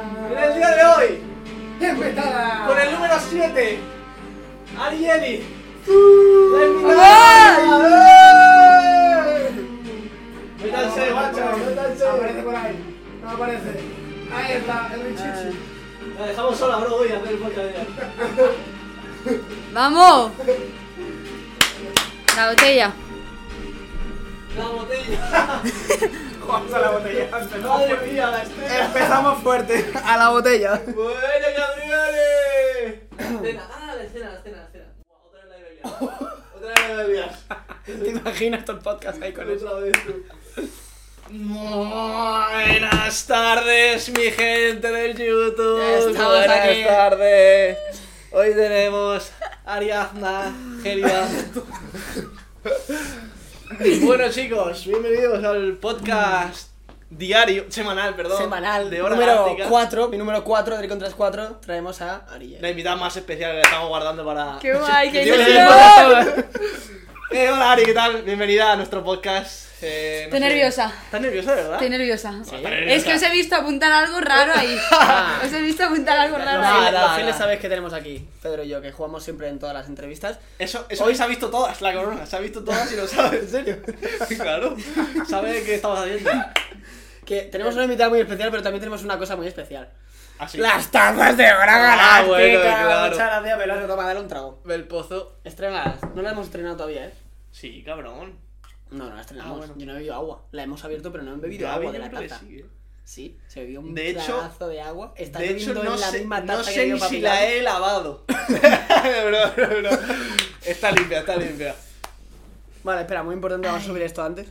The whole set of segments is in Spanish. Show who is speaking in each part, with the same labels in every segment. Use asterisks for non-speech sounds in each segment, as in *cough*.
Speaker 1: En el día de hoy,
Speaker 2: ¡Empezada!
Speaker 1: con el número 7, Arieli, la invitada.
Speaker 2: ¡Ay!
Speaker 1: ¿Qué tal se, macho? ¿Qué tal se?
Speaker 2: Aparece por ahí. No aparece. Ahí está, el bichichi.
Speaker 1: La dejamos sola, bro, voy a hacer el podcast de ella.
Speaker 3: ¡Vamos! La botella.
Speaker 1: *laughs* La botella.
Speaker 2: Vamos a la botella. Empezamos
Speaker 1: Madre mía, la estrella.
Speaker 2: Empezamos fuerte. A la botella.
Speaker 1: Bueno, Gabriele. La *coughs* escena, ah, la escena, la escena, la escena. Buah, Otra vez la de bebidas. *laughs* Otra vez la de bebidas.
Speaker 2: ¿Te imaginas todo el podcast ahí con eso?
Speaker 1: Otra vez tú. Buenas tardes, mi gente del YouTube.
Speaker 3: Ya estamos
Speaker 1: Buenas
Speaker 3: aquí.
Speaker 1: tardes. Hoy tenemos Ariadna, Geria. bueno, chicos, bienvenidos al podcast diario, semanal, perdón.
Speaker 2: Semanal.
Speaker 1: de
Speaker 2: De
Speaker 1: hora
Speaker 2: número
Speaker 1: Galáctica.
Speaker 2: 4, mi número 4 del Contras 4, traemos a
Speaker 1: La
Speaker 2: Ariel.
Speaker 1: invitada más especial que la estamos guardando para.
Speaker 3: ¡Qué guay! ¡Qué
Speaker 1: Yo le-
Speaker 3: ilusión!
Speaker 1: Eh, hola Ari, ¿qué tal? Bienvenida a nuestro podcast. Eh, no
Speaker 3: Estoy
Speaker 1: sé.
Speaker 3: nerviosa.
Speaker 1: ¿Estás nerviosa, de verdad?
Speaker 3: Estoy nerviosa.
Speaker 1: Sí.
Speaker 3: Es que os he visto apuntar algo raro ahí. Os he visto apuntar algo raro
Speaker 2: Los
Speaker 3: ahí.
Speaker 2: fieles- los
Speaker 1: no.
Speaker 2: fieles sabes que tenemos aquí, Pedro y yo, que jugamos siempre en todas las entrevistas.
Speaker 1: Eso, eso hoy se ha visto todas, la corona. Se ha visto todas y lo sabe, en
Speaker 2: *laughs*
Speaker 1: serio. claro. Sabe qué estamos haciendo.
Speaker 2: Que tenemos una invitada muy especial, pero también tenemos una cosa muy especial.
Speaker 1: Así.
Speaker 2: Las tazas de hora galáctica.
Speaker 1: Ah, bueno, claro.
Speaker 2: Muchas gracias, Velasco. Toma, dale un trago.
Speaker 1: Del pozo.
Speaker 2: Estrenadas. No la hemos estrenado todavía, ¿eh?
Speaker 1: Sí, cabrón.
Speaker 2: No, no la estrenamos.
Speaker 1: Ah, bueno.
Speaker 2: Yo no he bebido agua. La hemos abierto, pero no he bebido
Speaker 1: Gaby,
Speaker 2: agua
Speaker 1: yo
Speaker 2: de la
Speaker 1: creo que
Speaker 2: taza.
Speaker 1: sí, eh.
Speaker 2: Sí, se bebió un
Speaker 1: De hecho-
Speaker 2: pedazo de agua. Está
Speaker 1: De hecho,
Speaker 2: bebiendo
Speaker 1: no
Speaker 2: en la
Speaker 1: sé,
Speaker 2: misma
Speaker 1: no
Speaker 2: taza que
Speaker 1: sé
Speaker 2: bebió
Speaker 1: ni
Speaker 2: Papi
Speaker 1: si la
Speaker 2: Gaby.
Speaker 1: he lavado. *laughs*
Speaker 2: *laughs*
Speaker 1: Bro, bro, bro. Está limpia, está limpia.
Speaker 2: Vale, espera, muy importante. Vamos a subir esto antes.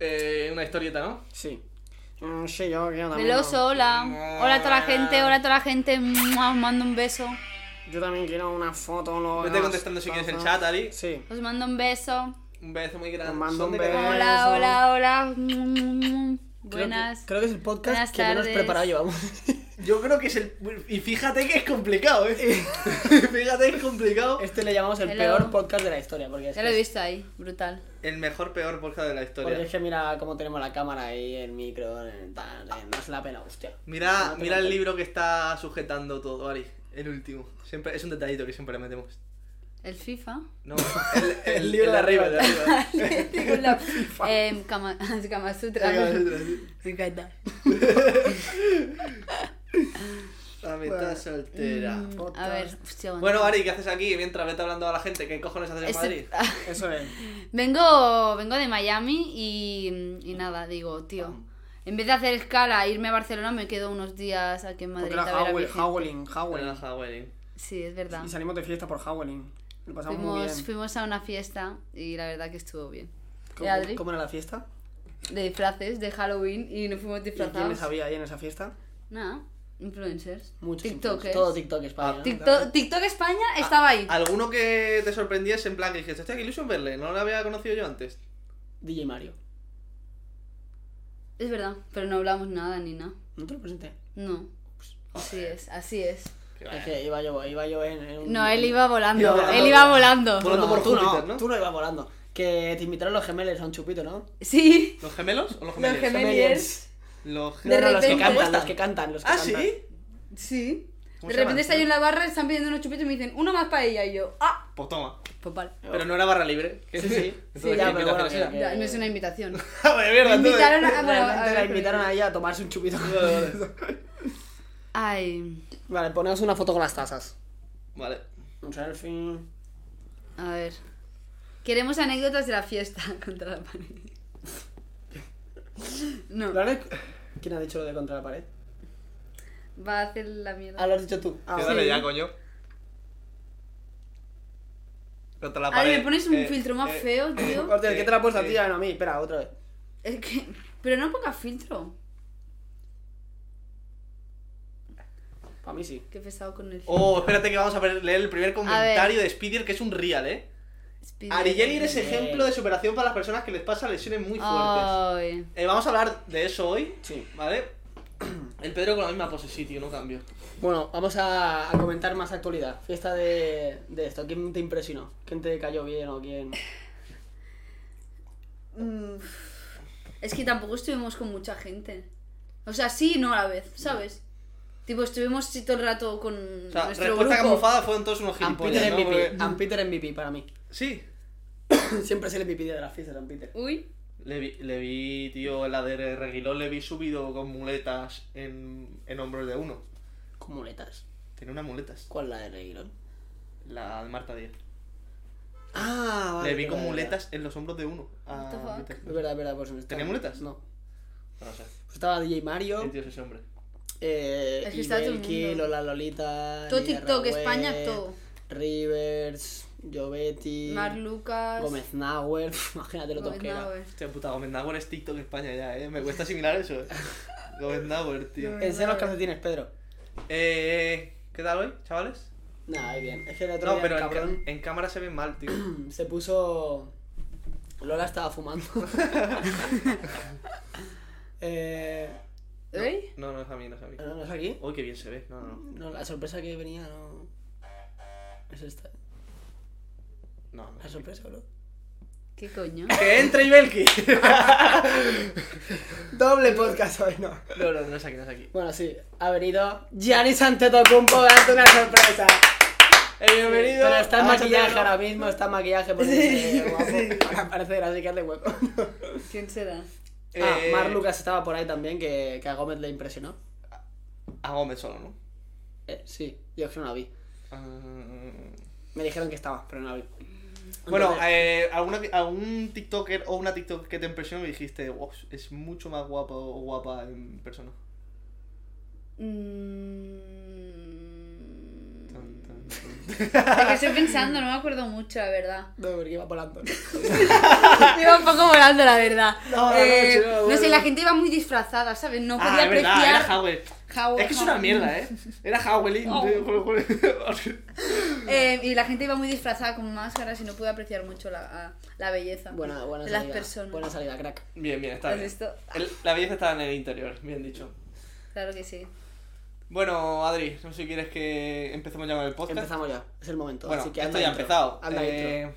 Speaker 1: Eh, una historieta, ¿no?
Speaker 2: Sí. Mm, sí, yo yo también.
Speaker 3: Veloso, hola. Hola a toda la gente, hola a toda la gente. Mua, Os mando un beso.
Speaker 2: Yo también quiero una foto. Lo
Speaker 1: Vete contestando si quieres el chat, eh. Ari.
Speaker 2: Sí.
Speaker 3: Os mando un beso.
Speaker 1: Un beso muy grande.
Speaker 2: Os mando
Speaker 1: Son
Speaker 2: un
Speaker 1: de
Speaker 2: beso.
Speaker 1: Canarias.
Speaker 3: Hola,
Speaker 2: Beso.
Speaker 3: hola, hola. Buenas.
Speaker 2: Creo que, creo que es el podcast
Speaker 3: Buenas
Speaker 2: que menos
Speaker 3: tardes.
Speaker 2: preparado llevamos. *laughs*
Speaker 1: Yo creo que es el. Y fíjate que es complicado, ¿eh? *laughs* fíjate que es complicado.
Speaker 2: Este le llamamos el
Speaker 3: Hello.
Speaker 2: peor podcast de la historia. Porque es
Speaker 3: Ya
Speaker 2: que
Speaker 3: lo
Speaker 2: es-
Speaker 3: he visto ahí, brutal.
Speaker 1: El mejor peor podcast de la
Speaker 2: Porque
Speaker 1: historia.
Speaker 2: es que mira cómo tenemos la cámara ahí, el micro, el tal, eh, no es la pena, hostia.
Speaker 1: Mira,
Speaker 2: No
Speaker 1: mira el
Speaker 2: tengo-
Speaker 1: libro que está sujetando todo, Ari. El último. Siempre, es un detallito que siempre le metemos.
Speaker 3: El FIFA.
Speaker 1: *laughs* No, el, el,
Speaker 2: El libro
Speaker 1: el
Speaker 2: de
Speaker 1: de arriba, el de
Speaker 2: arriba.
Speaker 3: *laughs*
Speaker 1: arriba.
Speaker 3: Digo, la- Em, Kama- *laughs* Kama Sutra. Me encanta.
Speaker 1: La mitad soltera.
Speaker 3: Mm, A
Speaker 2: Podcast.
Speaker 3: ver, hostia,
Speaker 1: Bueno, Ari, ¿qué haces aquí? Mientras vete hablando a la gente, ¿qué cojones haces en
Speaker 3: es-
Speaker 1: Madrid?
Speaker 3: *laughs*
Speaker 2: Eso es.
Speaker 3: vengo, vengo de Miami y, y nada, digo, tío. En vez de hacer escala e irme a Barcelona, me quedo unos días aquí en Madrid.
Speaker 2: Porque
Speaker 3: a ver a
Speaker 2: era Howling,
Speaker 3: Virgen.
Speaker 2: Howling,
Speaker 1: Bueno,
Speaker 2: Howling.
Speaker 1: ja, bueno.
Speaker 3: Sí, es verdad.
Speaker 2: Y salimos de fiesta por Howling. Lo pasamos muy
Speaker 3: Fuimos,
Speaker 2: bien.
Speaker 3: fuimos a una fiesta y la verdad que estuvo bien. ¿Y
Speaker 2: ¿Cómo,
Speaker 3: Adri?
Speaker 2: cómo era la fiesta?
Speaker 3: De disfraces, de Halloween y nos fuimos
Speaker 2: ¿Y quiénes
Speaker 3: disfrazados.
Speaker 2: había ahí en esa fiesta?
Speaker 3: Nada, influencers.
Speaker 2: Muchos.
Speaker 3: TikTokers.
Speaker 2: influencers. Todo TikTok
Speaker 1: Ah,
Speaker 2: Ah, España. ¿no?
Speaker 3: TikTok, TikTok España estaba ahí.
Speaker 1: ¿Alguno que te sorprendiese en plan que dijiste, hostia, qué ilusión verle? No la había conocido yo antes.
Speaker 2: DJ Mario.
Speaker 3: Es verdad, pero no hablamos nada ni nada.
Speaker 2: ¿No te lo presenté?
Speaker 3: No.
Speaker 2: Pues,
Speaker 3: Así es, así es.
Speaker 1: Qué
Speaker 2: Es
Speaker 1: vaya.
Speaker 2: que iba yo, iba yo en, en un...
Speaker 3: No, él iba
Speaker 1: Iba
Speaker 3: volando.
Speaker 1: volando.
Speaker 3: Él iba volando.
Speaker 2: Tú
Speaker 1: Volando
Speaker 2: no,
Speaker 1: por
Speaker 2: tú
Speaker 1: Júpiter, ¿no?
Speaker 2: no, tú no ibas volando. Que te invitaron los gemelos a un chupito, ¿no?
Speaker 3: Sí.
Speaker 1: ¿Los gemelos o los
Speaker 3: Los
Speaker 1: gemelos?
Speaker 3: gemelos.
Speaker 2: Gemeliers.
Speaker 1: Los
Speaker 3: De
Speaker 2: No, no, los que
Speaker 3: repente-
Speaker 2: cantan, los que cantan, los que
Speaker 1: ¿Ah,
Speaker 2: cantan.
Speaker 1: sí?
Speaker 3: Sí.
Speaker 1: ¿Cómo
Speaker 3: De
Speaker 1: se llaman?
Speaker 3: repente está yo en la barra, están pidiendo unos chupitos y me dicen, uno más para ella. Y yo, ah,
Speaker 1: Pues toma.
Speaker 3: pues vale.
Speaker 1: Pero no era barra libre. *laughs*
Speaker 2: Sí, sí.
Speaker 1: Entonces, ¿qué
Speaker 2: ya, pero
Speaker 1: invitación
Speaker 2: bueno,
Speaker 1: era?
Speaker 2: que-
Speaker 3: Ya, No es una invitación.
Speaker 1: Ah, *laughs* vale, mierda,
Speaker 3: Me
Speaker 1: entonces. *laughs*
Speaker 3: invitaron a. bueno, a
Speaker 2: Realmente
Speaker 3: ver,
Speaker 2: la
Speaker 3: pero-
Speaker 2: invitaron a ella a tomarse un chupito.
Speaker 3: *laughs* Ay.
Speaker 2: vale, ponemos una foto con las tazas.
Speaker 1: Vale.
Speaker 2: Un selfie.
Speaker 3: A ver. Queremos anécdotas de la fiesta *laughs* contra la pared. No.
Speaker 2: ¿Lo han esc- ¿Quién ha dicho lo de contra la pared?
Speaker 3: Va a hacer la
Speaker 2: Ah,
Speaker 3: mierda.
Speaker 2: lo has dicho tú. Ah,
Speaker 1: Sí,
Speaker 2: vale.
Speaker 1: dale ya, coño. Contra la
Speaker 3: Ahora
Speaker 1: pared.
Speaker 3: le pones un
Speaker 1: Eh,
Speaker 3: filtro más
Speaker 1: eh,
Speaker 3: feo, tío.
Speaker 2: Hostia, ¿qué te la ha puesto a
Speaker 1: Sí.
Speaker 2: ti? Ah, no, a mí. Espera, otra vez.
Speaker 3: Es que. Pero no pongas filtro.
Speaker 2: Para mí sí.
Speaker 3: Qué pesado con el filtro.
Speaker 1: Oh, espérate que vamos a ver- leer el primer comentario de Spider, que es un real, eh.
Speaker 3: Speed
Speaker 1: Ariel
Speaker 3: dating.
Speaker 1: eres ejemplo de superación para las personas que les pasan lesiones muy fuertes.
Speaker 3: Ay.
Speaker 1: Eh, vamos a hablar de eso hoy,
Speaker 2: Sí.
Speaker 1: ¿vale? *clears throat* El Pedro con la misma pose, sí, tío, no cambio.
Speaker 2: Bueno, vamos a, a comentar más actualidad. Fiesta de, de esto. ¿Quién te impresionó? ¿Quién te cayó bien o quién...?
Speaker 3: Mm, Es que tampoco estuvimos con mucha gente. O sea, sí y no a la vez, ¿sabes? Tipo, estuvimos sí, todo el rato con
Speaker 1: O sea,
Speaker 3: nuestro
Speaker 1: respuesta
Speaker 3: grupo.
Speaker 1: camuflada fueron todos unos
Speaker 2: And
Speaker 1: gilipollas,
Speaker 2: Peter
Speaker 1: ¿no?
Speaker 2: MVP.
Speaker 1: Porque-
Speaker 2: And Peter MVP para mí. *coughs*
Speaker 1: Sí.
Speaker 2: Siempre es el MVP de las fiestas, San Peter.
Speaker 3: Uy,
Speaker 1: Le vi, le vi, tío, en la de Reguilón le vi subido con muletas en, en hombros de uno.
Speaker 2: Con muletas.
Speaker 1: Tiene unas muletas.
Speaker 2: ¿Cuál es la de Reguilón?
Speaker 1: La de Marta Díaz.
Speaker 2: Ah, vale.
Speaker 1: le vi con
Speaker 2: verdad,
Speaker 1: muletas en los hombros de uno. a
Speaker 3: What the
Speaker 1: Peter.
Speaker 3: fuck?
Speaker 2: verdad. Es verdad, es verdad. Pues no está-
Speaker 1: ¿Tenía muletas?
Speaker 2: No.
Speaker 1: No sé.
Speaker 2: Pues estaba DJ
Speaker 1: ¿Qué
Speaker 2: Mario,
Speaker 1: tío es ese hombre?
Speaker 2: eh,
Speaker 3: Es que estaba todo el
Speaker 2: Ibelki,
Speaker 3: mundo.
Speaker 2: Lola Lolita,
Speaker 3: todo
Speaker 2: Lidia
Speaker 3: TikTok,
Speaker 2: Raguet,
Speaker 3: España, todo.
Speaker 2: Rivers, Jovetti,
Speaker 3: Mar Lucas.
Speaker 2: Gómez Nauer, *laughs* imagínate lo
Speaker 3: Gómez
Speaker 2: top que era.
Speaker 3: Nauer.
Speaker 1: Hostia puta, Gómez Nauer es TikTok España ya, eh. Me cuesta asimilar eso, eh.
Speaker 2: *laughs*
Speaker 1: Gómez Nauer, tío. Eh,
Speaker 3: Gómez
Speaker 2: Enseña los
Speaker 3: Nauer.
Speaker 2: calcetines, Pedro.
Speaker 1: eh, ¿qué tal hoy, chavales?
Speaker 2: Nada, ahí bien. Es que el otro
Speaker 1: No,
Speaker 2: día,
Speaker 1: pero
Speaker 2: el
Speaker 1: en, ca-
Speaker 2: cabrón,
Speaker 1: en cámara se ve mal,
Speaker 2: *coughs*
Speaker 1: tío.
Speaker 2: se puso... Lola estaba *laughs* fumando. eh...
Speaker 3: ¿Eh?
Speaker 1: No, no es a mí, no es a mí.
Speaker 2: ¿No no es aquí?
Speaker 1: Uy, qué bien se ve. No, no, no.
Speaker 2: No, la sorpresa que venía no... Es esta.
Speaker 1: no, no
Speaker 2: La
Speaker 1: es a mí.
Speaker 2: sorpresa, bro.
Speaker 3: ¿Qué coño?
Speaker 1: *coughs* ¡Que entre Ibelki! *laughs*
Speaker 2: Doble podcast hoy, no.
Speaker 1: no, no, no es aquí, no es aquí.
Speaker 2: Bueno, sí, ha venido Giannis Antetokounmpo a darte una sorpresa.
Speaker 1: Eh, bienvenido.
Speaker 2: Pero está en
Speaker 1: Ah,
Speaker 2: maquillaje
Speaker 1: chateado.
Speaker 2: ahora mismo, está en maquillaje por Parece así que hazle hueco.
Speaker 3: ¿Quién será?
Speaker 2: Ah,
Speaker 1: Eh,
Speaker 2: Mar Lucas estaba por ahí también, que, que a Gómez le impresionó.
Speaker 1: A Gómez ah, solo, ¿no?
Speaker 2: Eh, sí, yo es que no la vi.
Speaker 1: Ah,
Speaker 2: Me dijeron que estaba, pero no la vi.
Speaker 1: Bueno,
Speaker 2: Entonces,
Speaker 1: eh, alguna, algún TikToker o una TikTok que te impresionó y dijiste, wow, es mucho más guapo o guapa en persona. *laughs*
Speaker 3: Mm.
Speaker 1: Tan, tan,
Speaker 3: Es que estoy pensando, no me acuerdo mucho,
Speaker 1: *laughs*
Speaker 3: la verdad.
Speaker 2: No, porque iba volando.
Speaker 3: Iba un poco volando, la verdad.
Speaker 2: No, no,
Speaker 3: Eh,
Speaker 2: no, no,
Speaker 3: no sé,
Speaker 2: no.
Speaker 3: la gente iba muy disfrazada, ¿sabes? No podía
Speaker 1: Ah, es verdad,
Speaker 3: apreciar.
Speaker 1: era Howell.
Speaker 3: Howell,
Speaker 1: Es que es una
Speaker 3: Howell.
Speaker 1: mierda, ¿eh? Era Howell.
Speaker 3: *laughs* Oh. Eh, y la gente iba muy disfrazada con máscaras y no pude apreciar mucho la, a- la belleza
Speaker 2: Buena, buena
Speaker 3: de
Speaker 2: salida.
Speaker 3: las personas.
Speaker 2: Buena salida, crack.
Speaker 1: *laughs* bien, bien, está
Speaker 3: ¿Has
Speaker 1: bien.
Speaker 3: visto?
Speaker 1: El- la belleza estaba en el interior, bien dicho.
Speaker 3: Claro que sí.
Speaker 1: Bueno, Adri, no sé si quieres que empecemos ya con el podcast.
Speaker 2: Empezamos ya, es el momento.
Speaker 1: Bueno,
Speaker 2: así que
Speaker 1: esto
Speaker 2: anda
Speaker 1: ya ha
Speaker 2: intro.
Speaker 1: empezado.
Speaker 2: Anda
Speaker 1: Eh,
Speaker 2: intro.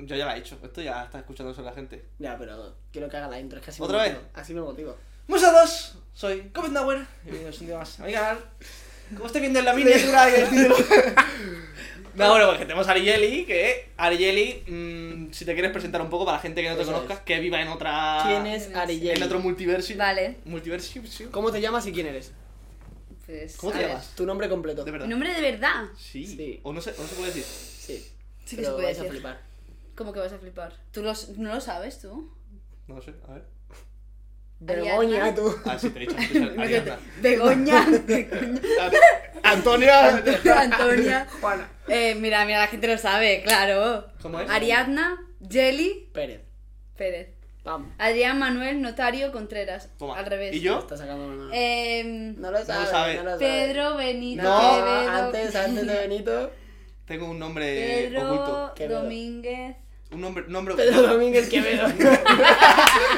Speaker 1: yo, yo ya lo he hecho. Esto ya está escuchándose la gente.
Speaker 2: Ya, pero quiero que haga la intro, es que así
Speaker 1: ¿Otra
Speaker 2: me
Speaker 1: vez?
Speaker 2: motivo. Así me motivo.
Speaker 1: Muchas gracias. Soy Comment Nauer. Y bienvenidos un día más. Amiga, ¿cómo estoy viendo en la miniatura del
Speaker 2: *laughs*
Speaker 1: título? No, bueno, porque tenemos a Arieli, que Arieli, mm, si te quieres presentar un poco para la gente que no te
Speaker 2: Eso
Speaker 1: conozca,
Speaker 2: es.
Speaker 1: que viva en otra...
Speaker 2: ¿Quién es
Speaker 3: sí.
Speaker 2: Ariel?
Speaker 1: En Ah. otro multiverso.
Speaker 3: Vale,
Speaker 1: Multiverso, sí.
Speaker 2: ¿Cómo te llamas y quién eres?
Speaker 3: pues.
Speaker 1: ¿Cómo te
Speaker 3: a ver.
Speaker 1: llamas?
Speaker 2: Tu nombre completo.
Speaker 1: De verdad.
Speaker 3: Nombre de verdad.
Speaker 1: Sí.
Speaker 2: Sí.
Speaker 1: O no se, o no se puede decir.
Speaker 2: Sí.
Speaker 3: Sí que
Speaker 2: Pero
Speaker 3: se puede
Speaker 2: vais a
Speaker 3: decir.
Speaker 2: flipar.
Speaker 3: ¿Cómo que vas a flipar? ¿Tú los- no lo sabes tú?
Speaker 1: No lo sé, a ver.
Speaker 2: Begoña, tú.
Speaker 1: Ah, sí, te he dicho
Speaker 2: *laughs*
Speaker 1: antes. Ariadna. *laughs*
Speaker 3: Begoña, *laughs* Begoña,
Speaker 1: A- Antonia.
Speaker 3: Antonia.
Speaker 2: Juana.
Speaker 3: Eh, mira, mira, la gente lo sabe, claro.
Speaker 1: ¿Cómo es?
Speaker 3: Ariadna, Jelly,
Speaker 2: Pérez.
Speaker 3: Pérez.
Speaker 2: Pam.
Speaker 3: Adrián Manuel Notario Contreras.
Speaker 1: Toma.
Speaker 3: Al revés.
Speaker 1: ¿Y yo?
Speaker 2: Está sacando una-
Speaker 3: Em,
Speaker 2: Eh, No lo sabe,
Speaker 1: sabe.
Speaker 2: no lo sabe.
Speaker 3: Pedro Benito
Speaker 2: No,
Speaker 3: Quevedo.
Speaker 2: antes, antes de Benito.
Speaker 1: Tengo un nombre oculto.
Speaker 3: Pedro
Speaker 2: Quevedo.
Speaker 3: Domínguez.
Speaker 1: Un nombre, nombre
Speaker 2: Pedro
Speaker 1: oculto.
Speaker 2: Domínguez Quevedo.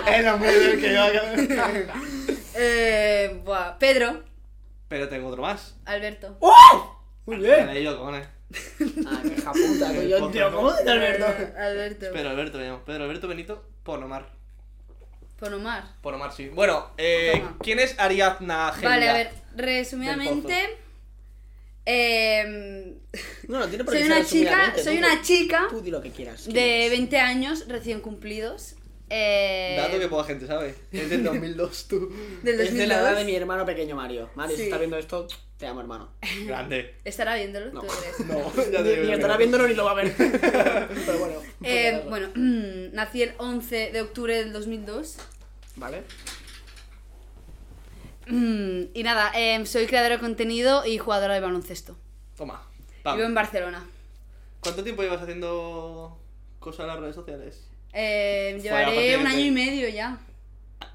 Speaker 1: El nombre del que yo acabo-
Speaker 2: *laughs*
Speaker 3: Eh, buah, Pedro
Speaker 1: Pero tengo otro más.
Speaker 3: Alberto.
Speaker 2: Oh, Muy
Speaker 1: Me
Speaker 2: bien.
Speaker 1: leí yo, cojones.
Speaker 2: Ah, qué hija puta, que yo, tío, ¿cómo dice Alberto?
Speaker 3: Eh, Alberto.
Speaker 1: Pedro Alberto me llamo. Pedro Alberto Benito Ponomar.
Speaker 3: Por Omar.
Speaker 1: Ponomar, sí. Bueno, eh,
Speaker 3: Ponomar.
Speaker 1: ¿quién es Ariadna Gélida?
Speaker 3: Vale, a ver, resumidamente. em,
Speaker 2: No, no tiene por qué
Speaker 3: soy
Speaker 2: ser
Speaker 3: una chica,
Speaker 2: resumidamente,
Speaker 3: soy
Speaker 2: tú-
Speaker 3: una chica
Speaker 2: Tú di lo que quieras.
Speaker 3: de 20 años recién cumplidos. eh,
Speaker 1: Dato que poca gente sabe. Es del 2002,
Speaker 3: *laughs*
Speaker 1: tú.
Speaker 3: del
Speaker 2: Es de la edad de
Speaker 3: 2002.
Speaker 2: mi hermano pequeño Mario. Mario,
Speaker 3: Sí.
Speaker 2: si estás viendo esto, te amo, hermano.
Speaker 1: Grande.
Speaker 3: Estará viéndolo,
Speaker 2: No. *laughs*
Speaker 3: ¿tú crees?
Speaker 1: No,
Speaker 2: Ni,
Speaker 1: ya te digo.
Speaker 2: ni
Speaker 1: yo
Speaker 2: estará
Speaker 1: que no.
Speaker 2: viéndolo ni lo va a ver. Pero bueno.
Speaker 3: Eh,
Speaker 2: pues,
Speaker 3: bueno, *clears throat* nací el 11 de octubre del 2002.
Speaker 2: Vale.
Speaker 3: Mm, *clears throat* y nada, em, soy creadora de contenido y jugadora de baloncesto.
Speaker 1: Toma.
Speaker 3: Vivo en
Speaker 1: Pam.
Speaker 3: Barcelona.
Speaker 1: ¿Cuánto tiempo llevas haciendo cosas en las redes sociales?
Speaker 3: Em,
Speaker 1: Joder, aparte
Speaker 3: llevaré un
Speaker 1: de-
Speaker 3: año y medio ya.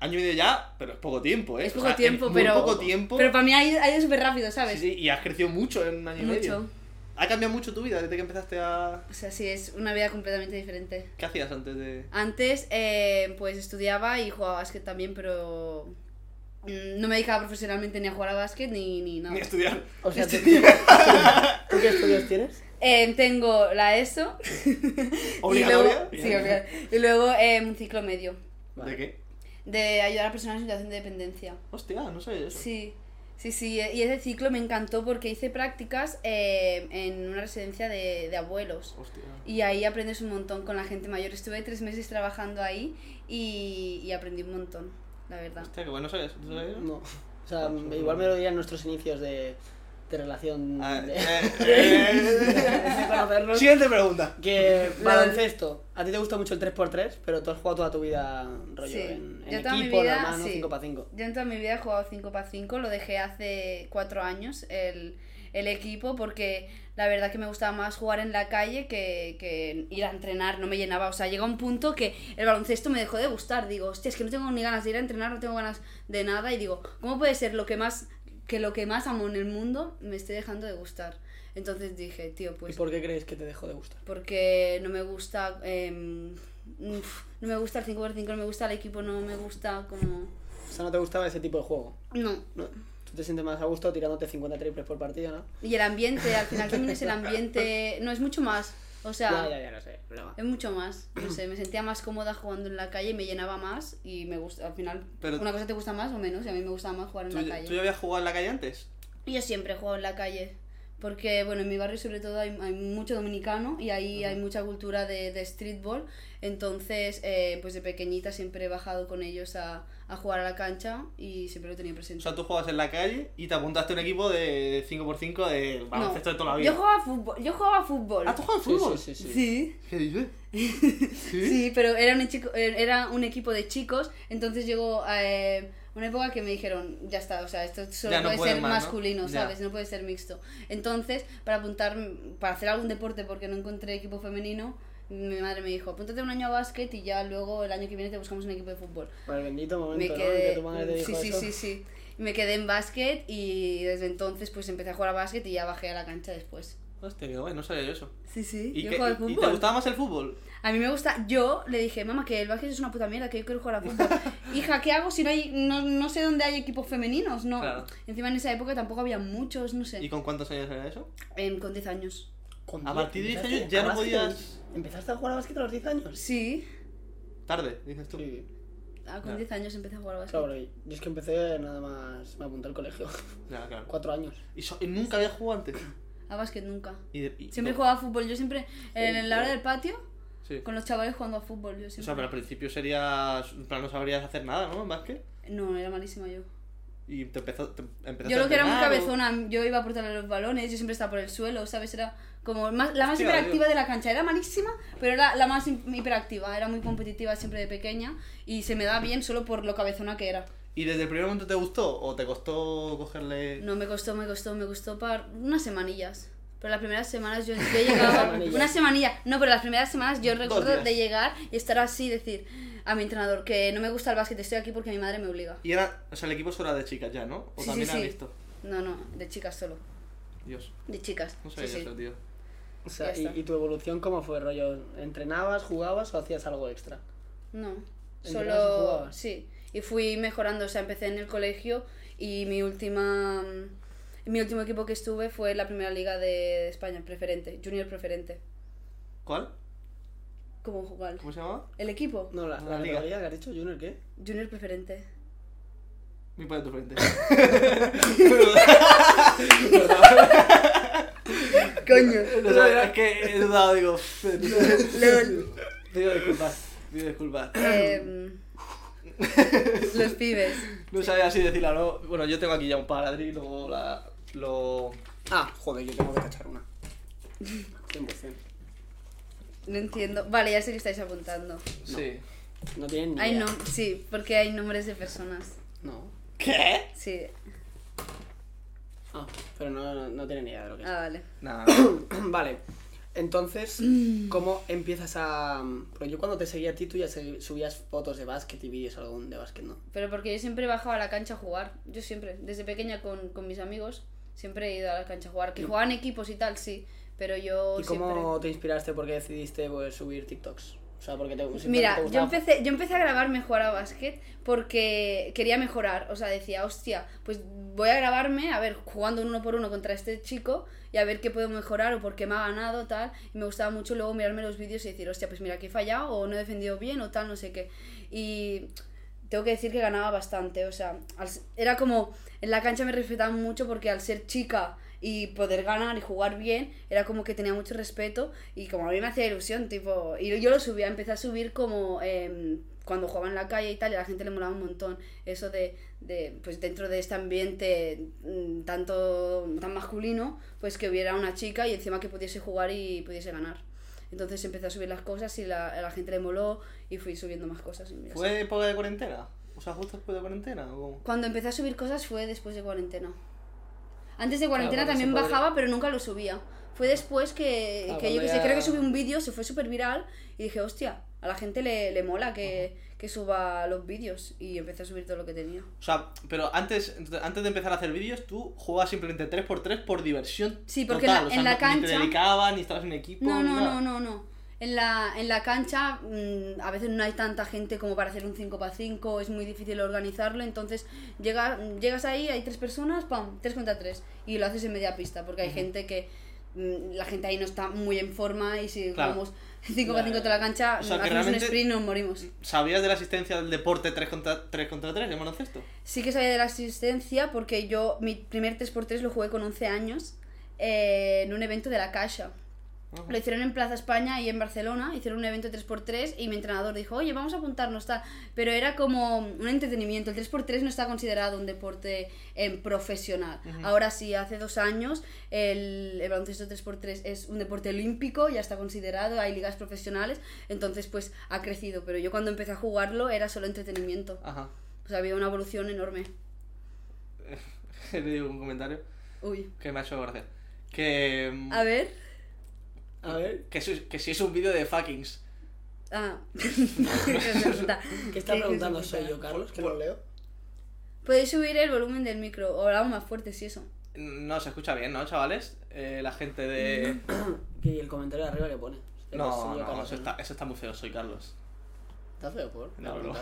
Speaker 1: Año y medio ya, pero es poco tiempo, ¿eh?
Speaker 3: es
Speaker 1: O
Speaker 3: poco
Speaker 1: sea,
Speaker 3: tiempo,
Speaker 1: muy
Speaker 3: pero.
Speaker 1: poco tiempo.
Speaker 3: Pero para mí ha ido, ha ido súper rápido,
Speaker 1: Sí,
Speaker 3: ¿sabes?
Speaker 1: sí, y has crecido mucho en un año y medio.
Speaker 3: Mucho.
Speaker 1: ¿Ha cambiado mucho tu vida desde que empezaste a...?
Speaker 3: O sea, sí, es una vida completamente diferente.
Speaker 1: ¿Qué hacías antes de...?
Speaker 3: Antes, em, pues estudiaba y jugaba a básquet también, pero. mm, No me dedicaba profesionalmente ni a jugar a básquet ni, ni nada.
Speaker 1: Ni *laughs* estudiar.
Speaker 2: O sea, ¿tú, ¿tú qué estudios tienes?
Speaker 3: Em, tengo la ESO.
Speaker 1: *laughs* ¿Obligatoria?
Speaker 3: Y luego, sí,
Speaker 1: Bien.
Speaker 3: obligatoria. Y luego em, un ciclo medio.
Speaker 1: ¿De qué?
Speaker 3: De ayudar a personas en situación de dependencia.
Speaker 1: Hostia, no sé eso.
Speaker 3: Sí. Sí, sí, eh, y ese ciclo me encantó porque hice prácticas eh, en una residencia de, de abuelos.
Speaker 1: Hostia.
Speaker 3: Y ahí aprendes un montón con la gente mayor. Estuve tres meses trabajando ahí y, y aprendí un montón, la verdad.
Speaker 1: Hostia, que bueno sabes. ¿Tú sabías?
Speaker 2: No. O sea, igual me lo dirían nuestros inicios de, de relación.
Speaker 1: Ah,
Speaker 2: de- *laughs*
Speaker 1: eh,
Speaker 3: *laughs*
Speaker 2: de conocernos.
Speaker 1: Siguiente pregunta. *laughs*
Speaker 2: Que baloncesto. A ti te gusta mucho el 3x3, pero tú has jugado toda tu vida rollo
Speaker 3: Sí.
Speaker 2: en, en
Speaker 3: Yo toda mi
Speaker 2: equipo,
Speaker 3: vida,
Speaker 2: la mano,
Speaker 3: sí.
Speaker 2: 5x5.
Speaker 3: Yo en toda mi vida he jugado 5x5, lo dejé hace cuatro años el, el equipo porque la verdad que me gustaba más jugar en la calle que, que ir a entrenar, no me llenaba. O sea, llega un punto que el baloncesto me dejó de gustar. Digo, hostia, es que no tengo ni ganas de ir a entrenar, no tengo ganas de nada. Y digo, ¿cómo puede ser lo que más, que lo que más amo en el mundo me esté dejando de gustar? Entonces dije, tío,
Speaker 2: ¿Y
Speaker 3: pues
Speaker 2: por qué crees que te dejó de gustar?
Speaker 3: porque no me gusta em, uf, no me gusta el 5x5, no me gusta el equipo, no me gusta como...
Speaker 2: O sea, no te gustaba ese tipo de juego.
Speaker 3: No,
Speaker 2: ¿no? Tú te sientes más a gusto tirándote 50 triples por partido, ¿no?
Speaker 3: Y el ambiente, al final también es el ambiente. No, es mucho más. O sea,
Speaker 2: Ya, ya, ya, no sé. broma.
Speaker 3: es mucho más. No sé, me sentía más cómoda jugando en la calle, me llenaba más y me gusta. Al final,
Speaker 1: Pero-
Speaker 3: una cosa te gusta más o menos, y a mí me gustaba más jugar en
Speaker 1: ¿Tú,
Speaker 3: la
Speaker 1: ya-
Speaker 3: calle.
Speaker 1: tú ya habías jugado en la calle antes?
Speaker 3: Y Yo siempre he jugado en la calle. Porque, bueno, en mi barrio sobre todo hay, hay mucho dominicano y ahí hay mucha cultura de, de streetball. Entonces, eh, pues de pequeñita siempre he bajado con ellos a, a jugar a la cancha y siempre lo tenía
Speaker 1: O
Speaker 3: presente.
Speaker 1: sea, tú jugabas en la calle y te apuntaste a un equipo de 5x5 de baloncesto de toda la vida.
Speaker 3: Yo jugaba a fútbol. Yo jugaba a fútbol.
Speaker 1: ¿Ah, tú jugabas
Speaker 2: Sí,
Speaker 1: fútbol?
Speaker 2: sí, sí, sí.
Speaker 3: sí.
Speaker 1: ¿Qué dices? ¿Sí?
Speaker 3: *laughs* Sí, pero era un, chico- er, era un equipo de chicos, entonces llegó eh, una época que me dijeron, ya está, o sea, esto solo
Speaker 1: Ya no
Speaker 3: puede
Speaker 1: pueden
Speaker 3: ser
Speaker 1: más, ¿no?
Speaker 3: masculino,
Speaker 1: Ya.
Speaker 3: ¿sabes? No puede ser mixto. Entonces, para apuntar, para hacer algún deporte porque no encontré equipo femenino, mi madre me dijo, apúntate un año a básquet y ya luego el año que viene te buscamos un equipo de fútbol.
Speaker 2: Por el Pues bendito
Speaker 3: Me
Speaker 2: momento, ¿no? En que
Speaker 3: quedé,
Speaker 2: tu madre te dijo
Speaker 3: sí, sí,
Speaker 2: eso.
Speaker 3: sí, sí. Me quedé en básquet y desde entonces pues empecé a jugar a básquet y ya bajé a la cancha después.
Speaker 1: Hostia, qué bueno, no sabía yo eso.
Speaker 3: Sí, sí.
Speaker 1: ¿Y,
Speaker 3: yo
Speaker 1: qué-
Speaker 3: jugaba al
Speaker 1: y- y te
Speaker 3: fútbol.
Speaker 1: gustaba más el fútbol?
Speaker 3: A mí me gusta, yo le dije, mamá, que el básquet es una puta mierda, que yo quiero jugar
Speaker 1: *laughs*
Speaker 3: a fútbol. Hija, ¿qué hago si no hay, no, no sé dónde hay equipos femeninos? No.
Speaker 1: Claro.
Speaker 3: Encima en esa época tampoco había muchos, no sé.
Speaker 1: ¿Y con cuántos años era eso?
Speaker 3: Em, con 10 años.
Speaker 2: Con
Speaker 1: A
Speaker 2: diez,
Speaker 1: partir de diez
Speaker 2: empezaste
Speaker 1: años ya
Speaker 2: a
Speaker 1: no
Speaker 2: básquet
Speaker 1: podías-
Speaker 2: a los- ¿Empezaste a jugar a básquet a los 10 años?
Speaker 3: Sí.
Speaker 1: Tarde, dices tú.
Speaker 2: Sí.
Speaker 3: Ah,
Speaker 1: Ya.
Speaker 3: con 10 años empecé a jugar al básquet.
Speaker 2: Claro, y- yo es que empecé nada más, me apunté al colegio, *laughs*
Speaker 1: Claro, claro.
Speaker 2: cuatro años.
Speaker 1: Y, so- y nunca había jugado antes.
Speaker 3: A básquet nunca.
Speaker 1: Y de- y-
Speaker 3: Siempre
Speaker 1: no.
Speaker 3: jugaba a fútbol. Yo siempre, en la hora del patio,
Speaker 1: Sí.
Speaker 3: con los chavales jugando a fútbol. Yo siempre.
Speaker 1: O sea, pero al principio sería. En plan, no sabrías hacer nada, ¿no? Más que.
Speaker 3: No, era malísima yo.
Speaker 1: Y te empezó. Te empezaste
Speaker 3: Yo lo que era muy
Speaker 1: a entrenar, o-
Speaker 3: cabezona, yo iba a portarle los balones, yo siempre estaba por el suelo, ¿sabes? Era como más- la más
Speaker 1: Hostia,
Speaker 3: hiperactiva
Speaker 1: tío.
Speaker 3: de la cancha. Era malísima, pero era la más hi- hiperactiva. Era muy competitiva siempre de pequeña y se me da bien solo por lo cabezona que era.
Speaker 1: ¿Y desde el primer momento te gustó? ¿O te costó cogerle.?
Speaker 3: No, me costó, me costó, me costó para unas semanillas. Pero las primeras semanas
Speaker 1: *laughs*
Speaker 3: yo, yo llegaba...
Speaker 2: Semanillas.
Speaker 3: una semanilla. No, pero las primeras semanas yo recuerdo
Speaker 1: días.
Speaker 3: de llegar y estar así y decir a mi entrenador que no me gusta el básquet, estoy aquí porque mi madre me obliga.
Speaker 1: Y era. O sea, el equipo solo era de chicas ya, ¿no? ¿O
Speaker 3: Sí,
Speaker 1: también
Speaker 3: sí,
Speaker 1: has
Speaker 3: sí.
Speaker 1: visto?
Speaker 3: No, no, de chicas solo.
Speaker 1: Dios,
Speaker 3: De chicas.
Speaker 1: no
Speaker 3: sí,
Speaker 1: sabía
Speaker 3: sí.
Speaker 1: eso, tío.
Speaker 2: O sea,
Speaker 3: Ya
Speaker 2: y,
Speaker 3: está.
Speaker 2: ¿y tu evolución cómo fue, rollo? ¿Entrenabas, jugabas o hacías algo extra?
Speaker 3: No,
Speaker 2: ¿Entrenabas y
Speaker 3: solo
Speaker 2: jugabas?
Speaker 3: sí. Y fui mejorando, o sea, empecé en el colegio y mi última mm, mi último equipo que estuve fue en la primera liga de España, preferente, junior preferente.
Speaker 1: ¿Cuál?
Speaker 3: ¿Cómo jugar?
Speaker 1: ¿Cómo se llamaba?
Speaker 3: ¿El equipo?
Speaker 2: No, la, la
Speaker 1: La liga.
Speaker 2: categoría que has dicho, Junior, ¿qué? *clears throat*
Speaker 3: Junior preferente.
Speaker 1: Mi padre de tu
Speaker 3: *laughs*
Speaker 1: frente.
Speaker 3: Coño.
Speaker 1: O sea, es que he dudado, digo. *laughs* Pido disculpas. Pido disculpas.
Speaker 3: Em, los pibes.
Speaker 1: No sabía si decirla, ¿no? Bueno, yo tengo aquí ya un paladrín, luego la. Lo.
Speaker 2: Ah, joder, yo tengo que cachar una. 100%.
Speaker 3: No entiendo. Vale, ya sé que estáis apuntando.
Speaker 1: Sí.
Speaker 2: No tienen ni
Speaker 3: Hay
Speaker 2: idea.
Speaker 3: no, sí, porque hay nombres de personas.
Speaker 2: No.
Speaker 1: ¿Qué?
Speaker 3: Sí.
Speaker 2: Ah, pero no, no tienen ni idea de lo que
Speaker 3: Ah, vale. *coughs*
Speaker 1: Nada.
Speaker 2: es. *clears throat* vale. Entonces,
Speaker 3: Mm.
Speaker 2: ¿cómo empiezas a...? Pero yo cuando te seguía a ti, tú ya se- subías fotos de básquet y vídeos algún de básquet, ¿no?
Speaker 3: Pero porque yo siempre he bajado a la cancha a jugar. Yo siempre, desde pequeña con, con mis amigos, siempre he ido a la cancha a jugar. Que jugaban equipos y tal, sí. Pero yo
Speaker 2: ¿Y cómo te inspiraste? ¿Por qué decidiste pues, subir TikToks? O sea, porque te,
Speaker 3: siempre.
Speaker 2: simplemente
Speaker 3: Mira,
Speaker 2: te
Speaker 3: yo
Speaker 2: gustaba-
Speaker 3: empecé, yo empecé a grabarme jugar a básquet porque quería mejorar. O sea, decía, hostia, pues voy a grabarme, a ver, jugando un uno por uno contra este chico y a ver qué puedo mejorar o por qué me ha ganado, tal. Y me gustaba mucho luego mirarme los vídeos y decir, hostia, pues mira, aquí he fallado o no he defendido bien o tal, no sé qué. Y tengo que decir que ganaba bastante. O sea, al s- era como. En la cancha me respetaban mucho porque al ser chica y poder ganar y jugar bien, era como que tenía mucho respeto. Y como a mí me hacía ilusión, tipo. Y yo lo subía, empecé a subir como. em, cuando jugaba en la calle y tal, y a la gente le molaba un montón eso de, de, pues dentro de este ambiente mm, tanto tan masculino, pues que hubiera una chica y encima que pudiese jugar y pudiese ganar. Entonces empecé a subir las cosas y la, a la gente le moló y fui subiendo más cosas. y mira,
Speaker 1: ¿Fue época de cuarentena? O sea, justo después de cuarentena. ¿o cómo?
Speaker 3: Cuando empecé a subir cosas fue después de cuarentena. Antes
Speaker 2: Ah,
Speaker 3: de cuarentena
Speaker 1: cuando se
Speaker 3: también
Speaker 1: podía.
Speaker 3: bajaba, pero nunca lo subía. Fue después que,
Speaker 2: Ah,
Speaker 3: que yo
Speaker 2: cuando
Speaker 3: que sé,
Speaker 2: ya-
Speaker 3: creo que subí un vídeo, se fue súper viral y dije, hostia, a la gente le, le mola que, que suba los vídeos y empecé a subir todo lo que tenía.
Speaker 1: O sea, pero antes, antes de empezar a hacer vídeos, tú jugabas simplemente 3x3 por diversión.
Speaker 3: Sí, porque en la- en la
Speaker 1: Ni te
Speaker 3: cancha-
Speaker 1: dedicabas, ni estabas en equipo.
Speaker 3: No,
Speaker 1: ni
Speaker 3: no,
Speaker 1: nada.
Speaker 3: no, no, no. En la, en la cancha mm, a veces no hay tanta gente como para hacer un 5x5, es muy difícil organizarlo, entonces llega, llegas ahí, hay tres personas, ¡pam! 3 contra 3 y lo haces en media pista, porque hay gente que... mm, La gente ahí no está muy en forma y si
Speaker 1: Claro.
Speaker 3: jugamos 5x5 toda la cancha,
Speaker 1: O sea, que
Speaker 3: hacemos
Speaker 1: realmente- Mm.
Speaker 3: un sprint y nos morimos.
Speaker 1: ¿Sabías de la asistencia del deporte 3 contra 3 contra 3 de baloncesto?
Speaker 3: Sí que sabía de la asistencia porque yo mi primer 3x3 lo jugué con 11 años eh, en un evento de la Caixa.
Speaker 1: Ajá.
Speaker 3: Lo hicieron en Plaza España y en Barcelona, hicieron un evento 3x3 y mi entrenador dijo, oye, vamos a apuntarnos, tal. Pero era como un entretenimiento, el 3x3 no está considerado un deporte em, profesional. Ahora sí, hace dos años el, el baloncesto 3x3 es un deporte olímpico, ya está considerado, hay ligas profesionales, entonces pues ha crecido, pero yo cuando empecé a jugarlo era solo entretenimiento.
Speaker 1: Ajá. *laughs*
Speaker 3: O sea, había una evolución enorme.
Speaker 1: Le digo un comentario
Speaker 3: Uy.
Speaker 1: que me ha hecho gracia. Que. mm,
Speaker 3: A ver.
Speaker 2: A ver,
Speaker 1: Que, si- que si es un vídeo de fuckings.
Speaker 3: Ah. *laughs*
Speaker 2: *laughs*
Speaker 3: ¿Qué
Speaker 2: ¿qué está preguntando? ¿Soy yo, Carlos? Que no
Speaker 1: Por-
Speaker 2: lo leo.
Speaker 3: Podéis subir el volumen del micro o hablamos más fuerte si eso.
Speaker 1: No se escucha bien, ¿no, chavales? Eh, la gente de.
Speaker 2: Y el comentario de arriba que pone.
Speaker 1: No,
Speaker 2: Soy yo,
Speaker 1: no,
Speaker 2: Carlos,
Speaker 1: eso está, eso está muy feo, soy Carlos.
Speaker 2: ¿Está feo, por?
Speaker 1: No, no.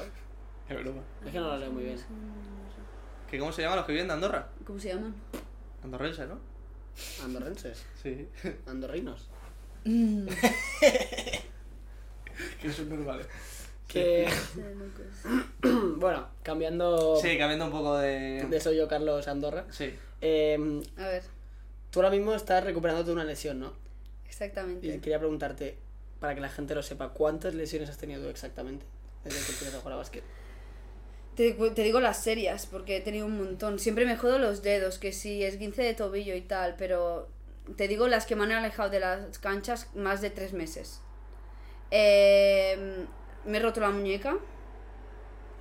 Speaker 1: Es broma.
Speaker 2: Es que no lo leo muy bien.
Speaker 1: ¿Que ¿Cómo se llaman los que viven de Andorra?
Speaker 3: ¿Cómo se llaman?
Speaker 1: Andorrense, ¿no?
Speaker 2: Andorrenses.
Speaker 1: Sí. *laughs*
Speaker 2: Andorrinos.
Speaker 3: *laughs*
Speaker 1: que son normales.
Speaker 2: Que. *laughs* bueno, cambiando
Speaker 1: Sí, cambiando un poco
Speaker 2: de
Speaker 1: de.
Speaker 2: soy yo, Carlos Andorra.
Speaker 1: Sí.
Speaker 2: eh,
Speaker 3: A ver,
Speaker 2: tú ahora mismo estás recuperándote de una lesión, ¿no? Y
Speaker 3: exactamente.
Speaker 2: quería preguntarte, para que la gente lo sepa, ¿cuántas lesiones has tenido tú exactamente desde que empiezas a jugar a básquet?
Speaker 3: Te, cu- te digo las serias porque he tenido un montón. Siempre me jodo los dedos, que sí, es 15 de tobillo y tal, pero te digo las que me han alejado de las canchas más de tres meses. Eh, me he roto la muñeca.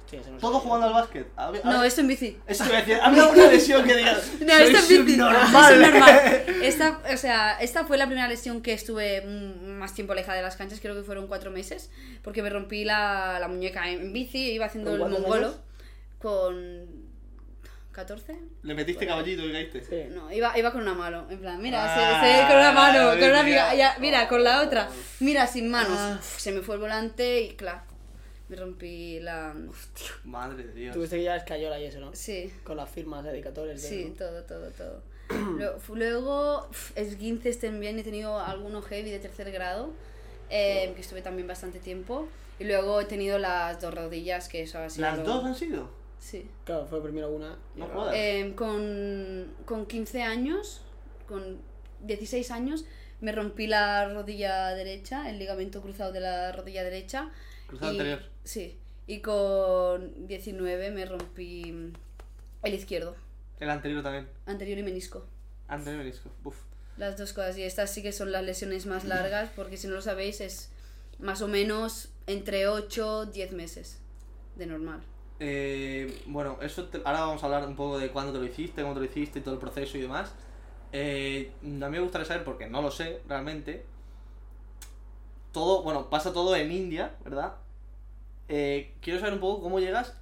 Speaker 2: Hostia, se nos ha
Speaker 1: ¿Todo
Speaker 2: ido.
Speaker 1: jugando al básquet? ¿Ha- ha-
Speaker 3: No, esto en bici.
Speaker 1: Eso te iba a
Speaker 3: *laughs*
Speaker 1: decir. ¿Ha habido una lesión que digas?
Speaker 3: No,
Speaker 1: "Soy
Speaker 3: esta es mi-
Speaker 1: subnormal"?
Speaker 3: es normal. Esta, o sea, esta fue la primera lesión que estuve mm, más tiempo alejada de las canchas, creo que fueron cuatro meses, porque me rompí la, la muñeca en bici, iba haciendo
Speaker 2: ¿Con
Speaker 3: el
Speaker 2: cuántos
Speaker 3: mongolo
Speaker 2: años?
Speaker 3: con... ¿14?
Speaker 1: *laughs* Le metiste caballito y caíste.
Speaker 2: Sí.
Speaker 3: No, iba, iba con una mano, en plan, mira, se-
Speaker 1: Ah,
Speaker 3: se- con una mano, con una
Speaker 1: mira.
Speaker 3: amiga, ya, mira, con la otra, mira, sin manos.
Speaker 1: Ah.
Speaker 3: Uf, se me fue el volante y, claro, me rompí la...
Speaker 1: Madre de Dios.
Speaker 2: Tuviste que llevar escayola y eso, ¿no?
Speaker 3: Sí.
Speaker 2: Con las firmas, dedicatorias. de-
Speaker 3: Sí, todo, todo, todo. *clears throat* Lo- fu- Luego, pf, esguinces también, he tenido alguno heavy de tercer grado, eh, que estuve también bastante tiempo. Y luego he tenido las dos rodillas, que eso ha sido...
Speaker 1: ¿Las dos Ah. han sido?
Speaker 3: Sí.
Speaker 2: Claro, fue primero una. y
Speaker 1: No
Speaker 2: ahora-
Speaker 1: jodas.
Speaker 3: Eh, con, con 15 años, con 16 años, me rompí la rodilla derecha, el ligamento cruzado de la rodilla derecha.
Speaker 1: Cruzado
Speaker 3: y-
Speaker 1: anterior.
Speaker 3: Sí. Y con 19 me rompí el izquierdo,
Speaker 1: El anterior también.
Speaker 3: anterior y menisco.
Speaker 1: Anterior menisco. Uf.
Speaker 3: Las dos cosas, y estas sí que son las lesiones más largas, porque si no lo sabéis, es más o menos entre 8 10 meses de normal.
Speaker 1: Eh, bueno, eso te- ahora vamos a hablar un poco de cuándo te lo hiciste, cómo te lo hiciste y todo el proceso y demás. Eh, a mí me gustaría saber, porque no lo sé realmente, todo, bueno, pasa todo en India, ¿verdad? Eh, quiero saber un poco cómo llegas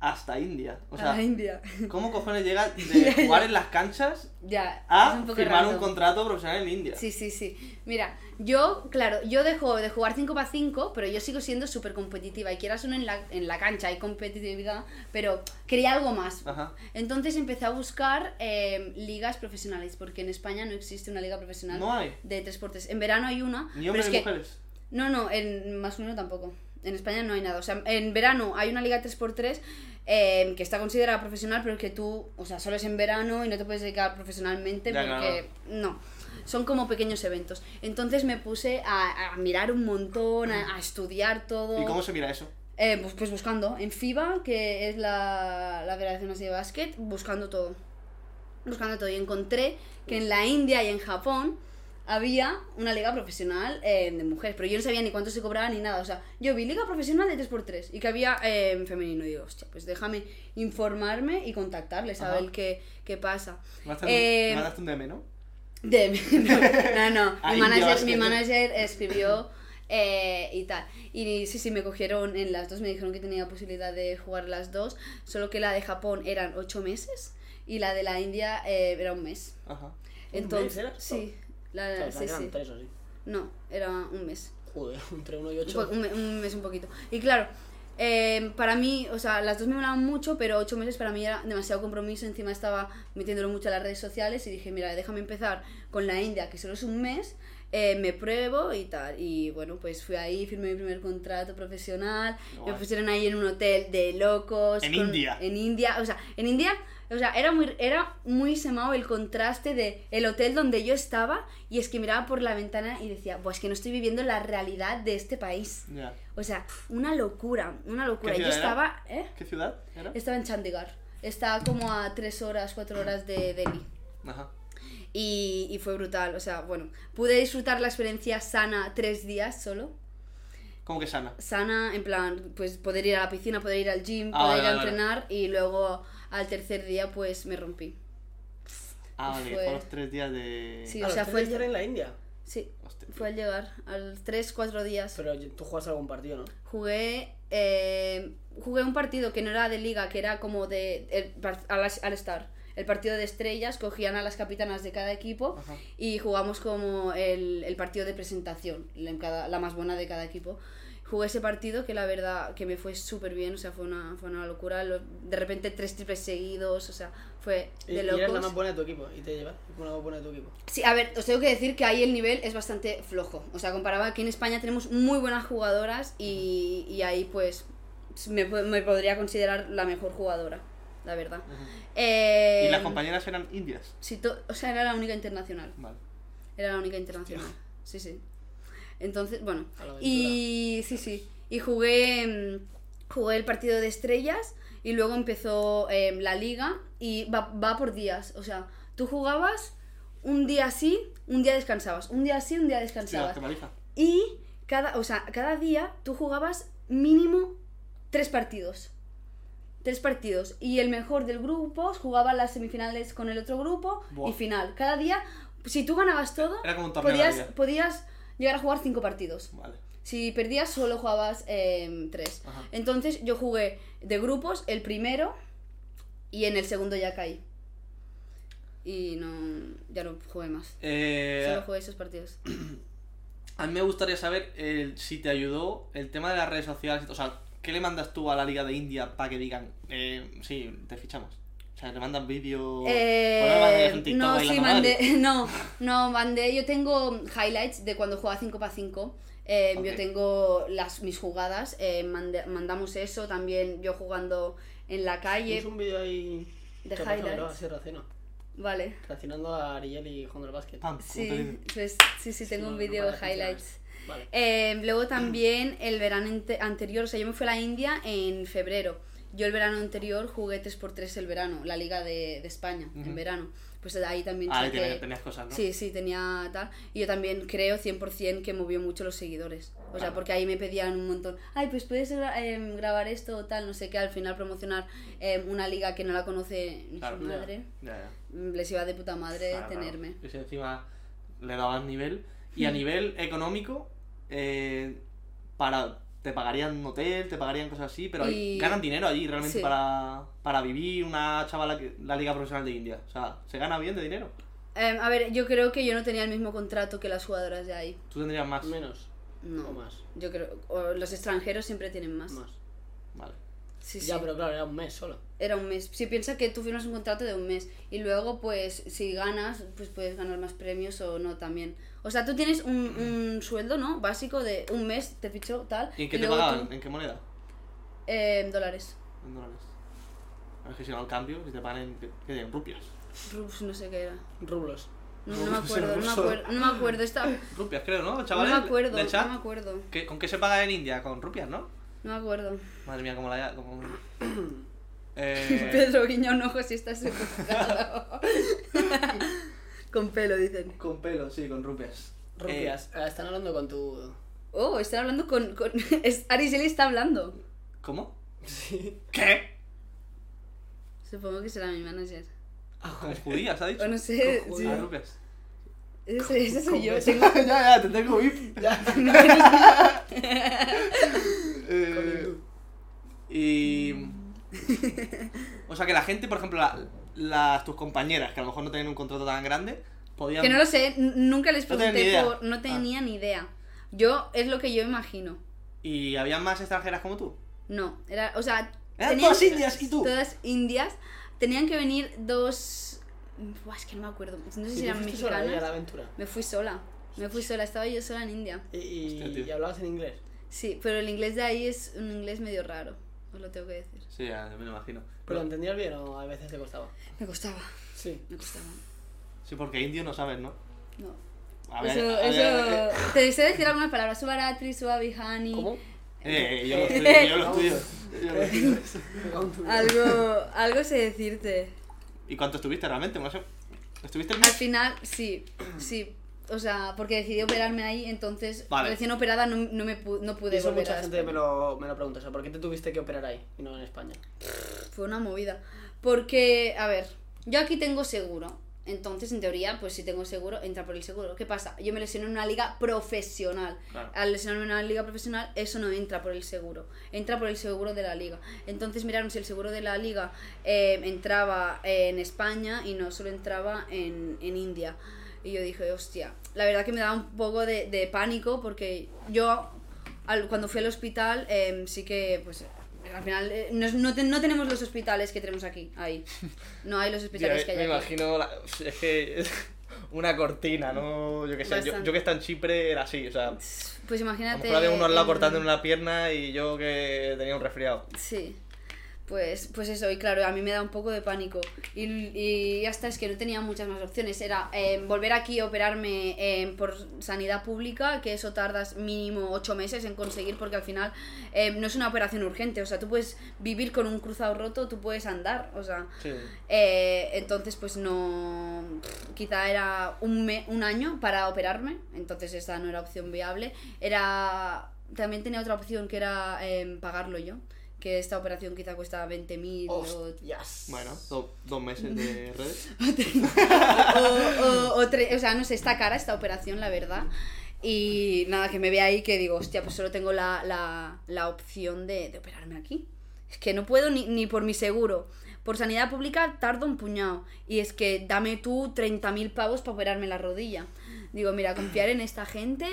Speaker 1: hasta India. O sea,
Speaker 3: a la India. *laughs*
Speaker 1: ¿cómo cojones llegas
Speaker 3: Ya,
Speaker 1: de
Speaker 3: ya.
Speaker 1: jugar en las canchas
Speaker 3: Ya, es
Speaker 1: a
Speaker 3: un poco
Speaker 1: firmar
Speaker 3: raro.
Speaker 1: un contrato profesional en India?
Speaker 3: Sí, sí, sí. Mira, yo, claro, yo dejo de jugar 5x5, pero yo sigo siendo súper competitiva. Y quieras o no, en la, en la cancha hay competitividad, pero quería algo más.
Speaker 1: Ajá.
Speaker 3: Entonces empecé a buscar eh, ligas profesionales, porque en España no existe una liga profesional
Speaker 1: No hay.
Speaker 3: de tres deportes. En verano hay una,
Speaker 1: Ni
Speaker 3: pero
Speaker 1: hombres
Speaker 3: es
Speaker 1: ni
Speaker 3: que
Speaker 1: mujeres.
Speaker 3: No, no, en masculino tampoco. En España no hay nada. O sea, en verano hay una liga 3x3 eh, que está considerada profesional, pero que tú, o sea, solo es en verano y no te puedes dedicar profesionalmente
Speaker 1: Ya,
Speaker 3: porque no. Son como pequeños eventos. Entonces me puse a, a mirar un montón, a, a estudiar todo.
Speaker 1: ¿Y cómo se mira eso?
Speaker 3: Eh, pues, pues buscando en FIBA, que es la, la Federación Así de Básquet, buscando todo. Buscando todo. Y encontré que en la India y en Japón había una liga profesional eh, de mujeres, pero yo no sabía ni cuánto se cobraba ni nada. O sea, yo vi liga profesional de 3x3 y que había eh, en femenino. Y digo, hostia, pues déjame informarme y contactarles a
Speaker 1: Ajá.
Speaker 3: ver qué, qué pasa.
Speaker 1: Mandaste
Speaker 3: Eh,
Speaker 1: un- mandaste un DM, ¿no?
Speaker 3: De, *laughs*
Speaker 2: *laughs*
Speaker 3: no, no,
Speaker 1: Ah,
Speaker 3: mi,
Speaker 1: India
Speaker 3: manager,
Speaker 1: Basket.
Speaker 3: mi manager escribió eh, y tal. Y sí, sí, me cogieron en las dos, me dijeron que tenía posibilidad de jugar las dos, solo que la de Japón eran ocho meses y la de la India eh, era un mes.
Speaker 1: Ajá.
Speaker 2: mes
Speaker 3: Entonces,
Speaker 2: era?
Speaker 3: sí,
Speaker 2: O sea,
Speaker 3: la, Eh, sí,
Speaker 2: eran
Speaker 3: sí.
Speaker 2: tres o sí.
Speaker 3: No, era un mes.
Speaker 2: Joder, *laughs* entre uno y
Speaker 3: Un,
Speaker 2: ocho.
Speaker 3: po- un me- un mes un poquito. Y claro, eh, para mí, o sea, las dos me molaban mucho, pero ocho meses para mí era demasiado compromiso. Encima estaba metiéndolo mucho en las redes sociales y dije, mira, déjame empezar con la India, que solo es un mes, eh, me pruebo y tal. Y bueno, pues fui ahí, firmé mi primer contrato profesional, me
Speaker 1: Guay.
Speaker 3: pusieron ahí en un hotel de locos.
Speaker 1: En India.
Speaker 3: En India, o sea, en India... O sea, era muy, era muy semado el contraste de el hotel donde yo estaba y es que miraba por la ventana y decía, pues que no estoy viviendo la realidad de este país.
Speaker 1: Ya.
Speaker 3: O sea, una locura, una locura.
Speaker 1: ¿Qué
Speaker 3: Yo
Speaker 1: ciudad era?
Speaker 3: estaba, ¿eh?
Speaker 1: ¿Qué ciudad era?
Speaker 3: Estaba en Chandigarh. Estaba como a 3 horas, 4 horas de Delhi.
Speaker 1: Ajá.
Speaker 3: Y, y fue brutal. O sea, bueno, pude disfrutar la experiencia sana tres días solo.
Speaker 1: ¿Cómo que sana?
Speaker 3: Sana, en plan, pues poder ir a la piscina, poder ir al gym,
Speaker 1: Ah,
Speaker 3: poder ir
Speaker 1: vale,
Speaker 3: a
Speaker 1: vale.
Speaker 3: entrenar. Y luego al tercer día, pues me rompí.
Speaker 1: Ah, vale,
Speaker 3: Fue-
Speaker 1: fue los tres días de.
Speaker 3: Sí.
Speaker 2: Ah,
Speaker 3: o
Speaker 2: los
Speaker 3: sea,
Speaker 2: tres
Speaker 3: fue-
Speaker 2: ya eran en la India.
Speaker 3: Sí,
Speaker 1: Hostia.
Speaker 3: fue al llegar. Al 3, 4 días.
Speaker 2: Pero tú jugaste algún partido, ¿no?
Speaker 3: Jugué. eh, jugué un partido que no era de liga, que era como de. el par- al, al Star. El partido de estrellas, cogían a las capitanas de cada equipo
Speaker 1: Ajá.
Speaker 3: y jugamos como el, el partido de presentación, la, en cada- la más buena de cada equipo. Jugué ese partido que la verdad que me fue súper bien, o sea, fue una, fue una locura. lo- de repente tres triples seguidos, o sea, fue
Speaker 2: Y, y
Speaker 3: de
Speaker 2: eras la
Speaker 3: locos.
Speaker 2: más buena de tu equipo. Y te llevas como la más buena de tu equipo.
Speaker 3: Sí, a ver, os tengo que decir que ahí el nivel es bastante flojo. O sea, comparado aquí en España tenemos muy buenas jugadoras y, y ahí pues me, po- me podría considerar la mejor jugadora, la verdad.
Speaker 1: Ajá.
Speaker 3: Eh,
Speaker 1: ¿Y las compañeras eran indias?
Speaker 3: sí, to- o sea, era la única internacional.
Speaker 1: Vale.
Speaker 3: Era la única internacional. Sí, sí. Entonces, bueno.
Speaker 2: A la
Speaker 3: Y sí, sí. Y jugué, mm, jugué el partido de estrellas y luego empezó em, la liga y va, va por días. O sea, tú jugabas un día sí, un día descansabas, un día sí, un día
Speaker 1: Sí, las
Speaker 3: descansabas.
Speaker 1: que baliza.
Speaker 3: Y cada, o sea, cada día tú jugabas mínimo tres partidos. Tres partidos. Y el mejor del grupo jugaba las semifinales con el otro grupo y
Speaker 1: Buah.
Speaker 3: final. Cada día, si tú ganabas todo,
Speaker 1: Era como un torneo
Speaker 3: podías,
Speaker 1: de la vida.
Speaker 3: podías llegar a jugar cinco partidos.
Speaker 1: Vale.
Speaker 3: Si perdías, solo jugabas em, tres.
Speaker 1: Ajá.
Speaker 3: Entonces yo jugué de grupos el primero y en el segundo ya caí. Y no, ya no jugué más.
Speaker 1: Eh,
Speaker 3: Solo jugué esos partidos.
Speaker 1: A mí me gustaría saber el- si te ayudó el tema de las redes sociales. O sea, ¿qué le mandas tú a la Liga de India para que digan, eh, sí, te fichamos? O sea, ¿le mandan vídeos? Bueno, le mandas un
Speaker 3: Eh,
Speaker 1: TikTok
Speaker 3: no, sí,
Speaker 1: bailando mal.
Speaker 3: mandé, *laughs* no, no, mandé, yo tengo highlights de cuando jugaba 5x5, eh, yo
Speaker 1: Ok.
Speaker 3: tengo las, mis jugadas, eh, mande- mandamos eso, también yo jugando en la
Speaker 2: Es
Speaker 3: calle,
Speaker 2: un vídeo ahí.
Speaker 3: de
Speaker 2: que pasa,
Speaker 3: highlights.
Speaker 2: ¿verdad? Así reacciona.
Speaker 3: vale,
Speaker 2: Reaccionando a Ariel y jugando al básquet.
Speaker 3: Ah.
Speaker 1: Pam, como te
Speaker 3: sí,
Speaker 1: dicen.
Speaker 3: pues, sí, sí, tengo
Speaker 2: no-
Speaker 3: un
Speaker 2: no para
Speaker 3: vídeo de
Speaker 2: de funcionar.
Speaker 3: highlights.
Speaker 2: Vale.
Speaker 3: Eh, luego también el verano ante- anterior, o sea, yo me fui a la India en febrero. Yo el verano anterior jugué 3x3 el verano, la Liga de, de España, en
Speaker 1: Ujú.
Speaker 3: verano. Pues ahí también
Speaker 1: Ah,
Speaker 3: saqué-
Speaker 1: tenías, tenías cosas, ¿no?
Speaker 3: Sí, sí, tenía tal. Y yo también creo 100% que movió mucho los seguidores. O sea,
Speaker 1: Claro.
Speaker 3: porque ahí me pedían un montón. Ay, pues puedes gra- em, grabar esto o tal, no sé qué. Al final promocionar em, una liga que no la conoce ni
Speaker 1: Claro.
Speaker 3: su madre.
Speaker 1: Ya, ya.
Speaker 3: Mm, Les iba de puta madre
Speaker 1: Claro, claro.
Speaker 3: tenerme. Mm.
Speaker 1: Y si encima le dabas nivel. Y a nivel económico, eh, para te pagarían hotel, te pagarían cosas así, pero ahí
Speaker 3: Y-
Speaker 1: ganan dinero allí realmente
Speaker 3: Sí.
Speaker 1: para, para vivir una chavala que la Liga Profesional de India. O sea, se gana bien de dinero.
Speaker 3: Em, a ver, yo creo que yo no tenía el mismo contrato que las jugadoras de ahí.
Speaker 1: Tú tendrías más.
Speaker 2: Menos.
Speaker 3: No.
Speaker 2: O más.
Speaker 3: Yo creo. o los extranjeros siempre tienen más.
Speaker 2: Más.
Speaker 1: Vale.
Speaker 3: Sí,
Speaker 2: ya,
Speaker 3: sí.
Speaker 2: pero claro, era un mes solo.
Speaker 3: Era un mes. Si piensa que tú firmas un contrato de un mes y luego, pues, si ganas, pues puedes ganar más premios o no también. O sea, tú tienes un, un sueldo, ¿no? Básico de un mes, te fichó tal.
Speaker 1: ¿Y en qué te
Speaker 3: luego
Speaker 1: pagaban?
Speaker 3: tú-
Speaker 1: ¿En qué moneda?
Speaker 3: Eh, dólares.
Speaker 1: En dólares. A ver que si no al cambio, si te pagan en. ¿Qué en rupias?
Speaker 3: Ruf, no sé qué era.
Speaker 2: Rublos.
Speaker 3: No, no me
Speaker 1: Ruf, *laughs*
Speaker 3: acuerdo, no me
Speaker 1: ruso.
Speaker 3: acuerdo. No me acuerdo. Esta...
Speaker 1: Rupias, creo, ¿no?
Speaker 3: No
Speaker 1: Chavales,
Speaker 3: me acuerdo,
Speaker 1: del chat.
Speaker 3: no me acuerdo.
Speaker 1: ¿Qué- ¿Con qué se paga en India? Con rupias, ¿no?
Speaker 3: No me acuerdo.
Speaker 1: Madre mía, como la.
Speaker 3: *laughs*
Speaker 1: Como... Eh,
Speaker 3: Pedro guiña un ojo si estás secuestrado. *laughs* Con pelo, dicen.
Speaker 1: Con pelo, sí, con rupias.
Speaker 2: Rupias.
Speaker 3: Eh,
Speaker 2: Ah, están hablando con
Speaker 3: *laughs*
Speaker 2: tu.
Speaker 3: Oh, están hablando con. *laughs* con... es- Ari Shelley está hablando.
Speaker 1: Eh, ¿Cómo?
Speaker 2: Sí. *laughs*
Speaker 1: ¿Qué?
Speaker 3: Supongo que será mi manager.
Speaker 1: Ah, Con judías, ha dicho.
Speaker 3: O no sé.
Speaker 2: Con
Speaker 3: sí.
Speaker 1: Ah,
Speaker 3: *laughs*
Speaker 1: rupias.
Speaker 3: Ese, ese soy yo.
Speaker 2: Con-
Speaker 3: Tengo...
Speaker 1: ya, ya, te tengo VIP.
Speaker 3: *laughs* Eh,
Speaker 1: Eh,
Speaker 3: *laughs*
Speaker 1: y. O sea que la gente, por ejemplo, la- las, tus compañeras, que a lo mejor no tenían un contrato tan grande, podían.
Speaker 3: Que no lo sé, n- nunca les
Speaker 1: No tenía ni
Speaker 3: pregunté
Speaker 1: idea. Ah.
Speaker 3: por- No tenía ni idea. Yo, es lo que yo imagino.
Speaker 1: ¿Y habían más extranjeras como tú?
Speaker 3: No, era, o sea,
Speaker 1: Eran
Speaker 3: tenían-
Speaker 1: todas indias, ¿y tú?
Speaker 3: Todas indias. Tenían que venir dos... Buah, es que no me acuerdo. No sé si
Speaker 2: Sí, tú
Speaker 3: eran
Speaker 2: fuiste sola ahí a la
Speaker 3: mexicanas.
Speaker 2: aventura.
Speaker 3: Me fui sola. Me fui sola. Estaba yo sola en India.
Speaker 2: Y, y-
Speaker 1: Hostia, tío.
Speaker 2: y hablabas en inglés.
Speaker 3: Sí, pero el inglés de ahí es un inglés medio raro. Os lo tengo que decir.
Speaker 1: Sí, ya me lo imagino.
Speaker 2: ¿Pero lo entendías bien o a veces te costaba?
Speaker 3: Me costaba.
Speaker 2: Sí.
Speaker 3: Me costaba.
Speaker 1: Sí, porque indio no sabes, ¿no?
Speaker 3: No.
Speaker 1: A ver,
Speaker 3: Eso,
Speaker 1: a ver,
Speaker 3: eso... Te sé decir algunas palabras. Subaratri, suabihani.
Speaker 2: *laughs* ¿Cómo?
Speaker 1: eh, eh,
Speaker 3: *laughs*
Speaker 1: yo lo estudio, yo lo estudio. Yo lo estudio.
Speaker 3: Algo, algo sé decirte.
Speaker 1: ¿Y cuánto estuviste realmente? No sé. ¿Estuviste el
Speaker 3: Al
Speaker 1: mes?
Speaker 3: final, sí, sí. O sea, porque decidí operarme ahí, entonces
Speaker 1: Vale.
Speaker 3: recién operada no, no me pu- no pude
Speaker 2: Eso
Speaker 3: volver
Speaker 2: mucha
Speaker 3: a
Speaker 2: gente
Speaker 3: España.
Speaker 2: me lo, me lo pregunta. O sea, ¿por qué te tuviste que operar ahí y no en España?
Speaker 3: Fue una movida. Porque, a ver, yo aquí tengo seguro. Entonces, en teoría, pues si tengo seguro, entra por el seguro. ¿Qué pasa? Yo me lesioné en una liga profesional.
Speaker 1: Claro.
Speaker 3: Al lesionarme en una liga profesional, eso no entra por el seguro. Entra por el seguro de la liga. Entonces miraron si el seguro de la liga eh, entraba eh, en España y no solo entraba en, en India. Y yo dije, hostia, la verdad que me daba un poco de, de pánico porque yo al- cuando fui al hospital em, sí que, pues, al final eh, no, es- no te- no tenemos los hospitales que tenemos aquí,
Speaker 1: *laughs*
Speaker 3: ahí. No hay los
Speaker 1: Yo
Speaker 3: hospitales que
Speaker 1: me,
Speaker 3: hay
Speaker 1: me
Speaker 3: aquí.
Speaker 1: imagino la- *laughs* es que una cortina, ¿no? Yo que sé, yo,
Speaker 3: Bastante.
Speaker 1: yo que está en Chipre era así, o sea, a
Speaker 3: Pues
Speaker 1: lo
Speaker 3: imagínate...
Speaker 1: mejor había uno al lado
Speaker 3: em,
Speaker 1: cortando una pierna y yo que tenía un resfriado.
Speaker 3: Sí. Pues, pues eso, y claro, a mí me da un poco de pánico. Y, y hasta es que no tenía muchas más opciones. Era eh, volver aquí a operarme eh, por sanidad pública, que eso tardas mínimo ocho meses en conseguir, porque al final eh, no es una operación urgente. O sea, tú puedes vivir con un cruzado roto, tú puedes andar. O sea,
Speaker 1: Sí.
Speaker 3: eh, entonces, pues no. Quizá era un, me- un año para operarme, entonces esa no era opción viable. Era. También tenía otra opción que era em, pagarlo yo, que esta operación quizá cuesta 20.000 o,
Speaker 2: Hostias.
Speaker 1: Bueno, do- dos meses
Speaker 3: *laughs*
Speaker 1: de redes.
Speaker 3: o, o- o tre- o sea, no sé, está cara esta operación, la verdad. Y nada, que me ve ahí que digo, hostia, pues solo tengo la, la- la opción de, de operarme aquí. Es que no puedo ni, ni por mi seguro. Por sanidad pública tardo un puñado. Y es que dame tú 30.000 pavos para operarme la rodilla. Digo, mira, confiar en esta gente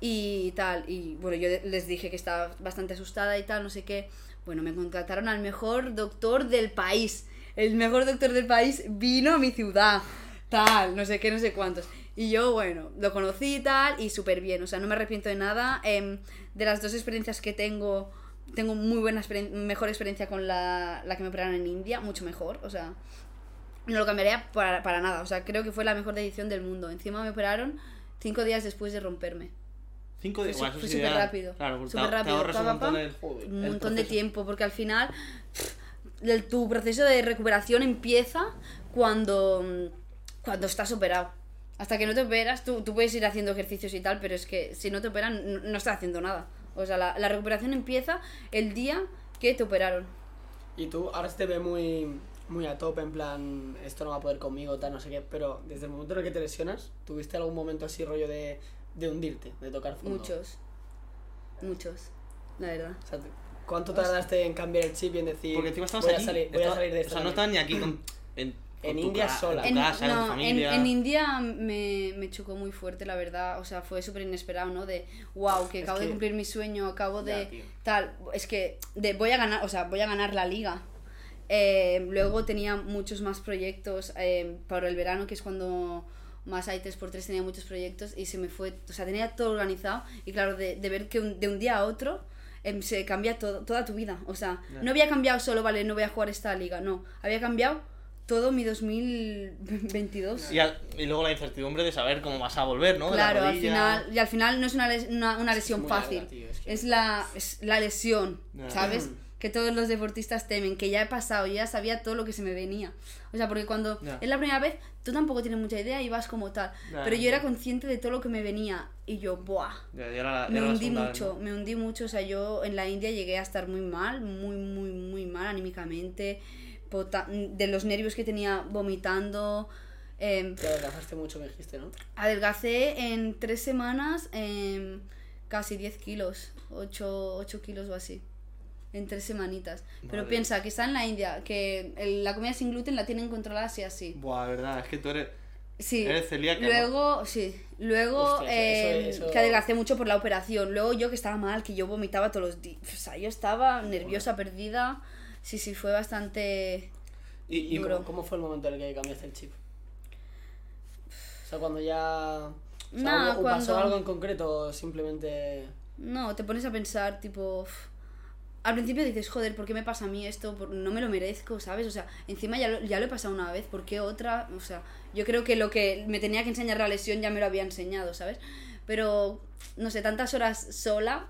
Speaker 3: y tal. Y bueno, yo de- les dije que estaba bastante asustada y tal, no sé qué. Bueno, me contrataron al mejor doctor del país. El mejor doctor del país vino a mi ciudad. Tal, no sé qué, no sé cuántos. Y yo, bueno, lo conocí y tal, y súper bien. O sea, no me arrepiento de nada. Em, de las dos experiencias que tengo, tengo muy buena experien- mejor experiencia con la, la que me operaron en India, mucho mejor. O sea, no lo cambiaría para, para nada. O sea, creo que fue la mejor decisión del mundo. Encima me operaron cinco días después de romperme.
Speaker 1: Cinco días.
Speaker 3: Fue
Speaker 1: Bueno,
Speaker 3: su-
Speaker 1: eso
Speaker 3: fue
Speaker 1: sí
Speaker 3: súper
Speaker 1: era-
Speaker 3: rápido.
Speaker 1: Claro, porque te-
Speaker 3: Súper
Speaker 1: te
Speaker 3: rápido,
Speaker 1: ahorras
Speaker 3: pa,
Speaker 1: un
Speaker 3: pa,
Speaker 1: montón
Speaker 3: pa.
Speaker 1: el-
Speaker 2: Joder.
Speaker 3: un
Speaker 1: el
Speaker 3: montón de
Speaker 1: proceso.
Speaker 3: tiempo, porque al final el- tu proceso de recuperación empieza cuando, mm, cuando estás operado. Hasta que no te operas, tú, tú puedes ir haciendo ejercicios y tal, pero es que si no te operan, n- no, estás haciendo nada. O sea, la, la recuperación empieza el día que te operaron.
Speaker 2: Y tú ahora se te ve muy, muy a tope, en plan, esto no va a poder conmigo, tal, no sé qué, pero desde el momento en el que te lesionas, ¿tuviste algún momento así rollo de, de hundirte, de tocar fondo?
Speaker 3: Muchos. Muchos, la verdad.
Speaker 2: O sea, te- ¿cuánto tardaste en cambiar el chip y en decir,
Speaker 1: Porque encima estabas
Speaker 2: voy,
Speaker 1: allí,
Speaker 2: a salir, voy a
Speaker 1: estaba-
Speaker 2: salir de esto?
Speaker 1: O sea, no
Speaker 2: también"?
Speaker 1: estabas ni aquí. con- en-
Speaker 2: En
Speaker 1: tu
Speaker 2: India
Speaker 1: ca-
Speaker 2: sola.
Speaker 1: en- casa, tu
Speaker 3: no, en,
Speaker 1: familia.
Speaker 3: en India me, me chocó muy fuerte, la verdad. O sea, fue súper inesperado, ¿no? De, wow, que
Speaker 2: Es
Speaker 3: acabo
Speaker 2: que-
Speaker 3: de cumplir mi sueño, acabo
Speaker 1: Ya,
Speaker 3: de
Speaker 1: tío.
Speaker 3: tal. Es que de, voy a ganar, o sea, voy a ganar la liga. Eh, luego tenía muchos más proyectos eh, para el verano, que es cuando más hay 3x3 tenía muchos proyectos y se me fue, o sea, tenía todo organizado y claro, de, de ver que un- de un día a otro em, se cambia todo- toda tu vida. O sea,
Speaker 1: Ya.
Speaker 3: no había cambiado solo, vale, no voy a jugar esta liga, no, había cambiado todo mi 2022.
Speaker 1: Y, al- y luego la incertidumbre de saber cómo vas a volver, ¿no? De la
Speaker 3: Claro, al
Speaker 1: rodilla.
Speaker 3: final, y al final no es una, les- una, una lesión
Speaker 2: muy larga,
Speaker 3: fácil,
Speaker 2: tío, es que-
Speaker 3: es, la, es la lesión,
Speaker 1: Ya.
Speaker 3: ¿sabes? Que todos los deportistas temen, que ya he pasado, ya sabía todo lo que se me venía. O sea, porque cuando
Speaker 1: Ya.
Speaker 3: es la primera vez, tú tampoco tienes mucha idea y vas como tal.
Speaker 1: Ya,
Speaker 3: pero yo
Speaker 1: ya.
Speaker 3: era consciente de todo lo que me venía y yo, ¡buah!
Speaker 1: Ya- ya Ah, era la- ya
Speaker 3: Me
Speaker 1: era la
Speaker 3: hundí
Speaker 1: segunda vez,
Speaker 3: mucho, me hundí mucho. O sea, yo en la India llegué a estar muy mal, muy, muy, muy mal anímicamente, pota- de los nervios que tenía vomitando. em,
Speaker 2: Te adelgazaste mucho, me dijiste, ¿no?
Speaker 3: adelgacé en tres semanas em, casi 10 kilos, 8, kilos o así. En tres semanitas. Pero
Speaker 1: Madre.
Speaker 3: piensa que está en la India, que el- la comida sin gluten la tienen controlada así, así.
Speaker 1: ¿no? Buah, verdad, es que tú eres.
Speaker 3: Sí.
Speaker 1: Eres celíaca, ¿no?
Speaker 3: Luego, sí. Luego,
Speaker 2: Hostia,
Speaker 3: eh,
Speaker 2: eso- eso-
Speaker 3: que adelgacé mucho por la operación. Luego yo que estaba mal, que yo vomitaba todos los días. O sea, yo estaba nerviosa, perdida. Sí, sí, fue bastante...
Speaker 2: ¿Y, y
Speaker 3: Duro.
Speaker 2: cómo, cómo fue el momento en el que cambiaste el chip? O sea, cuando ya... o sea,
Speaker 3: Nah,
Speaker 2: ¿hubo- ¿Pasó
Speaker 3: cuando-
Speaker 2: algo en concreto o simplemente...?
Speaker 3: No, te pones a pensar, tipo... uf. Al principio dices, joder, ¿por qué me pasa a mí esto? Por- No me lo merezco, ¿sabes? O sea, encima ya lo, ya lo he pasado una vez, ¿por qué otra? O sea, yo creo que lo que me tenía que enseñar la lesión ya me lo había enseñado, ¿sabes? Pero, no sé, tantas horas sola,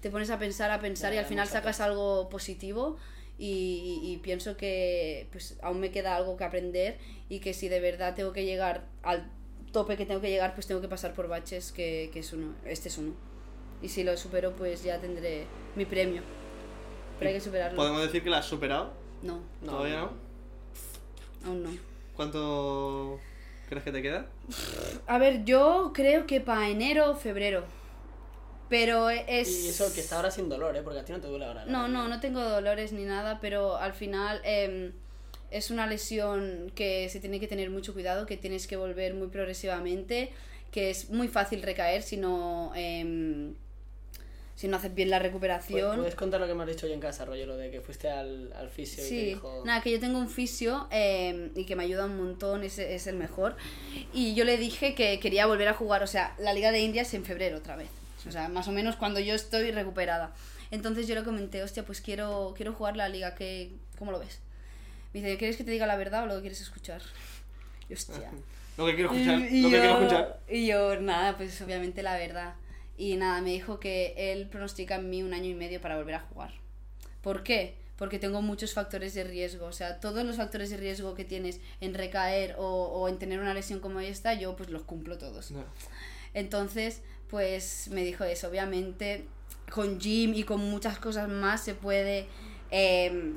Speaker 3: te pones a pensar, a pensar
Speaker 2: Ya,
Speaker 3: y al
Speaker 2: ya,
Speaker 3: final
Speaker 2: mucha
Speaker 3: sacas algo positivo y, y- y pienso que pues aún me queda algo que aprender y que si de verdad tengo que llegar al tope que tengo que llegar, pues tengo que pasar por baches, que, que es uno, este es uno. Y si lo supero, pues ya tendré mi premio. Pero hay que superarlo.
Speaker 1: Podemos decir que la has superado.
Speaker 3: No,
Speaker 2: No,
Speaker 1: ¿Todavía no?
Speaker 3: aún no.
Speaker 1: ¿Cuánto crees que te queda?
Speaker 3: A ver, yo creo que para enero, febrero. Pero es...
Speaker 2: Y eso que está ahora sin dolor, ¿eh? Porque a ti no te duele ahora. la
Speaker 3: No,
Speaker 2: rodilla.
Speaker 3: no, no tengo dolores ni nada, pero al final em, es una lesión que se tiene que tener mucho cuidado, que tienes que volver muy progresivamente, que es muy fácil recaer si no, em, si no haces bien la
Speaker 2: Pu-
Speaker 3: recuperación.
Speaker 2: Puedes contar lo que me has dicho hoy en casa, rollo, lo de que fuiste al, al fisio y te
Speaker 3: Sí,
Speaker 2: dijo...
Speaker 3: nada, que yo tengo un fisio eh, y que me ayuda un montón, es, es el mejor. Y yo le dije que quería volver a jugar, o sea, la Liga de Indias en febrero otra vez. O sea, más o menos cuando yo estoy recuperada. Entonces yo le comenté, hostia, pues quiero, quiero jugar la Liga, que, ¿cómo lo ves? Me dice, ¿quieres que te diga la verdad o lo que quieres escuchar? Y, hostia.
Speaker 1: Lo que quiero escuchar.
Speaker 3: Mm, Y- y
Speaker 1: lo que
Speaker 3: yo-
Speaker 1: quiero escuchar.
Speaker 3: Y yo, nada, pues obviamente la verdad. Y nada, me dijo que él pronostica en mí un año y medio para volver a jugar. ¿Por qué? Porque tengo muchos factores de riesgo. O sea, todos los factores de riesgo que tienes en recaer o, o en tener una lesión como esta, yo pues los cumplo todos.
Speaker 1: No.
Speaker 3: Entonces, pues me dijo eso. Obviamente, con gym y con muchas cosas más se puede, em,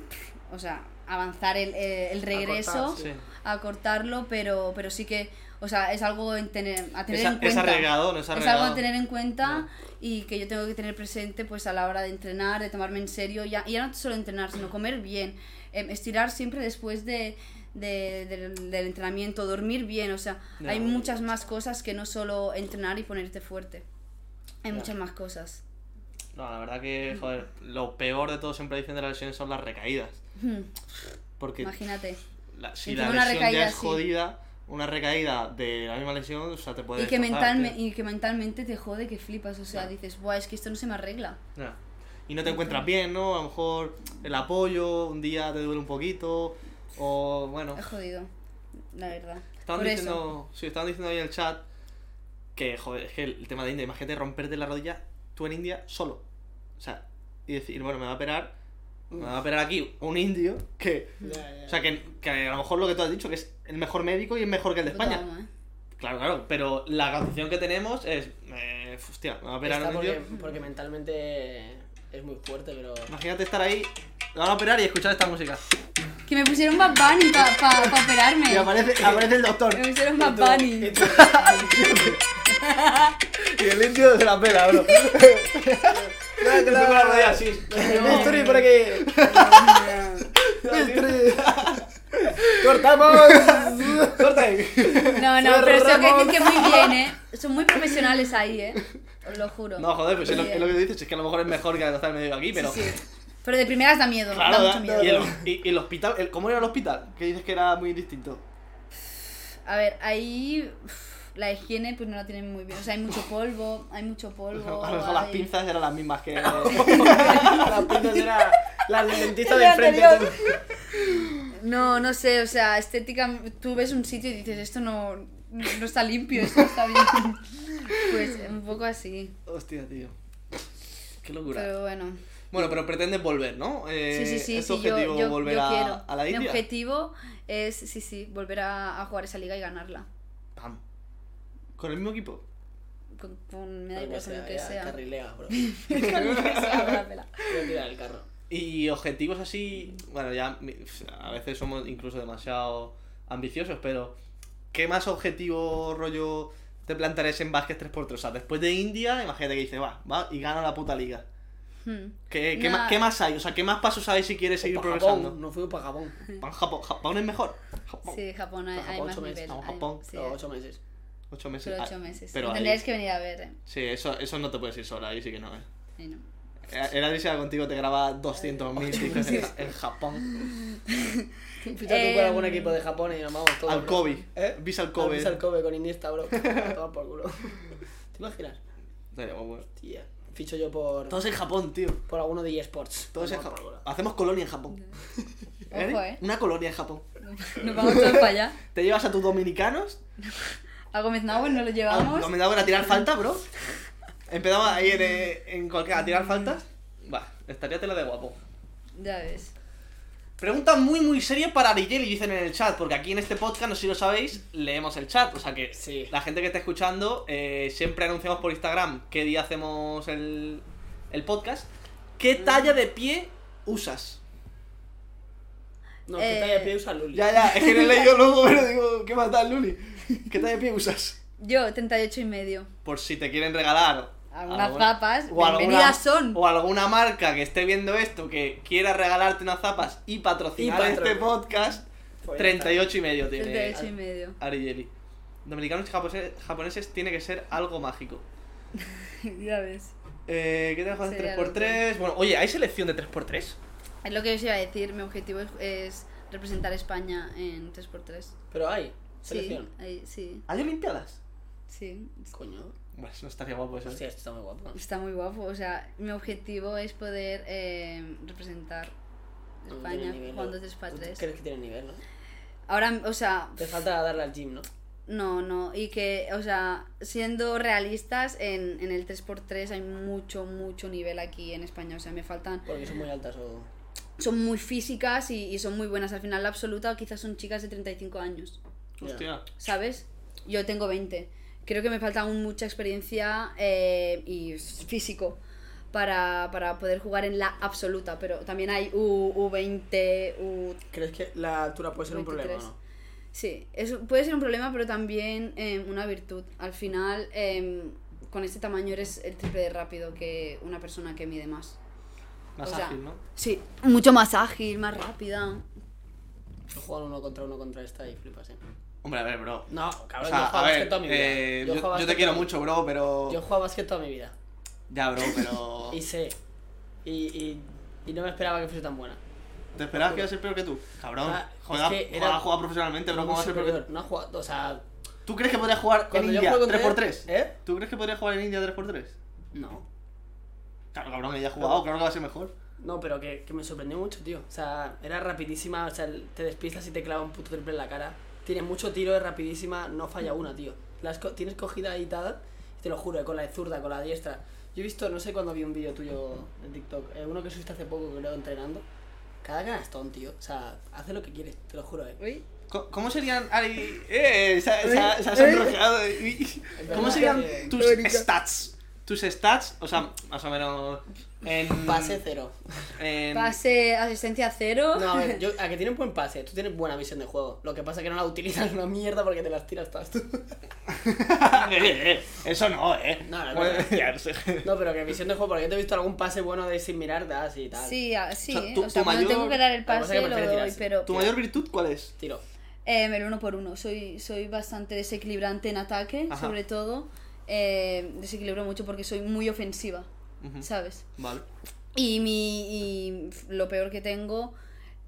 Speaker 3: o sea, avanzar el, eh, el regreso
Speaker 2: Acortar,
Speaker 1: Sí.
Speaker 3: a cortarlo, pero, pero sí que, o sea, es algo en tener, a tener
Speaker 1: Es,
Speaker 3: en
Speaker 1: a- es
Speaker 3: cuenta.
Speaker 1: arriesgado, no es
Speaker 3: Es
Speaker 1: arriesgado.
Speaker 3: algo a tener en cuenta y que yo tengo que tener presente pues a la hora de entrenar, de tomarme en serio, ya, ya no solo entrenar, sino comer bien, em, estirar siempre después de, de- del, del entrenamiento, dormir bien, o sea,
Speaker 1: Ya.
Speaker 3: hay muchas más cosas que no solo entrenar y ponerte fuerte. Hay muchas más cosas.
Speaker 1: No, la verdad que, joder, lo peor de todo siempre dicen de las lesiones son las recaídas.
Speaker 3: Hmm,
Speaker 1: Porque
Speaker 3: Imagínate.
Speaker 1: la- si
Speaker 3: encima
Speaker 1: la
Speaker 3: una
Speaker 1: lesión
Speaker 3: recaída,
Speaker 1: ya es
Speaker 3: sí.
Speaker 1: jodida, una recaída de la misma lesión, o sea, te puede
Speaker 3: Y que,
Speaker 1: destrozar,
Speaker 3: mentalme-
Speaker 1: tío.
Speaker 3: y que mentalmente te jode que flipas, o sea, dices, Buah, es que esto no se me arregla.
Speaker 1: Ya. Y no te encuentras bien, ¿no? A lo mejor el apoyo, un día te duele un poquito, o bueno.
Speaker 3: Es jodido, la verdad.
Speaker 1: Estaban
Speaker 3: Por
Speaker 1: diciendo, sí, estaban diciendo ahí en el chat que, joder, es que el tema de India, imagínate romperte la rodilla tú en India solo. O sea, y decir, bueno, me va a operar, me va a operar aquí un indio que.
Speaker 2: Ya, ya.
Speaker 1: O sea, que, que a lo mejor lo que tú has dicho, que es el mejor médico y es mejor que el de
Speaker 3: eso, puta
Speaker 1: España.
Speaker 3: ama, ¿eh?
Speaker 1: Claro, claro, pero la concepción que tenemos es. Eh, hostia, me va a operar un
Speaker 2: Está
Speaker 1: indio.
Speaker 2: porque, porque mentalmente es muy fuerte, pero...
Speaker 1: Imagínate estar ahí, me van a operar y escuchar esta música.
Speaker 3: Que me pusieron Bad Bunny para operarme.
Speaker 1: Y aparece, aparece el doctor.
Speaker 3: Me pusieron Bad Bunny.
Speaker 1: Y el indio de la pela, bro. Y tú con la rodilla así.
Speaker 2: Mystery por aquí.
Speaker 3: No, no, no.
Speaker 2: Mystery. *laughs* ¡Cortamos!
Speaker 1: Corta ahí.
Speaker 3: No, no, pero tengo que
Speaker 2: Cerramos.
Speaker 3: decir que muy bien, ¿eh? Son muy profesionales ahí, ¿eh? Os lo juro.
Speaker 1: No, joder, pues es lo,
Speaker 3: Sí,
Speaker 1: es lo que dices, es que a lo mejor es mejor que estar medio aquí, pero. *laughs*
Speaker 3: Sí, sí. Pero de primeras da miedo,
Speaker 1: Claro,
Speaker 3: da
Speaker 1: da-
Speaker 3: mucho miedo.
Speaker 1: y, el, y- y el hospital, el- ¿cómo era el hospital? Que dices que era muy distinto.
Speaker 3: A ver, ahí uf, la higiene pues no la tienen muy bien. O sea, hay mucho polvo, hay mucho polvo.
Speaker 1: *laughs* a lo mejor las
Speaker 3: hay-
Speaker 1: pinzas eran las mismas
Speaker 3: *laughs*
Speaker 1: que. *laughs*
Speaker 2: la pinta era la del dentista de
Speaker 3: El
Speaker 2: enfrente.
Speaker 3: anterior. No, no sé, o sea, estética, tú ves un sitio y dices, esto no, no está limpio, esto no está bien. Pues un poco así,
Speaker 1: Hostia, tío. Qué locura.
Speaker 3: pero bueno.
Speaker 1: Bueno, pero pretendes volver, ¿no? Eh,
Speaker 3: Sí, sí, sí,
Speaker 1: ¿Es
Speaker 3: sí,
Speaker 1: tu objetivo
Speaker 3: yo, yo,
Speaker 1: volver
Speaker 3: yo
Speaker 1: a,
Speaker 3: quiero.
Speaker 1: a la
Speaker 3: Mi
Speaker 1: India?
Speaker 3: objetivo es, sí, sí, volver a, a jugar esa liga y ganarla.
Speaker 1: Pam. ¿Con el mismo equipo?
Speaker 3: Con, con me da igual con el que
Speaker 2: ya,
Speaker 3: *laughs* sea.
Speaker 2: Carrilea, bro.
Speaker 3: Con el que
Speaker 1: *laughs*
Speaker 3: sea, me la pela.
Speaker 2: Voy a tirar el carro.
Speaker 1: Y objetivos así, bueno, ya mi- pf, a veces somos incluso demasiado ambiciosos, pero ¿qué más objetivo rollo te plantarías en básquet 3x3? O sea, después de India, imagínate que dices, va, va y gana la puta liga.
Speaker 3: Hmm.
Speaker 1: ¿Qué, qué
Speaker 3: No.
Speaker 1: ma- qué más hay? O sea, ¿qué más pasos hay si quieres seguir
Speaker 2: Pa'
Speaker 1: progresando?
Speaker 2: Japón, no fui para Japón.
Speaker 1: Pa' Japón, Japón es mejor. Japón.
Speaker 3: Sí, Japón hay,
Speaker 2: Japón,
Speaker 3: hay más
Speaker 2: ocho meses,
Speaker 3: nivel.
Speaker 1: vamos,
Speaker 3: hay-
Speaker 1: Japón,
Speaker 3: sí,
Speaker 2: Pero
Speaker 3: hay-
Speaker 2: ocho meses.
Speaker 1: Ocho meses.
Speaker 3: solo
Speaker 1: ah,
Speaker 3: ocho meses.
Speaker 1: Pero
Speaker 3: Pero
Speaker 1: ahí-
Speaker 3: tendrías que venir a ver, eh.
Speaker 1: Sí, eso, eso no te puedes ir sola, ahí sí que no. Eh.
Speaker 3: Ahí no.
Speaker 1: Eh, El Alicia contigo te graba 200.000 discos en, en Japón.
Speaker 2: Fichate por
Speaker 3: Em,
Speaker 2: algún
Speaker 3: *laughs*
Speaker 2: equipo de Japón y nos vamos todos.
Speaker 1: Al
Speaker 2: bro.
Speaker 1: Kobe.
Speaker 2: ¿Eh?
Speaker 1: Vis al
Speaker 2: Al
Speaker 1: Kobe.
Speaker 2: Visa al Kobe con Iniesta,
Speaker 1: *laughs*
Speaker 2: bro. Toma por culo. ¿Te imaginas?
Speaker 1: Estaría muy bueno.
Speaker 2: Tía. Ficho yo por,
Speaker 1: Todos en Japón, tío.
Speaker 2: por alguno de eSports.
Speaker 1: Todos en
Speaker 2: Toma por
Speaker 1: Japón.
Speaker 2: culo.
Speaker 1: Hacemos colonia en Japón.
Speaker 3: Ojo, eh.
Speaker 1: Una colonia en Japón.
Speaker 3: Nos vamos todos para allá.
Speaker 1: Te llevas a tus dominicanos.
Speaker 3: A Gómez Nau no lo
Speaker 1: a-
Speaker 3: llevamos.
Speaker 1: No me daban a tirar falta, bro. Empezamos ahí en, eh, en cualquier. a tirar faltas. Va, estaría tela de guapo.
Speaker 3: Ya ves.
Speaker 1: Pregunta muy, muy seria para Arigeli, dicen en el chat, porque aquí en este podcast, no sé si lo sabéis, leemos el chat. O sea que
Speaker 2: Sí.
Speaker 1: la gente que está escuchando, eh, siempre anunciamos por Instagram qué día hacemos el, el podcast. ¿Qué talla de pie usas?
Speaker 2: No, que
Speaker 3: Eh,
Speaker 2: talla de pie usa Luli.
Speaker 1: Ya, ya, es que no he
Speaker 3: *laughs*
Speaker 1: leído luego, pero digo, ¿qué más da, Luli? ¿Qué talla de pie usas?
Speaker 3: Yo, 38 y medio.
Speaker 1: Por si te quieren regalar
Speaker 2: Ah,
Speaker 3: Algunas
Speaker 1: alguna-
Speaker 3: zapas,
Speaker 1: o alguna-
Speaker 3: bienvenidas son.
Speaker 1: O alguna marca que esté viendo esto que quiera regalarte unas zapas y patrocinar
Speaker 2: Y patro-
Speaker 1: este podcast,
Speaker 2: Pues ya
Speaker 1: 38 y medio tiene.
Speaker 3: 38 y medio. *laughs*
Speaker 1: Arigeli. Dominicanos y japose- japoneses tiene que ser algo mágico.
Speaker 3: ya ves.
Speaker 1: Eh, ¿Qué tenemos
Speaker 3: Sería
Speaker 1: con 3x3? Bueno, oye, ¿hay selección de 3x3?
Speaker 3: Es lo que os iba a decir. Mi objetivo es, es representar a España en 3x3.
Speaker 2: está. Pero hay.
Speaker 3: Sí,
Speaker 2: Selección.
Speaker 3: ahí- sí,
Speaker 1: ¿Hay Olimpiadas?
Speaker 3: sí.
Speaker 2: Coño.
Speaker 1: Bueno, eso estaría guapo eso. ¿eh?
Speaker 2: Hostia, esto está muy guapo.
Speaker 3: Está muy guapo. O sea, mi objetivo es poder eh, representar
Speaker 2: No tiene
Speaker 3: España
Speaker 2: nivel,
Speaker 3: jugando
Speaker 2: ¿no?
Speaker 3: 3x3.
Speaker 2: ¿Tú crees que tiene nivel, no?
Speaker 3: Ahora, o sea,
Speaker 2: Te falta darle al gym, ¿no?
Speaker 3: no, no. Y que, o sea, siendo realistas, en, en el 3x3 hay mucho, mucho nivel aquí en España. O sea, me faltan.
Speaker 2: Porque son muy altas o...
Speaker 3: Son muy físicas y, y son muy buenas. Al final, la absoluta quizás son chicas de 35 años,
Speaker 1: Hostia.
Speaker 3: ¿sabes? Yo tengo 20. Creo que me falta aún mucha experiencia eh, y físico para, para poder jugar en la absoluta. Pero también hay U, U20, U
Speaker 2: ¿Crees que la altura puede ser un problema o
Speaker 3: 23.
Speaker 2: no?
Speaker 3: Sí, eso puede ser un problema, pero también eh, una virtud. Al final, eh, con este tamaño eres el triple de rápido que una persona que mide más.
Speaker 1: Más
Speaker 3: O sea,
Speaker 1: ágil, ¿no?
Speaker 3: Sí, mucho más ágil, más rápida.
Speaker 2: Yo he jugado uno contra uno contra esta y flipas, ¿eh?
Speaker 1: Hombre, a ver, bro.
Speaker 2: No,
Speaker 1: O
Speaker 2: cabrón,
Speaker 1: sea,
Speaker 2: yo he
Speaker 1: a
Speaker 2: jugado básquet
Speaker 1: ver,
Speaker 2: toda mi vida.
Speaker 1: eh,
Speaker 2: he
Speaker 1: yo,
Speaker 2: jugado
Speaker 1: yo te
Speaker 2: básquet
Speaker 1: quiero
Speaker 2: toda-
Speaker 1: mucho, bro, pero...
Speaker 2: Yo he jugado básquet toda mi vida.
Speaker 1: Ya, bro, pero...
Speaker 2: *laughs* Y sé. Y, y, y no me esperaba que fuese tan buena.
Speaker 1: ¿Te esperabas que iba a ser peor que tú? Cabrón.
Speaker 2: Ah, es
Speaker 1: Joder,
Speaker 2: que
Speaker 1: joder,
Speaker 2: era-
Speaker 1: juega profesionalmente, bro.
Speaker 2: Muy
Speaker 1: ¿Cómo va a ser peor que tú?
Speaker 2: superior, No ha jugado, o sea.
Speaker 1: ¿Tú crees que podrías jugar en
Speaker 2: Cuando yo
Speaker 1: India
Speaker 2: juego contra
Speaker 1: 3x3?
Speaker 2: él- ¿eh?
Speaker 1: ¿Tú crees que podrías jugar en India 3x3?
Speaker 2: No.
Speaker 1: Claro, cabrón, ella ha jugado, claro que va a ser mejor.
Speaker 2: No, pero que, que me sorprendió mucho, tío. O sea, era rapidísima, o sea, el- te despistas y te clava un puto triple en la cara. Tiene mucho tiro, es rapidísima, no falla una, tío. La has co- tienes cogida y tal, y te lo juro, eh, con la zurda, con la diestra. Yo he visto, no sé cuándo vi un vídeo tuyo en TikTok, eh, uno que subiste hace poco, creo, entrenando. Cada canastón, tío. O sea, hace lo que quieres, te lo juro, eh.
Speaker 3: Uy,
Speaker 1: Co- ¿Cómo serían Ari? Eh, se, ha- se ha- se ha sonrojado. Y-
Speaker 2: verdad,
Speaker 1: ¿Cómo serían
Speaker 2: eh,
Speaker 1: tus
Speaker 3: Verónica.
Speaker 1: stats? tus stats, o sea, más o menos en...
Speaker 2: Pase cero.
Speaker 3: Em,
Speaker 1: en- *laughs*
Speaker 3: Pase asistencia cero.
Speaker 2: No, a ver, yo, a que tienes buen pase, tú tienes buena visión de juego. Lo que pasa es que no la utilizas una mierda porque te las tiras todas tú.
Speaker 1: Eh, Eso no, eh.
Speaker 2: No, no, no.
Speaker 1: Bueno, *laughs* ya lo sé.
Speaker 2: No, pero que visión de juego, porque yo te he visto algún pase bueno de sin mirar, das y tal.
Speaker 3: Sí, a- sí.
Speaker 1: O sea, tu-
Speaker 3: o sea,
Speaker 1: tu
Speaker 3: cuando
Speaker 1: mayor-
Speaker 3: tengo que dar el
Speaker 2: Lo que pasa es que
Speaker 3: pase lo
Speaker 2: prefieres
Speaker 3: doy,
Speaker 2: tirarse.
Speaker 3: pero.
Speaker 1: ¿Tu mayor virtud cuál es?
Speaker 2: Tiro.
Speaker 3: Em, el uno por uno. Soy, soy bastante desequilibrante en ataque,
Speaker 1: Ajá.
Speaker 3: sobre todo. Eh, desequilibro mucho porque soy muy ofensiva,
Speaker 1: Ujú.
Speaker 3: ¿sabes?
Speaker 1: Vale.
Speaker 3: Y, mi, y lo peor que tengo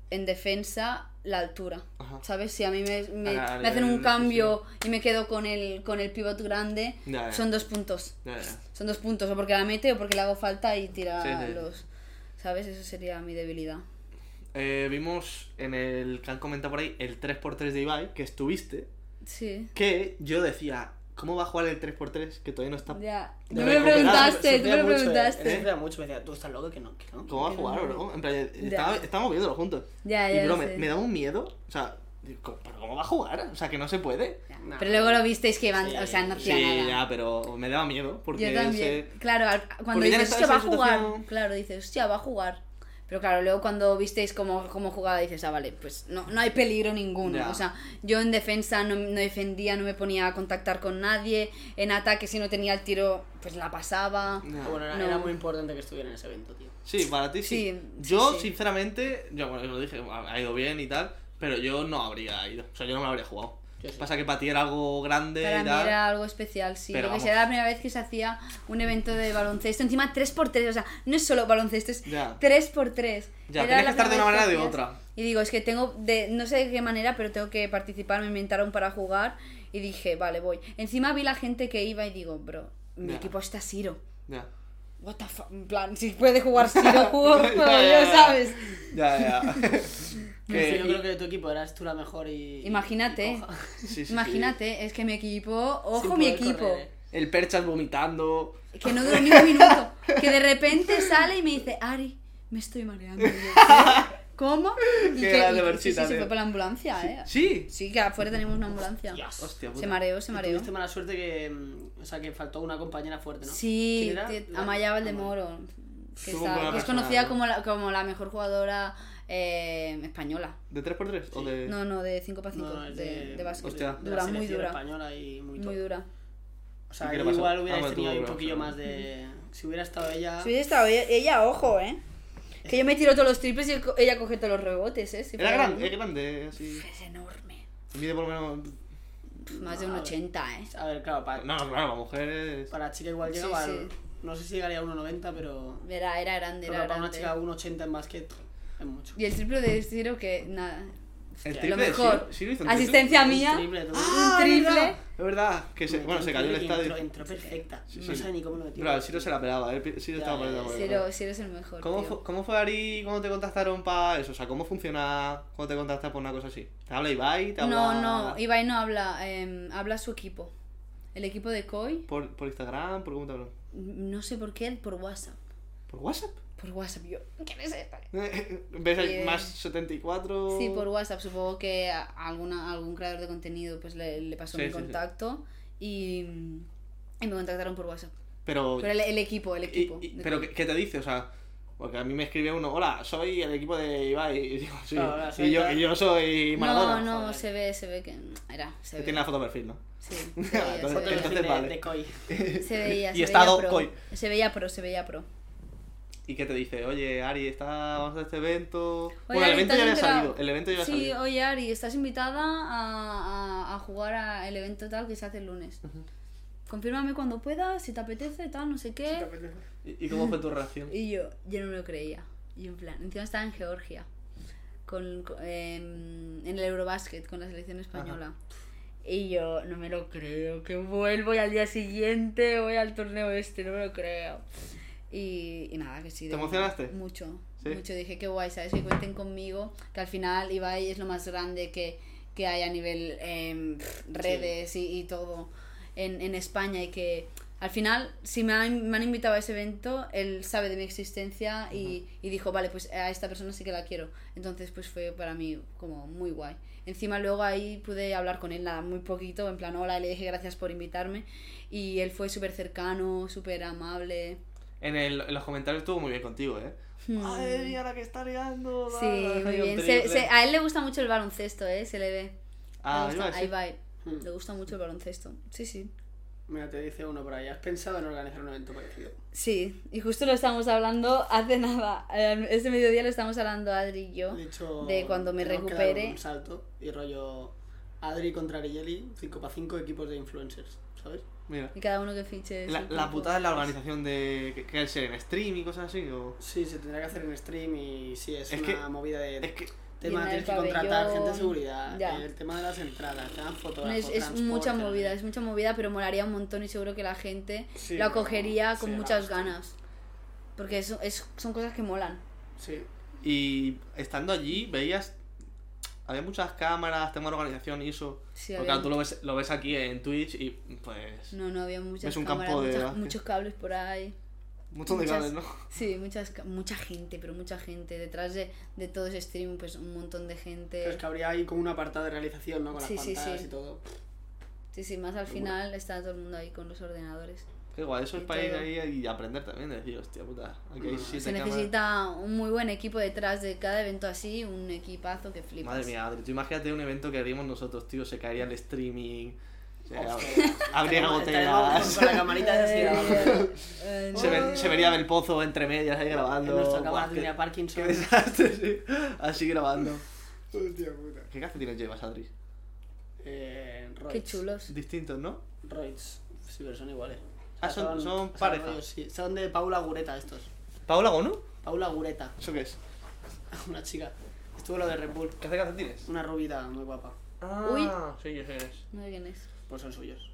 Speaker 3: en defensa, la altura.
Speaker 1: Ajá.
Speaker 3: ¿Sabes? Si a mí me, me-
Speaker 1: Ah,
Speaker 3: me hacen
Speaker 1: bien,
Speaker 3: un
Speaker 1: sí,
Speaker 3: cambio y me quedo con el, con el pivot grande,
Speaker 1: Ya, ya.
Speaker 3: son dos puntos.
Speaker 1: Ya, ya.
Speaker 3: Son dos puntos, o porque la mete o porque le hago falta y tira
Speaker 1: Sí, sí.
Speaker 3: los... ¿Sabes? Eso sería mi debilidad.
Speaker 1: Eh, vimos en el que han comentado por ahí el 3x3 de Ibai, que estuviste,
Speaker 3: Sí.
Speaker 1: que yo decía, ¿cómo va a jugar el 3x3? Que todavía no está...
Speaker 3: Ya.
Speaker 1: Ah, Ya
Speaker 3: Tú
Speaker 1: me Ah,
Speaker 3: me
Speaker 1: recuperaba,
Speaker 3: preguntaste, tú
Speaker 2: Sufría
Speaker 3: me
Speaker 2: mucho, eh.
Speaker 3: preguntaste.
Speaker 2: Él sufría mucho, me decía, tú estás loco que no, que no.
Speaker 1: ¿Cómo va a jugar, bro? En plan, eh, estaba- estábamos viéndolo juntos.
Speaker 3: Ya, ya.
Speaker 1: Y
Speaker 3: lo
Speaker 1: bro, me,
Speaker 3: sé.
Speaker 1: me daba un miedo, o sea, digo, "Co- ¿pero cómo va a jugar? O sea, que no se puede.
Speaker 3: Ya.
Speaker 2: Nah.
Speaker 3: Pero luego lo visteis que iban,
Speaker 2: Sí.
Speaker 3: o sea, no
Speaker 1: Sí,
Speaker 3: hacía nada.
Speaker 1: ya, pero me daba miedo, porque
Speaker 3: Yo también.
Speaker 1: ese-
Speaker 3: Claro, al- cuando
Speaker 1: Porque ya
Speaker 3: dices,
Speaker 1: no
Speaker 3: hostia,
Speaker 1: estaba
Speaker 3: va a
Speaker 1: en esa
Speaker 3: jugar.
Speaker 1: situación-
Speaker 3: Claro, dices, hostia, va a jugar. Pero claro, luego cuando visteis cómo, cómo jugaba, dices, ah, vale, pues no, no hay peligro ninguno.
Speaker 1: Ya.
Speaker 3: O sea, yo en defensa no, no defendía, no me ponía a contactar con nadie. En ataque, si no tenía el tiro, pues la pasaba.
Speaker 1: Ya.
Speaker 2: Bueno, era,
Speaker 3: No.
Speaker 2: era muy importante que estuviera en ese evento, tío.
Speaker 1: Sí, para ti sí.
Speaker 3: Sí, sí,
Speaker 1: yo,
Speaker 3: sí.
Speaker 1: sinceramente, yo bueno, lo dije, ha ha ido bien y tal, pero yo no habría ido. O sea, yo no me lo habría jugado.
Speaker 2: Yo sí.
Speaker 1: Pasa que para ti era algo grande
Speaker 3: Para
Speaker 1: y
Speaker 3: mí
Speaker 1: tal.
Speaker 3: era algo especial, sí.
Speaker 1: Pero
Speaker 3: Porque
Speaker 1: vamos.
Speaker 3: era la primera vez que se hacía un evento de baloncesto. Encima 3x3, o sea, no es solo baloncesto, es
Speaker 1: Ya.
Speaker 3: 3x3.
Speaker 1: Ya,
Speaker 3: Era
Speaker 1: tienes que
Speaker 3: la
Speaker 1: estar de
Speaker 3: primera
Speaker 1: una
Speaker 3: vez
Speaker 1: manera o
Speaker 3: que
Speaker 1: de
Speaker 3: hacías.
Speaker 1: otra.
Speaker 3: Y digo, es que tengo, de, no sé de qué manera, pero tengo que participar. Me inventaron para jugar y dije, vale, voy. Encima vi la gente que iba y digo, bro, mi
Speaker 1: Ya.
Speaker 3: equipo está Siro.
Speaker 1: Ya.
Speaker 3: What the fuck, en plan, si puede
Speaker 1: *laughs*
Speaker 3: jugar Siro, juego
Speaker 1: Ya,
Speaker 3: yo,
Speaker 1: ya, ya.
Speaker 3: ¿sabes?
Speaker 1: Ya, ya. *laughs*
Speaker 2: Sí,
Speaker 1: Que-
Speaker 2: yo creo que de tu equipo eras tú la mejor y.
Speaker 3: Imagínate.
Speaker 2: y coja.
Speaker 1: sí, sí, sí.
Speaker 3: Imagínate, es que mi equipo,
Speaker 2: Sin
Speaker 3: ojo,
Speaker 2: poder
Speaker 3: mi equipo.
Speaker 2: correr, eh.
Speaker 1: El perchas vomitando.
Speaker 3: que no duró ni un minuto, que de repente sale y me dice, Ari, me estoy mareando. Y yo, "¿Qué? ¿Cómo? Y
Speaker 1: Qué
Speaker 3: que
Speaker 1: grande,
Speaker 3: y- sí,
Speaker 1: Marchita,
Speaker 3: sí, se
Speaker 1: tío.
Speaker 3: fue para la ambulancia, ¿eh?
Speaker 1: Sí.
Speaker 3: Sí, que afuera tenemos una ambulancia.
Speaker 2: Dios.
Speaker 1: Hostia, puta.
Speaker 3: Se mareó, se
Speaker 2: Y
Speaker 3: mareó.
Speaker 2: Tuviste mala suerte que. mm, O sea, que faltó una compañera fuerte, ¿no?
Speaker 3: Sí,
Speaker 2: ¿Quién era?
Speaker 3: te-
Speaker 2: La-
Speaker 3: Amaya
Speaker 2: Amaya.
Speaker 3: Valdemoro, que,
Speaker 1: Estuvo
Speaker 3: está-
Speaker 1: buena
Speaker 3: que es
Speaker 1: persona,
Speaker 3: conocida
Speaker 1: ¿no?
Speaker 3: como la, como la mejor jugadora eh, española.
Speaker 1: ¿De 3x3? ¿O de.?
Speaker 3: No, no, de 5x5,
Speaker 2: No, no, es
Speaker 3: de, de básquet.
Speaker 1: Hostia.
Speaker 2: de la
Speaker 3: Dura, muy
Speaker 2: selección
Speaker 3: dura.
Speaker 2: española y muy,
Speaker 3: Muy
Speaker 2: top.
Speaker 3: dura.
Speaker 2: O sea,
Speaker 1: ¿Y qué le
Speaker 2: ahí
Speaker 1: pasó?
Speaker 2: igual
Speaker 1: Ah,
Speaker 2: hubierais
Speaker 1: bueno, tuvo
Speaker 2: tenido ahí un
Speaker 1: bronce,
Speaker 2: poquillo
Speaker 1: ¿no?
Speaker 2: más de. Si hubiera estado ella.
Speaker 3: Si hubiera estado ella, ella, ojo, ¿eh? Que yo me tiro todos los triples y co- ella coge todos los rebotes, ¿eh? Si
Speaker 1: Era
Speaker 3: fuera
Speaker 1: grande,
Speaker 3: grande.
Speaker 1: es grande, así.
Speaker 3: Es enorme.
Speaker 1: Mide por lo menos.
Speaker 3: Más de un
Speaker 2: Madre.
Speaker 3: 80, ¿eh?
Speaker 2: A ver, claro, para,
Speaker 1: No, no, claro, la mujer es.
Speaker 2: para chica igual
Speaker 3: Sí,
Speaker 2: llegaba.
Speaker 3: sí.
Speaker 2: al- No sé si llegaría a 1,90, pero.
Speaker 3: Era, era grande,
Speaker 2: pero
Speaker 3: era
Speaker 2: para una
Speaker 3: grande.
Speaker 2: chica 1,80 en básquet es mucho.
Speaker 3: Y el triple de Ciro que nada.
Speaker 1: El
Speaker 2: Lo
Speaker 1: triple de
Speaker 3: mejor.
Speaker 1: Siro- Siro hizo un triple.
Speaker 3: Asistencia
Speaker 2: Un
Speaker 3: mía.
Speaker 2: triple, tú.
Speaker 1: Ah,
Speaker 3: un triple.
Speaker 1: Es verdad, es verdad, que se, bueno, se cayó el
Speaker 2: Y Entró,
Speaker 1: estadio.
Speaker 2: entró perfecta.
Speaker 1: Sí,
Speaker 2: No
Speaker 1: sí.
Speaker 2: sabe ni cómo lo metió.
Speaker 1: Pero el Siro se la pelaba, el Siro
Speaker 2: Ya,
Speaker 1: estaba
Speaker 2: ya,
Speaker 1: poniendo
Speaker 2: ya.
Speaker 1: por el
Speaker 3: Ciro, Ciro es el mejor.
Speaker 1: ¿Cómo,
Speaker 3: tío.
Speaker 1: fu- ¿Cómo fue Ari cuando te contactaron para eso? O sea, ¿cómo funciona cuando te contactas por una cosa así? ¿Te habla Ibai? ¿Te habla
Speaker 3: No, no, Ibai no habla, eh, habla su equipo. El equipo de Koi,
Speaker 1: ¿Por, por Instagram? ¿Por cómo te hablan?
Speaker 3: no sé por qué, por WhatsApp.
Speaker 1: ¿Por WhatsApp? *laughs*
Speaker 3: Por WhatsApp, yo. ¿Quién es esta?
Speaker 1: ¿Ves ahí
Speaker 3: Bien.
Speaker 1: más 74?
Speaker 3: Sí, por WhatsApp, supongo que a- alguna, algún creador de contenido pues le, le pasó
Speaker 1: Sí,
Speaker 3: mi
Speaker 1: sí, sí.
Speaker 3: contacto y- y, me contactaron por WhatsApp.
Speaker 1: Pero,
Speaker 3: Pero el, el equipo, el
Speaker 1: y-
Speaker 3: equipo.
Speaker 1: y-
Speaker 3: de
Speaker 1: pero
Speaker 3: Koi.
Speaker 1: ¿qué, qué te dice? O sea, porque a mí me escribe uno, hola, soy el equipo de Ibai. Y digo, sí.
Speaker 2: Ah, hola, soy
Speaker 1: y, yo,
Speaker 2: tal.
Speaker 1: y yo soy Maradona.
Speaker 3: No, no,
Speaker 2: joder.
Speaker 3: se ve, se ve que era, se
Speaker 1: Que
Speaker 3: ve.
Speaker 1: tiene la foto de perfil, ¿no? *laughs*
Speaker 3: Sí, se veía, se
Speaker 1: Entonces-
Speaker 2: Otro
Speaker 3: veía.
Speaker 1: entonces-
Speaker 2: perfil de-
Speaker 1: vale.
Speaker 2: de Koi.
Speaker 1: *laughs*
Speaker 3: Se veía,
Speaker 1: Y
Speaker 3: se
Speaker 1: estado
Speaker 3: veía pro.
Speaker 1: coi.
Speaker 3: Se veía pro, se veía pro.
Speaker 1: ¿Y qué te dice? Oye, Ari, está, vamos a este evento.
Speaker 3: Oye,
Speaker 1: bueno, el evento
Speaker 3: ¿estás
Speaker 1: ya había
Speaker 3: enterado?
Speaker 1: salido. El evento ya había
Speaker 3: Sí,
Speaker 1: salido.
Speaker 3: oye Ari, estás invitada a, a, a jugar al evento tal que se hace el lunes. Confírmame cuando puedas, si te apetece, tal, no sé qué.
Speaker 1: ¿Y, y cómo fue tu reacción?
Speaker 3: Y yo, yo no me lo creía. Y en plan, encima estaba en Georgia, con, con- em, en el Eurobasket, con la selección española. Y yo, no me lo creo, que vuelvo y al día siguiente voy al torneo este, no me lo creo. Y, y nada, que sí.
Speaker 1: ¿Te
Speaker 3: de-
Speaker 1: emocionaste?
Speaker 3: Mucho,
Speaker 1: Sí.
Speaker 3: mucho. Dije, qué guay, ¿sabes? Que cuenten conmigo, que al final Ibai es lo más grande que, que hay a nivel em, pff, redes y, y todo en, en España y que Al final, si me han, me han invitado a ese evento, él sabe de mi existencia y, y dijo, vale, pues a esta persona sí que la quiero. Entonces, pues fue para mí como muy guay. Encima luego ahí pude hablar con él nada, muy poquito, en plan, hola, y le dije gracias por invitarme. Y él fue súper cercano, súper amable.
Speaker 1: En, el, en los comentarios estuvo muy bien contigo, ¿eh?
Speaker 3: Hmm.
Speaker 1: Ay, mira la que está liando. va,
Speaker 3: Sí,
Speaker 1: hay
Speaker 3: muy
Speaker 1: un
Speaker 3: bien. Se-
Speaker 1: triple.
Speaker 3: se- a él le gusta mucho el baloncesto, ¿eh? Se le ve.
Speaker 1: Ah,
Speaker 3: Le
Speaker 1: iba a
Speaker 3: gusta- ahí
Speaker 1: decir-
Speaker 3: va. él.
Speaker 2: Hmm.
Speaker 3: Le gusta mucho el baloncesto. Sí, sí.
Speaker 2: Mira, te dice uno por ahí. ¿Has pensado en organizar un evento parecido?
Speaker 3: Sí, y justo lo estábamos hablando hace nada. eh, Este mediodía lo estamos hablando Adri y yo.
Speaker 2: De hecho,
Speaker 3: De cuando me
Speaker 2: tenemos que dar
Speaker 3: recupere.
Speaker 2: Un salto y rollo Adri contra Arieli, 5 para 5 equipos de influencers, ¿sabes?
Speaker 1: Mira.
Speaker 3: Y cada uno que fiche.
Speaker 1: La,
Speaker 3: su
Speaker 1: la
Speaker 3: equipo.
Speaker 1: putada es la organización de. que, que hay que ser en stream y cosas así, o.
Speaker 2: Sí, se tendrá que hacer un stream y sí, es,
Speaker 1: Es
Speaker 2: una
Speaker 1: que-
Speaker 2: movida de
Speaker 1: Es que.
Speaker 2: tema,
Speaker 3: Llenar
Speaker 2: tienes
Speaker 3: el
Speaker 2: que contratar gente de
Speaker 3: pabellón,
Speaker 2: seguridad,
Speaker 3: ya.
Speaker 2: el tema de las entradas, te dan fotos,
Speaker 3: No, es, es mucha movida, es mucha movida, pero molaría un montón y seguro que la gente
Speaker 2: Sí,
Speaker 3: la
Speaker 2: pero-
Speaker 3: cogería
Speaker 2: sí,
Speaker 3: con
Speaker 2: la
Speaker 3: muchas
Speaker 2: hostia.
Speaker 3: ganas. Porque eso es, son cosas que molan.
Speaker 2: Sí.
Speaker 1: Y estando allí, veías. Había muchas cámaras, tema de organización y eso.
Speaker 3: Sí,
Speaker 1: Porque
Speaker 3: había
Speaker 1: claro, tú lo ves, lo ves aquí en Twitch y pues.
Speaker 3: No, no había muchas
Speaker 1: Es un campo
Speaker 3: cámaras,
Speaker 1: de
Speaker 3: muchas-
Speaker 1: básquet.
Speaker 3: muchos cables por ahí.
Speaker 1: Un montón de
Speaker 3: muchas-
Speaker 1: cables, ¿no?
Speaker 3: Sí, muchas, ca- mucha gente, pero mucha gente. Detrás de, de todo ese stream, pues un montón de
Speaker 2: Pero es
Speaker 3: gente.
Speaker 2: que habría ahí como un apartado de realización, ¿no? Con las
Speaker 3: Sí, sí,
Speaker 2: pantallas
Speaker 3: sí.
Speaker 2: y todo.
Speaker 3: Sí, sí, más al final está todo el mundo ahí con los ordenadores.
Speaker 1: Qué guay, eso es
Speaker 3: Y
Speaker 1: para ir
Speaker 3: todo.
Speaker 1: ahí y aprender también. de Decir, hostia puta, aquí hay
Speaker 2: Mm.
Speaker 1: siete
Speaker 3: Se
Speaker 1: cámaras.
Speaker 3: necesita un muy buen equipo detrás de cada evento así, un equipazo que flipas.
Speaker 1: Madre mía, Adri, tú imagínate un evento que haríamos nosotros, tío. Se caería el streaming. se-
Speaker 2: Hostia.
Speaker 1: habría
Speaker 2: Estaríamos- estaríamos
Speaker 1: goteras.
Speaker 2: Con la camarita
Speaker 3: *laughs*
Speaker 2: de así, grabando.
Speaker 3: Eh,
Speaker 1: Se, ven- se vería del pozo entre medias ahí grabando.
Speaker 2: En nuestra
Speaker 1: Buah,
Speaker 2: cámara de
Speaker 1: qué-
Speaker 2: Julia
Speaker 1: Qué
Speaker 2: Parkinson.
Speaker 1: desastre, sí. Así grabando.
Speaker 2: Hostia puta.
Speaker 1: ¿Qué calcetines llevas, Adri?
Speaker 2: Eh, Roids.
Speaker 3: Qué chulos.
Speaker 1: Distintos, ¿no?
Speaker 2: Roids. Sí, pero son iguales.
Speaker 1: Ah, son- son
Speaker 2: parejas
Speaker 1: pareja.
Speaker 2: Son de Paula Gureta estos.
Speaker 1: ¿Paula Gonu?
Speaker 2: Paula Gureta, *laughs*
Speaker 1: ¿Eso qué es?
Speaker 2: una chica. Estuvo en lo de Red Bull.
Speaker 1: ¿Qué hace calcetines?
Speaker 2: Una rubita muy guapa.
Speaker 1: Ah,
Speaker 3: Uy.
Speaker 1: sí, yo sé quién es.
Speaker 3: No sé quién es.
Speaker 2: Pues son suyos.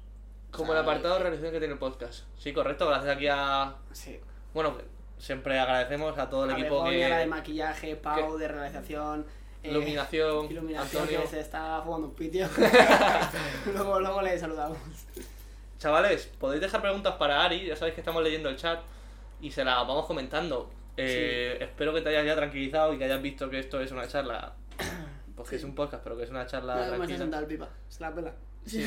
Speaker 1: Como el apartado de organización que tiene el podcast. Sí, correcto, gracias aquí a.
Speaker 2: Sí.
Speaker 1: Bueno, siempre agradecemos a todo el
Speaker 2: A
Speaker 1: equipo
Speaker 2: Begoña, la de
Speaker 1: que.
Speaker 2: maquillaje, Pau, de realización. eh,
Speaker 1: Iluminación,
Speaker 2: iluminación,
Speaker 1: Antonio.
Speaker 2: que se está jugando un
Speaker 1: *laughs*
Speaker 2: pitio. luego, luego le saludamos.
Speaker 1: Chavales, podéis dejar preguntas para Ari, ya sabéis que estamos leyendo el chat y se las vamos comentando. Eh, Espero que te hayas ya tranquilizado y que hayas visto que esto es una charla. Pues que es un podcast, pero que es una charla
Speaker 2: Nada más de
Speaker 1: tranquila.
Speaker 2: sentar pipa. Se la pela. *laughs*
Speaker 1: Sí,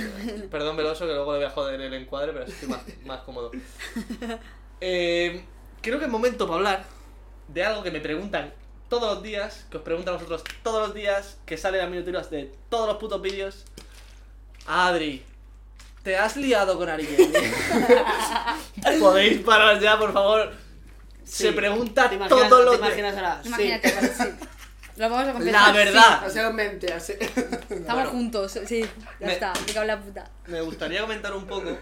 Speaker 1: perdón Veloso que luego le voy a joder el encuadre, pero así estoy más, más cómodo. Eh, creo que es momento para hablar de algo que me preguntan todos los días, que os preguntan a vosotros todos los días, que sale las minutitas de todos los putos vídeos. Adri, ¿te has liado con
Speaker 2: *laughs*
Speaker 1: Ariel? *laughs* Podéis parar ya, por favor. Se
Speaker 2: Sí.
Speaker 1: pregunta
Speaker 2: ¿Te imaginas-
Speaker 1: todos
Speaker 2: ¿Te
Speaker 1: los días.
Speaker 2: imaginas ahora?
Speaker 3: Imagínate,
Speaker 2: Sí.
Speaker 3: vale, sí. Lo vamos a confesar.
Speaker 1: La verdad.
Speaker 2: Así en
Speaker 1: *laughs*
Speaker 2: mente, así.
Speaker 3: sí. Estamos juntos, sí. Ya
Speaker 1: Me-
Speaker 3: está, me cago en la puta.
Speaker 1: Me gustaría comentar un poco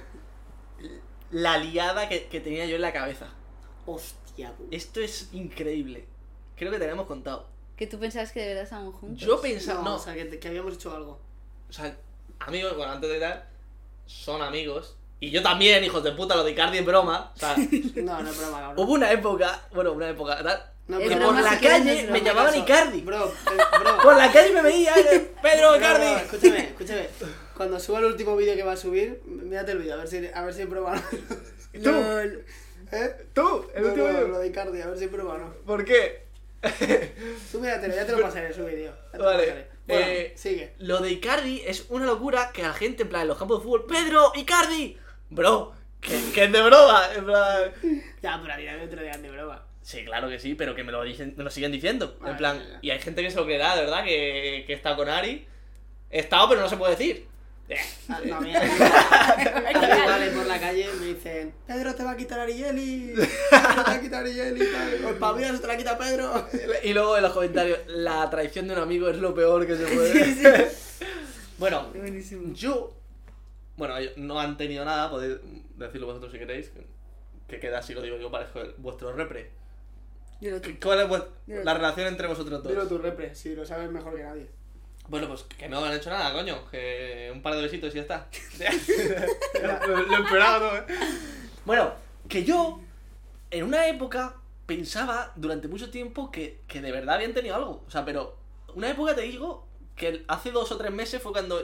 Speaker 1: la liada que- que tenía yo en la cabeza.
Speaker 2: Hostia, puta.
Speaker 1: Esto es increíble. Creo que te lo hemos contado.
Speaker 3: Que tú pensabas que de verdad estábamos juntos.
Speaker 1: Yo pensaba. No,
Speaker 2: o sea, que, te- que habíamos hecho algo.
Speaker 1: o sea, amigos, bueno, antes de tal, son amigos. Y yo también, hijos de puta, lo de Cardi en broma.
Speaker 3: *laughs*
Speaker 1: O sea,
Speaker 2: No, no es broma, cabrón.
Speaker 1: hubo una época, bueno, una época, tal,
Speaker 2: No,
Speaker 3: Es
Speaker 1: que
Speaker 2: pero-
Speaker 1: por
Speaker 3: broma,
Speaker 1: la
Speaker 3: si quieres, no
Speaker 1: calle
Speaker 3: es
Speaker 1: me
Speaker 3: broma,
Speaker 1: llamaban
Speaker 2: caso.
Speaker 1: Icardi.
Speaker 2: Bro, eh, bro.
Speaker 1: *laughs* Por la calle me veía, eh,
Speaker 3: *laughs*
Speaker 1: Pedro
Speaker 2: No, no,
Speaker 1: Icardi.
Speaker 2: escúchame, escúchame. Cuando suba el último vídeo que va a subir, mírate el vídeo, a ver si a ver si prueba.
Speaker 1: Tú.
Speaker 2: ¿Eh?
Speaker 1: Tú,
Speaker 2: El último vídeo lo de Icardi, a ver si prueba, ¿no?
Speaker 1: ¿Por qué?
Speaker 2: Tú míratelo, ya te lo pasaré, su vídeo. ya te lo
Speaker 1: Vale,
Speaker 2: pasaré. Bueno,
Speaker 1: eh,
Speaker 2: sigue.
Speaker 1: Lo de Icardi es una locura que la gente, en plan, en los campos de fútbol, Pedro Icardi. Bro, que, que es de broma. En plan,
Speaker 2: Ya, pero mira, otro día de broma.
Speaker 1: Sí, claro que sí, pero que me lo, dicen, me lo siguen diciendo.
Speaker 2: Vale,
Speaker 1: en plan,
Speaker 2: ya, ya.
Speaker 1: y hay gente que se lo creerá, de verdad, que, que he estado con Ari. He estado, pero no se puede decir. Eh,
Speaker 2: *laughs* Ah, no, mira. vale, por la calle me dicen, Pedro te va a quitar *laughs* Arieli. Te va a quitar Arieli. tal. Pues para mí no se te la quita Pedro.
Speaker 1: *laughs* Y luego en los comentarios, la traición de un amigo es lo peor que se puede. *laughs* bueno,
Speaker 3: Buenísimo.
Speaker 1: yo. Bueno, ellos no han tenido nada, podéis decirlo vosotros si queréis. que- Que queda así, lo digo yo, parezco el- vuestro repre.
Speaker 3: Dilo tú.
Speaker 1: ¿Cuál es vuest-
Speaker 3: Dilo.
Speaker 1: la relación entre vosotros dos?
Speaker 2: Dilo tu repre, si lo sabes mejor que nadie.
Speaker 1: Bueno, pues que no han hecho nada, coño. Que un par de besitos y ya está. *laughs* lo, lo ¿eh? he empeorado, ¿no? Bueno, que yo en una época pensaba durante mucho tiempo que, que de verdad habían tenido algo. O sea, pero una época te digo que hace dos o tres meses fue cuando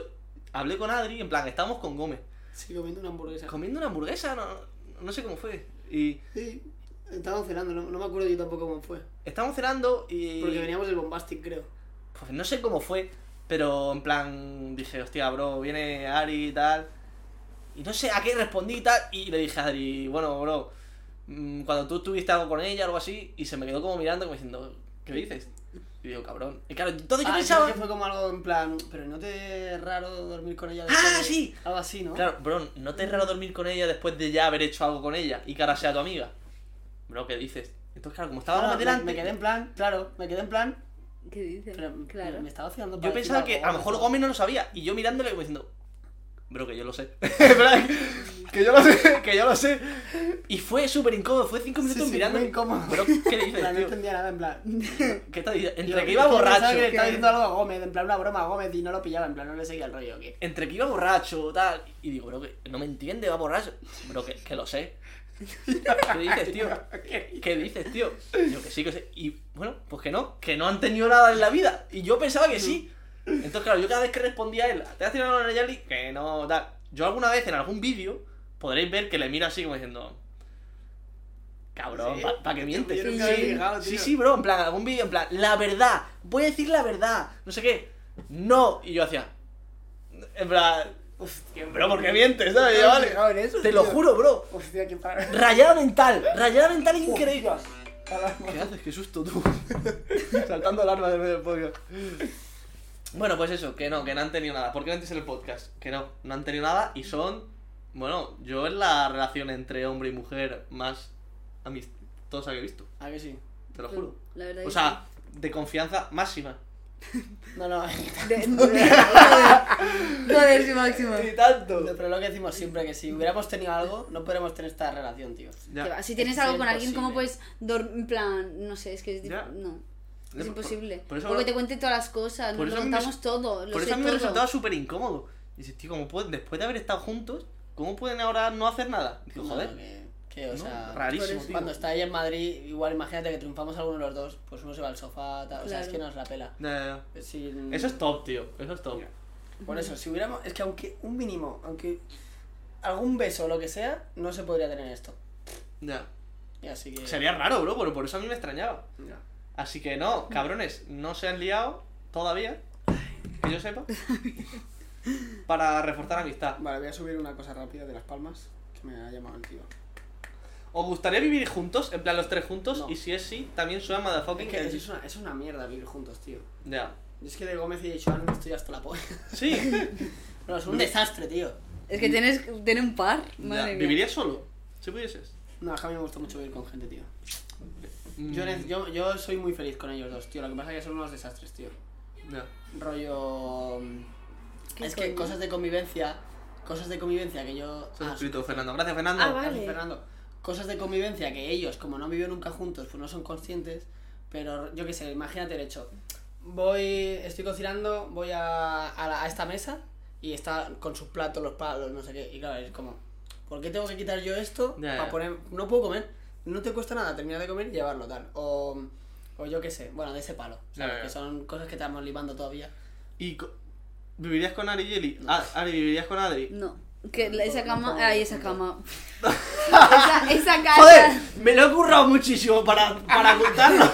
Speaker 1: hablé con Adri, en plan, estábamos con Gómez.
Speaker 2: Sigo comiendo una hamburguesa.
Speaker 1: Comiendo una hamburguesa, no, no sé cómo fue. Y
Speaker 2: Sí, estábamos cenando, no, no me acuerdo yo tampoco cómo fue.
Speaker 1: estábamos cenando y.
Speaker 2: Porque veníamos del Bombastic, creo.
Speaker 1: Pues no sé cómo fue, pero en plan dije, hostia, bro, viene Ari y tal. Y no sé a qué respondí y tal. Y le dije a Ari, bueno, bro, mm, cuando tú tuviste algo con ella o algo así, y se me quedó como mirando, como diciendo, ¿qué dices? Y digo, cabrón. Y claro, entonces yo
Speaker 2: Ah,
Speaker 1: pensaba.
Speaker 2: creo que fue como algo en plan, pero no te es raro dormir con ella.
Speaker 1: Ah,
Speaker 2: después de-
Speaker 1: sí.
Speaker 2: Algo así, ¿no?
Speaker 1: Claro, bro, ¿no te es raro dormir con ella después de ya haber hecho algo con ella y que ahora sea tu amiga? Bro, ¿qué dices? Entonces, claro, como
Speaker 2: Claro,
Speaker 1: estábamos
Speaker 2: Ah, me-
Speaker 1: delante,
Speaker 2: me, quedé en plan, claro, me quedé en plan,
Speaker 3: ¿Qué dices?
Speaker 2: pero me-
Speaker 3: claro.
Speaker 2: me estaba haciendo
Speaker 1: yo pensaba que a lo mejor
Speaker 2: Gómez
Speaker 1: Gómez no lo sabía. Y yo mirándole como diciendo, bro, que yo lo sé. *laughs* En plan, que yo lo sé, que yo lo sé. Y fue súper incómodo, fue cinco
Speaker 2: Sí,
Speaker 1: minutos
Speaker 2: sí,
Speaker 1: mirando.
Speaker 2: muy incómodo.
Speaker 1: Bro, ¿qué le *laughs*
Speaker 2: En plan,
Speaker 1: dices,
Speaker 2: no
Speaker 1: tío?
Speaker 2: entendía nada, en plan.
Speaker 1: ¿Qué estás diciendo?
Speaker 2: yo-
Speaker 1: Entre que
Speaker 2: yo
Speaker 1: iba
Speaker 2: pensaba que le
Speaker 1: borracho.
Speaker 2: estaba diciendo algo a Gómez, en plan una broma a Gómez y no lo pillaba, en plan no le seguía el rollo. ¿qué?
Speaker 1: Entre que iba borracho, tal. Y digo, bro, que no me entiende, va borracho. Bro, que, que lo *laughs* sé. ¿Qué dices, *laughs* tío? ¿Qué dices, tío? Yo que sí, que sé. Y bueno, pues que no, que no han tenido nada en la vida. Y yo pensaba que sí. Entonces, claro, yo cada vez que respondía a él, ¿te has tirado con Nayeli? Que no, tal. Yo alguna vez en algún vídeo podréis ver que le miro así como diciendo. Cabrón,
Speaker 2: Sí.
Speaker 1: ¿para que mientes?
Speaker 2: Yo nunca
Speaker 1: Sí,
Speaker 2: había llegado,
Speaker 1: sí,
Speaker 2: tío.
Speaker 1: sí, bro, en plan, algún vídeo, en plan, la verdad, voy a decir la verdad, no sé qué. No, y yo hacía. En plan, hostia, bro, ¿por qué mientes? ¿Sabes? Ya vale.
Speaker 2: Cabrón, eso,
Speaker 1: Te lo
Speaker 2: tío.
Speaker 1: juro, bro.
Speaker 2: Hostia, qué
Speaker 1: *laughs*
Speaker 2: para.
Speaker 1: Rayada mental, rayada mental increíble.
Speaker 2: Hostias.
Speaker 1: ¿Qué haces? ¡Qué susto tú! *laughs* Saltando el arma del medio del podcast. Bueno, pues eso, que no, que no han tenido nada. ¿Por qué metes en el podcast? Que no, no han tenido nada y son. Bueno, yo es la relación entre hombre y mujer más amistosa Ah, que he visto,
Speaker 2: ¿A que sí?
Speaker 1: te lo juro.
Speaker 3: La verdad
Speaker 1: O
Speaker 3: es
Speaker 1: sea, de confianza máxima.
Speaker 2: No, no. *laughs*
Speaker 3: que- De- de- joder, joder, sí, máximo.
Speaker 1: tanto!
Speaker 2: No, Pero lo que decimos siempre, que si hubiéramos tenido algo, no podríamos tener esta relación, tío.
Speaker 3: Que va, Si tienes
Speaker 2: es
Speaker 3: algo con alguien, ¿cómo
Speaker 2: imposible.
Speaker 3: puedes dormir? En plan, no sé, es que es dif-
Speaker 1: Ya.
Speaker 3: No.
Speaker 1: Ya,
Speaker 3: Es
Speaker 1: por-
Speaker 3: imposible.
Speaker 1: por eso
Speaker 3: Porque
Speaker 1: ahora-
Speaker 3: te cuente todas las cosas,
Speaker 1: por
Speaker 3: nos
Speaker 1: eso a
Speaker 3: lo
Speaker 1: mí me
Speaker 3: contamos todo. Lo
Speaker 1: Por
Speaker 3: sé
Speaker 1: eso a mí me
Speaker 3: todo.
Speaker 1: resultaba súper incómodo. Dices, tío, ¿cómo pueden, después de haber estado juntos, ¿cómo pueden ahora no hacer nada? Digo,
Speaker 2: No,
Speaker 1: joder.
Speaker 2: que- Que, o
Speaker 1: No,
Speaker 2: sea.
Speaker 1: rarísimo,
Speaker 3: eso-
Speaker 1: tío.
Speaker 2: Cuando está ahí en Madrid, igual imagínate que triunfamos alguno de los dos, pues uno se va al sofá, tal, o sea, es
Speaker 3: Claro.
Speaker 2: que nos la pela.
Speaker 1: Ya, ya, ya.
Speaker 2: Sin-
Speaker 1: Eso es top, tío. Eso es top.
Speaker 2: Por eso, si hubiéramos. Es que aunque un mínimo, aunque algún beso o lo que sea, no se podría tener esto.
Speaker 1: Ya.
Speaker 2: Y así que.
Speaker 1: Sería raro, bro, pero por eso a mí me extrañaba.
Speaker 2: Ya.
Speaker 1: Así que no, cabrones, no se han liado todavía, que yo sepa, para reforzar amistad.
Speaker 2: Vale, voy a subir una cosa rápida de Las Palmas que me ha llamado el tío.
Speaker 1: ¿Os gustaría vivir juntos? En plan, los tres juntos.
Speaker 2: No.
Speaker 1: Y si es sí, también suena motherfucking.
Speaker 2: Es que
Speaker 1: el-
Speaker 2: eso es una, eso es una mierda vivir juntos, tío.
Speaker 1: Ya.
Speaker 2: *laughs* Yo es que de Gómez y de Joan estoy hasta la polla. *laughs*
Speaker 1: Sí.
Speaker 2: No, es un desastre, tío.
Speaker 3: Es que tienes, tiene un par.
Speaker 1: Ya,
Speaker 3: Madre mía.
Speaker 1: ¿Vivirías solo? Si pudieses.
Speaker 2: No, es que a mí me gusta mucho vivir con gente, tío.
Speaker 1: Mm,
Speaker 2: Yo, nec- yo, yo soy muy feliz con ellos dos, tío. Lo que pasa es que son unos desastres, tío.
Speaker 1: ya.
Speaker 2: Rollo. mm,
Speaker 3: ¿Qué
Speaker 2: Es que
Speaker 3: coño?
Speaker 2: cosas de convivencia. Cosas de convivencia que yo.
Speaker 1: Se ha
Speaker 2: ah,
Speaker 1: suscrito Fernando. Gracias, Fernando.
Speaker 3: Ah, vale.
Speaker 2: Gracias, Fernando. Cosas de convivencia que ellos, como no han vivido nunca juntos, pues no son conscientes. Pero yo qué sé, imagínate el hecho. Voy, estoy cocinando, voy a, a, la- a esta mesa y está con sus platos, los palos, no sé qué. Y claro, es como, ¿por qué tengo que quitar yo esto?
Speaker 1: Ya,
Speaker 2: para
Speaker 1: ya.
Speaker 2: poner, no puedo comer. No te cuesta nada terminar de comer y llevarlo tal. O, o yo qué sé, bueno, de ese palo.
Speaker 1: Ya,
Speaker 2: ¿sabes?
Speaker 1: ya.
Speaker 2: Que son cosas que estamos limando todavía.
Speaker 1: ¿Y co- vivirías con Ari y Eli? Ah, Ari, ¿vivirías con Adri?
Speaker 3: No. Que la- esa
Speaker 2: No,
Speaker 3: cama.
Speaker 2: no,
Speaker 3: Ay,
Speaker 2: no.
Speaker 1: *laughs*
Speaker 3: esa cama. esa, esa casa.
Speaker 1: ¡Joder! Me lo he currado muchísimo para, para contarlo.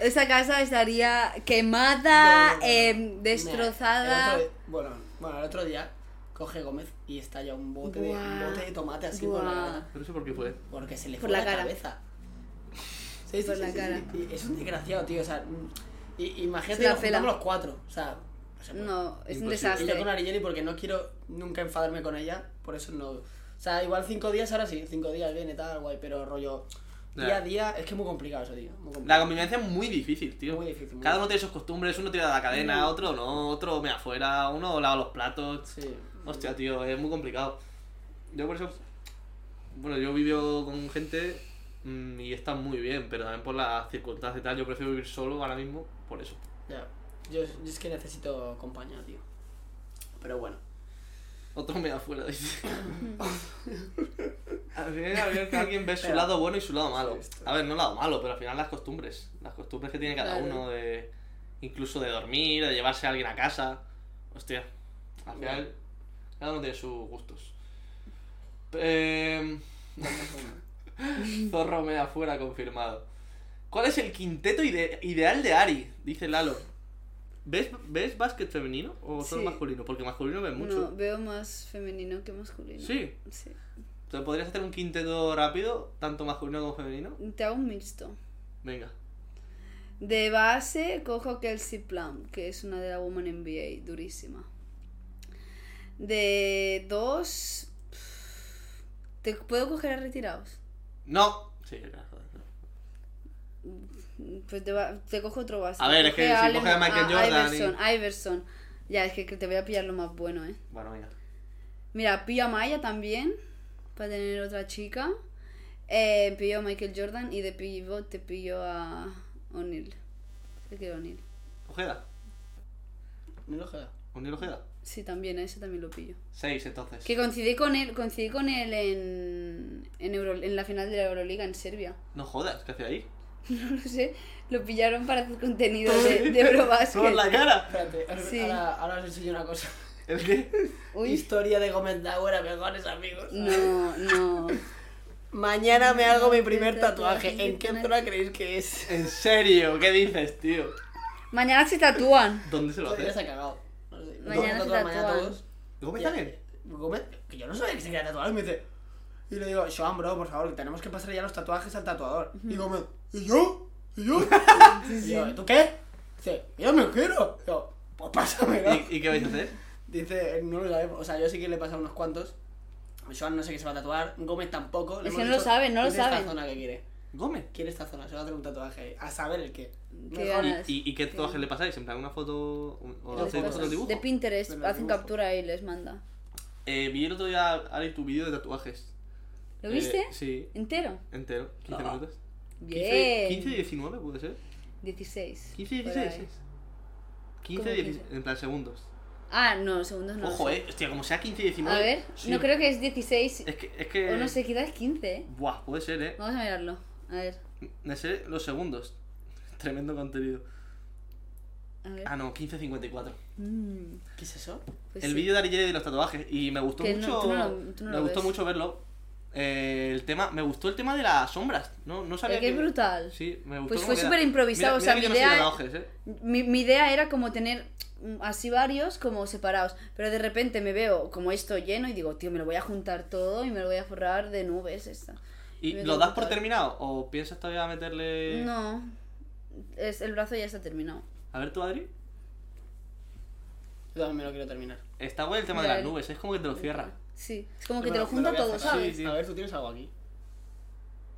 Speaker 3: Esa casa estaría quemada,
Speaker 2: No, no, no.
Speaker 3: em,
Speaker 2: Mira,
Speaker 3: destrozada.
Speaker 2: el otro di- bueno, bueno, el otro día coge Gómez y estalla un bote, de, un
Speaker 3: Buah.
Speaker 2: bote de tomate así por la
Speaker 3: Buah.
Speaker 2: cara.
Speaker 1: Pero eso por qué fue.
Speaker 2: Porque se le
Speaker 3: Por
Speaker 2: fue la,
Speaker 3: la cara.
Speaker 2: cabeza. Sí, sí,
Speaker 3: Por
Speaker 2: sí,
Speaker 3: la
Speaker 2: sí,
Speaker 3: cara.
Speaker 2: sí, sí. Es un desgraciado, tío. O sea, mm, y- imagínate
Speaker 3: Se
Speaker 2: que
Speaker 3: la
Speaker 2: nos
Speaker 3: pela.
Speaker 2: juntamos los cuatro. O sea, no se puede.
Speaker 3: No, es
Speaker 1: Imposible.
Speaker 3: un
Speaker 2: Y yo
Speaker 3: desastre.
Speaker 2: con Arieli porque no quiero nunca enfadarme con ella. Por eso no. O sea, igual cinco días ahora sí. Cinco días viene tal, guay. Pero rollo.
Speaker 1: Ya.
Speaker 2: Día a día es que es muy complicado eso, tío. Muy
Speaker 1: La
Speaker 2: complicado.
Speaker 1: convivencia es muy difícil, tío.
Speaker 2: Muy difícil, Mm. muy
Speaker 1: Cada uno tiene sus costumbres, uno tira de la cadena, otro no, otro me afuera, uno lava los platos.
Speaker 2: Sí.
Speaker 1: Hostia, tío, es muy complicado. Yo por eso. Bueno, yo vivo con gente mm, y está muy bien, pero también por las circunstancias y tal. Yo prefiero vivir solo ahora mismo por eso.
Speaker 2: Ya. Yo, yo es que necesito compañía, tío. Pero bueno.
Speaker 1: Otro me afuera, dice. al final, al final, cada quien ve su
Speaker 2: Espera.
Speaker 1: lado bueno y su lado malo.
Speaker 2: Sí, esto.
Speaker 1: A ver, no lado malo, pero al final las costumbres. Las costumbres que tiene cada
Speaker 3: Claro.
Speaker 1: uno de. Incluso de dormir, de llevarse a alguien a casa. Hostia. Al
Speaker 2: Bueno.
Speaker 1: final, cada uno tiene sus gustos. Eh, Em, *laughs* Zorro me afuera confirmado. ¿Cuál es el quinteto ide- ideal de Ari? Dice Lalo. ¿Ves, ¿Ves básquet femenino o solo
Speaker 3: Sí.
Speaker 1: masculino? Porque masculino ves
Speaker 3: No,
Speaker 1: mucho.
Speaker 3: veo más femenino que masculino.
Speaker 1: Sí.
Speaker 3: Sí.
Speaker 1: O sea, ¿Podrías hacer un quinteto rápido, tanto masculino como femenino?
Speaker 3: Te hago un mixto.
Speaker 1: Venga.
Speaker 3: De base, cojo a Kelsey Plum, que es una de la Woman NBA, durísima. De dos. ¿Te puedo coger a retirados?
Speaker 1: No. Sí, ya, joder, no.
Speaker 3: Pues te, va- te cojo otro base.
Speaker 1: A ver, es
Speaker 3: Coge
Speaker 1: que si
Speaker 3: Allen-
Speaker 1: coges a Michael Jordan y-
Speaker 3: Iverson, Iverson. Ya, es que que te voy a pillar lo más bueno, eh.
Speaker 1: Bueno, venga.
Speaker 3: Mira, pillo a Maya también, para tener otra chica. Eh, pillo a Michael Jordan y de pivot te pillo a O'Neal. Te quiero O'Neal.
Speaker 1: Ojeda.
Speaker 2: No lo jodas.
Speaker 1: Unir Ojeda.
Speaker 3: Sí, también, a ese también lo pillo.
Speaker 1: Seis, entonces.
Speaker 3: Que coincidí con él, coincidí con él en, en, Euro- en la final de la Euroliga en Serbia. *laughs*
Speaker 1: No jodas, ¿qué hace ahí?
Speaker 3: No lo sé, lo pillaron para hacer contenido
Speaker 1: *laughs*
Speaker 3: de, de Eurobasket.
Speaker 1: ¡Con la cara!
Speaker 2: Espérate, ahora-
Speaker 3: Sí.
Speaker 2: ahora, ahora os enseño una cosa.
Speaker 1: ¿El qué?
Speaker 3: Uy,
Speaker 2: Historia de Gómez Daura, mejores amigos.
Speaker 3: no, no.
Speaker 2: Mañana me hago mi primer
Speaker 3: Tatuaje.
Speaker 2: tatuaje. ¿En qué zona creéis que es?
Speaker 1: ¿En serio? ¿Qué dices, tío?
Speaker 3: Mañana se tatúan.
Speaker 1: ¿Dónde se lo
Speaker 2: Ya se
Speaker 1: haces?
Speaker 2: ha cagado. No sé.
Speaker 3: Mañana
Speaker 2: Nos
Speaker 3: se
Speaker 2: tatúan
Speaker 3: tatúan.
Speaker 1: ¿Gómez
Speaker 2: Ya-
Speaker 1: también?
Speaker 2: Gómez, que yo no sabía que se quería tatuar, y me dice. Y le digo, Joan, bro, por favor, que tenemos que pasar ya los tatuajes al tatuador. Y Gómez, ¿y yo? ¿Y *laughs* yo? Y yo, ¿tú qué? Dice, yo me quiero. Y yo, pues pásamelo.
Speaker 1: ¿Y, y qué vais a hacer?
Speaker 2: Dice, no lo sabemos. O sea, yo sí que le he pasado unos cuantos. Joan no sé qué se va a tatuar. Gómez tampoco. Le
Speaker 3: Es
Speaker 2: hemos
Speaker 3: que no lo
Speaker 2: dicho,
Speaker 3: saben, no lo
Speaker 2: "Quiere esta
Speaker 3: saben".
Speaker 2: zona que quiere.
Speaker 1: ¿Gómez?
Speaker 2: Quiere esta zona. Se va a hacer un tatuaje. ahí, A saber el qué.
Speaker 3: Qué
Speaker 2: Mejor.
Speaker 3: ganas.
Speaker 1: ¿Y, y qué tatuaje le pasáis? ¿En plan una foto un- o
Speaker 3: De
Speaker 1: hacéis
Speaker 3: cosas.
Speaker 1: vosotros dibujo?
Speaker 3: De Pinterest,
Speaker 2: Pero los
Speaker 3: hacen
Speaker 2: dibujos.
Speaker 3: captura y les manda.
Speaker 1: Eh, vi el otro día, Ari, tu vídeo de tatuajes.
Speaker 3: ¿Lo
Speaker 1: Eh,
Speaker 3: viste?
Speaker 1: sí,
Speaker 3: Entero.
Speaker 1: entero, 15
Speaker 2: Ah.
Speaker 1: minutos. 15,
Speaker 3: Bien.
Speaker 1: 15, 19 puede ser.
Speaker 3: 16.
Speaker 1: 15,
Speaker 3: por
Speaker 1: 16.
Speaker 3: ahí.
Speaker 1: 15,
Speaker 3: ¿Cómo
Speaker 1: 16,
Speaker 3: 15?
Speaker 1: en plan segundos.
Speaker 3: Ah, no, segundos no. lo
Speaker 1: Ojo,
Speaker 3: sé.
Speaker 1: eh, hostia, como sea 15, 19.
Speaker 3: A ver,
Speaker 1: sí.
Speaker 3: no creo que es 16
Speaker 1: Es que, es que.
Speaker 3: o no sé, quizás 15. eh.
Speaker 1: Buah, puede ser, eh.
Speaker 3: Vamos a mirarlo. A ver,
Speaker 1: No sé, los segundos. *laughs* Tremendo contenido.
Speaker 3: a ver.
Speaker 1: Ah, no, 15, 54.
Speaker 3: Mm,
Speaker 2: ¿Qué es eso?
Speaker 3: pues
Speaker 1: el
Speaker 3: sí.
Speaker 1: vídeo de Ari Yeri de los tatuajes y me gustó
Speaker 3: Que no,
Speaker 1: mucho
Speaker 3: tú no lo- tú no
Speaker 1: me
Speaker 3: lo
Speaker 1: gustó
Speaker 3: ves.
Speaker 1: mucho verlo Eh, el tema me gustó el tema de las sombras no no sabía
Speaker 3: Eh, qué brutal.
Speaker 1: sí me gustó
Speaker 3: Pues
Speaker 1: cómo
Speaker 3: fue
Speaker 1: queda.
Speaker 3: súper
Speaker 1: Mira-
Speaker 3: improvisado, o sea,
Speaker 1: mira que no
Speaker 3: mi
Speaker 1: soy
Speaker 3: idea-
Speaker 1: de tatuajes, ¿eh?
Speaker 3: Mi, mi idea era como tener mm, así varios como separados, pero de repente me veo como esto lleno y digo, tío, me lo voy a juntar todo y me lo voy a forrar de nubes esta.
Speaker 1: y
Speaker 3: me
Speaker 1: lo
Speaker 3: quedó
Speaker 1: das por
Speaker 3: brutal.
Speaker 1: terminado o piensas todavía
Speaker 2: Eh.
Speaker 1: meterle
Speaker 3: No, es, el brazo ya está terminado.
Speaker 1: a ver tú Adri
Speaker 2: Yo también me lo quiero terminar.
Speaker 1: está guay el tema
Speaker 3: Mira,
Speaker 1: de las
Speaker 3: el-
Speaker 1: nubes es como que te lo cierra
Speaker 3: Sí, es como que
Speaker 2: Yo
Speaker 3: te
Speaker 2: me
Speaker 3: lo
Speaker 2: me
Speaker 3: junta
Speaker 2: voy a
Speaker 3: todo,
Speaker 2: hacer.
Speaker 3: ¿sabes?
Speaker 1: Sí, sí.
Speaker 2: A ver, tú tienes algo aquí.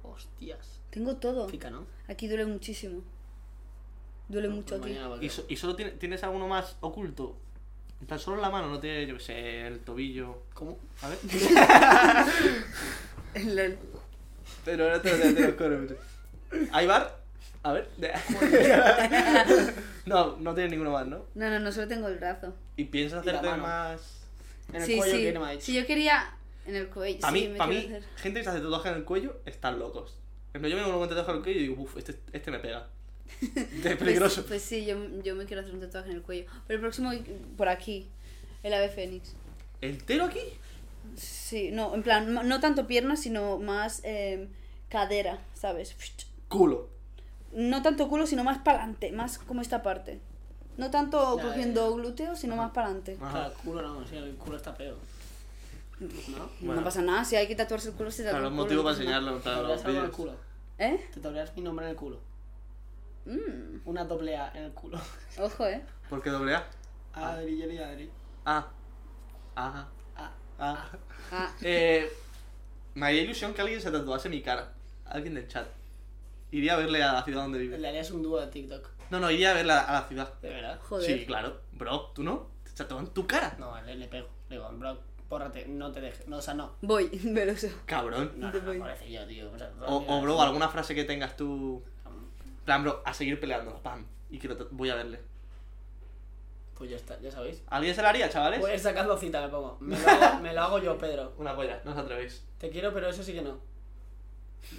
Speaker 2: Hostias.
Speaker 3: Tengo todo.
Speaker 2: Fica, ¿no?
Speaker 3: Aquí duele muchísimo. Duele mucho aquí.
Speaker 2: Mañana va a
Speaker 1: y,
Speaker 2: quedar.
Speaker 1: so- y solo tiene- tienes alguno más oculto tan solo la mano no tiene yo qué sé el tobillo
Speaker 2: ¿Cómo?
Speaker 1: a
Speaker 3: *laughs*
Speaker 1: ver
Speaker 3: Lol.
Speaker 1: pero ahora te lo te *laughs* lo corro, mira. Aibar a ver *laughs* no no tiene ninguno más no
Speaker 3: No, no, no, solo tengo el brazo.
Speaker 1: ¿Y piensas
Speaker 2: Y la
Speaker 1: hacerte
Speaker 2: mano.
Speaker 1: más...?
Speaker 2: En el
Speaker 3: sí,
Speaker 2: cuello
Speaker 3: sí.
Speaker 2: que no me ha dicho.
Speaker 3: Si yo quería. En el cuello.
Speaker 1: Para
Speaker 3: sí,
Speaker 1: mí,
Speaker 3: me
Speaker 1: pa'
Speaker 3: quiero
Speaker 1: mí
Speaker 3: hacer.
Speaker 1: gente que se hace tatuaje en el cuello están locos. En plan, yo me pongo un tatuaje en el cuello y digo, uff, este, este me pega.
Speaker 3: *laughs*
Speaker 1: Es peligroso.
Speaker 3: Pues, pues sí, yo, yo me quiero hacer un tatuaje en el cuello. Pero el próximo, por aquí. El ave fénix. pues.
Speaker 1: ¿Entero aquí?
Speaker 3: Sí, no, en plan, no tanto piernas, sino más eh, cadera, ¿sabes?
Speaker 1: Culo.
Speaker 3: No tanto culo, sino más para adelante, más como esta parte. No tanto
Speaker 2: Ya,
Speaker 3: cogiendo
Speaker 2: ya.
Speaker 3: glúteos, sino más para adelante.
Speaker 1: Ajá.
Speaker 2: Claro, el culo no, sí, el culo está
Speaker 3: *laughs*
Speaker 2: peor. ¿No?
Speaker 1: Bueno.
Speaker 3: No pasa nada, si hay que tatuarse el culo, se tatúa.
Speaker 1: Claro,
Speaker 3: el
Speaker 1: un motivo
Speaker 3: culo, no
Speaker 1: para
Speaker 3: pasa nada.
Speaker 1: enseñarlo. en
Speaker 2: Te
Speaker 1: plan,
Speaker 2: tatuarías
Speaker 1: los
Speaker 2: algo en el
Speaker 1: vídeos.
Speaker 2: culo.
Speaker 3: ¿Eh?
Speaker 2: Te tatuarías mi nombre en el culo.
Speaker 3: Mm,
Speaker 2: Una doble A en el culo.
Speaker 3: ojo, ¿eh?
Speaker 1: ¿Por qué doble A?
Speaker 2: Adri, Yeli, Adri.
Speaker 1: Ah. Ajá.
Speaker 2: Ah.
Speaker 1: Ah.
Speaker 3: Ah,
Speaker 1: Eh, me haría ilusión que alguien se tatuase mi cara. Alguien del chat. Iría a verle a la ciudad donde vive.
Speaker 2: Le harías un dúo de TikTok.
Speaker 1: No, no, iría a verla a la ciudad.
Speaker 2: ¿De verdad?
Speaker 3: joder.
Speaker 1: Sí, claro. Bro, ¿tú no? Te tatúan tu cara.
Speaker 2: No, le, le pego. Le digo, bro, pórrate, no te dejes. No, o sea, no.
Speaker 3: Voy, *laughs* veloso.
Speaker 1: Cabrón.
Speaker 2: No, no,
Speaker 3: Te
Speaker 2: no,
Speaker 3: voy.
Speaker 2: pobrecillo, tío. O, sea,
Speaker 1: O,
Speaker 2: mira,
Speaker 1: o, bro, alguna frase que tengas tú. En Plan, bro, a seguir peleando. Pam. Y que lo t- voy a verle.
Speaker 2: Pues ya está, ya sabéis.
Speaker 1: ¿Alguien se la haría, chavales?
Speaker 3: Pues-
Speaker 2: Puedes sacarlo cita, me pongo. Me lo, hago, me lo hago yo, Pedro.
Speaker 1: Una polla, no os atrevéis.
Speaker 2: Te quiero, pero eso sí que no.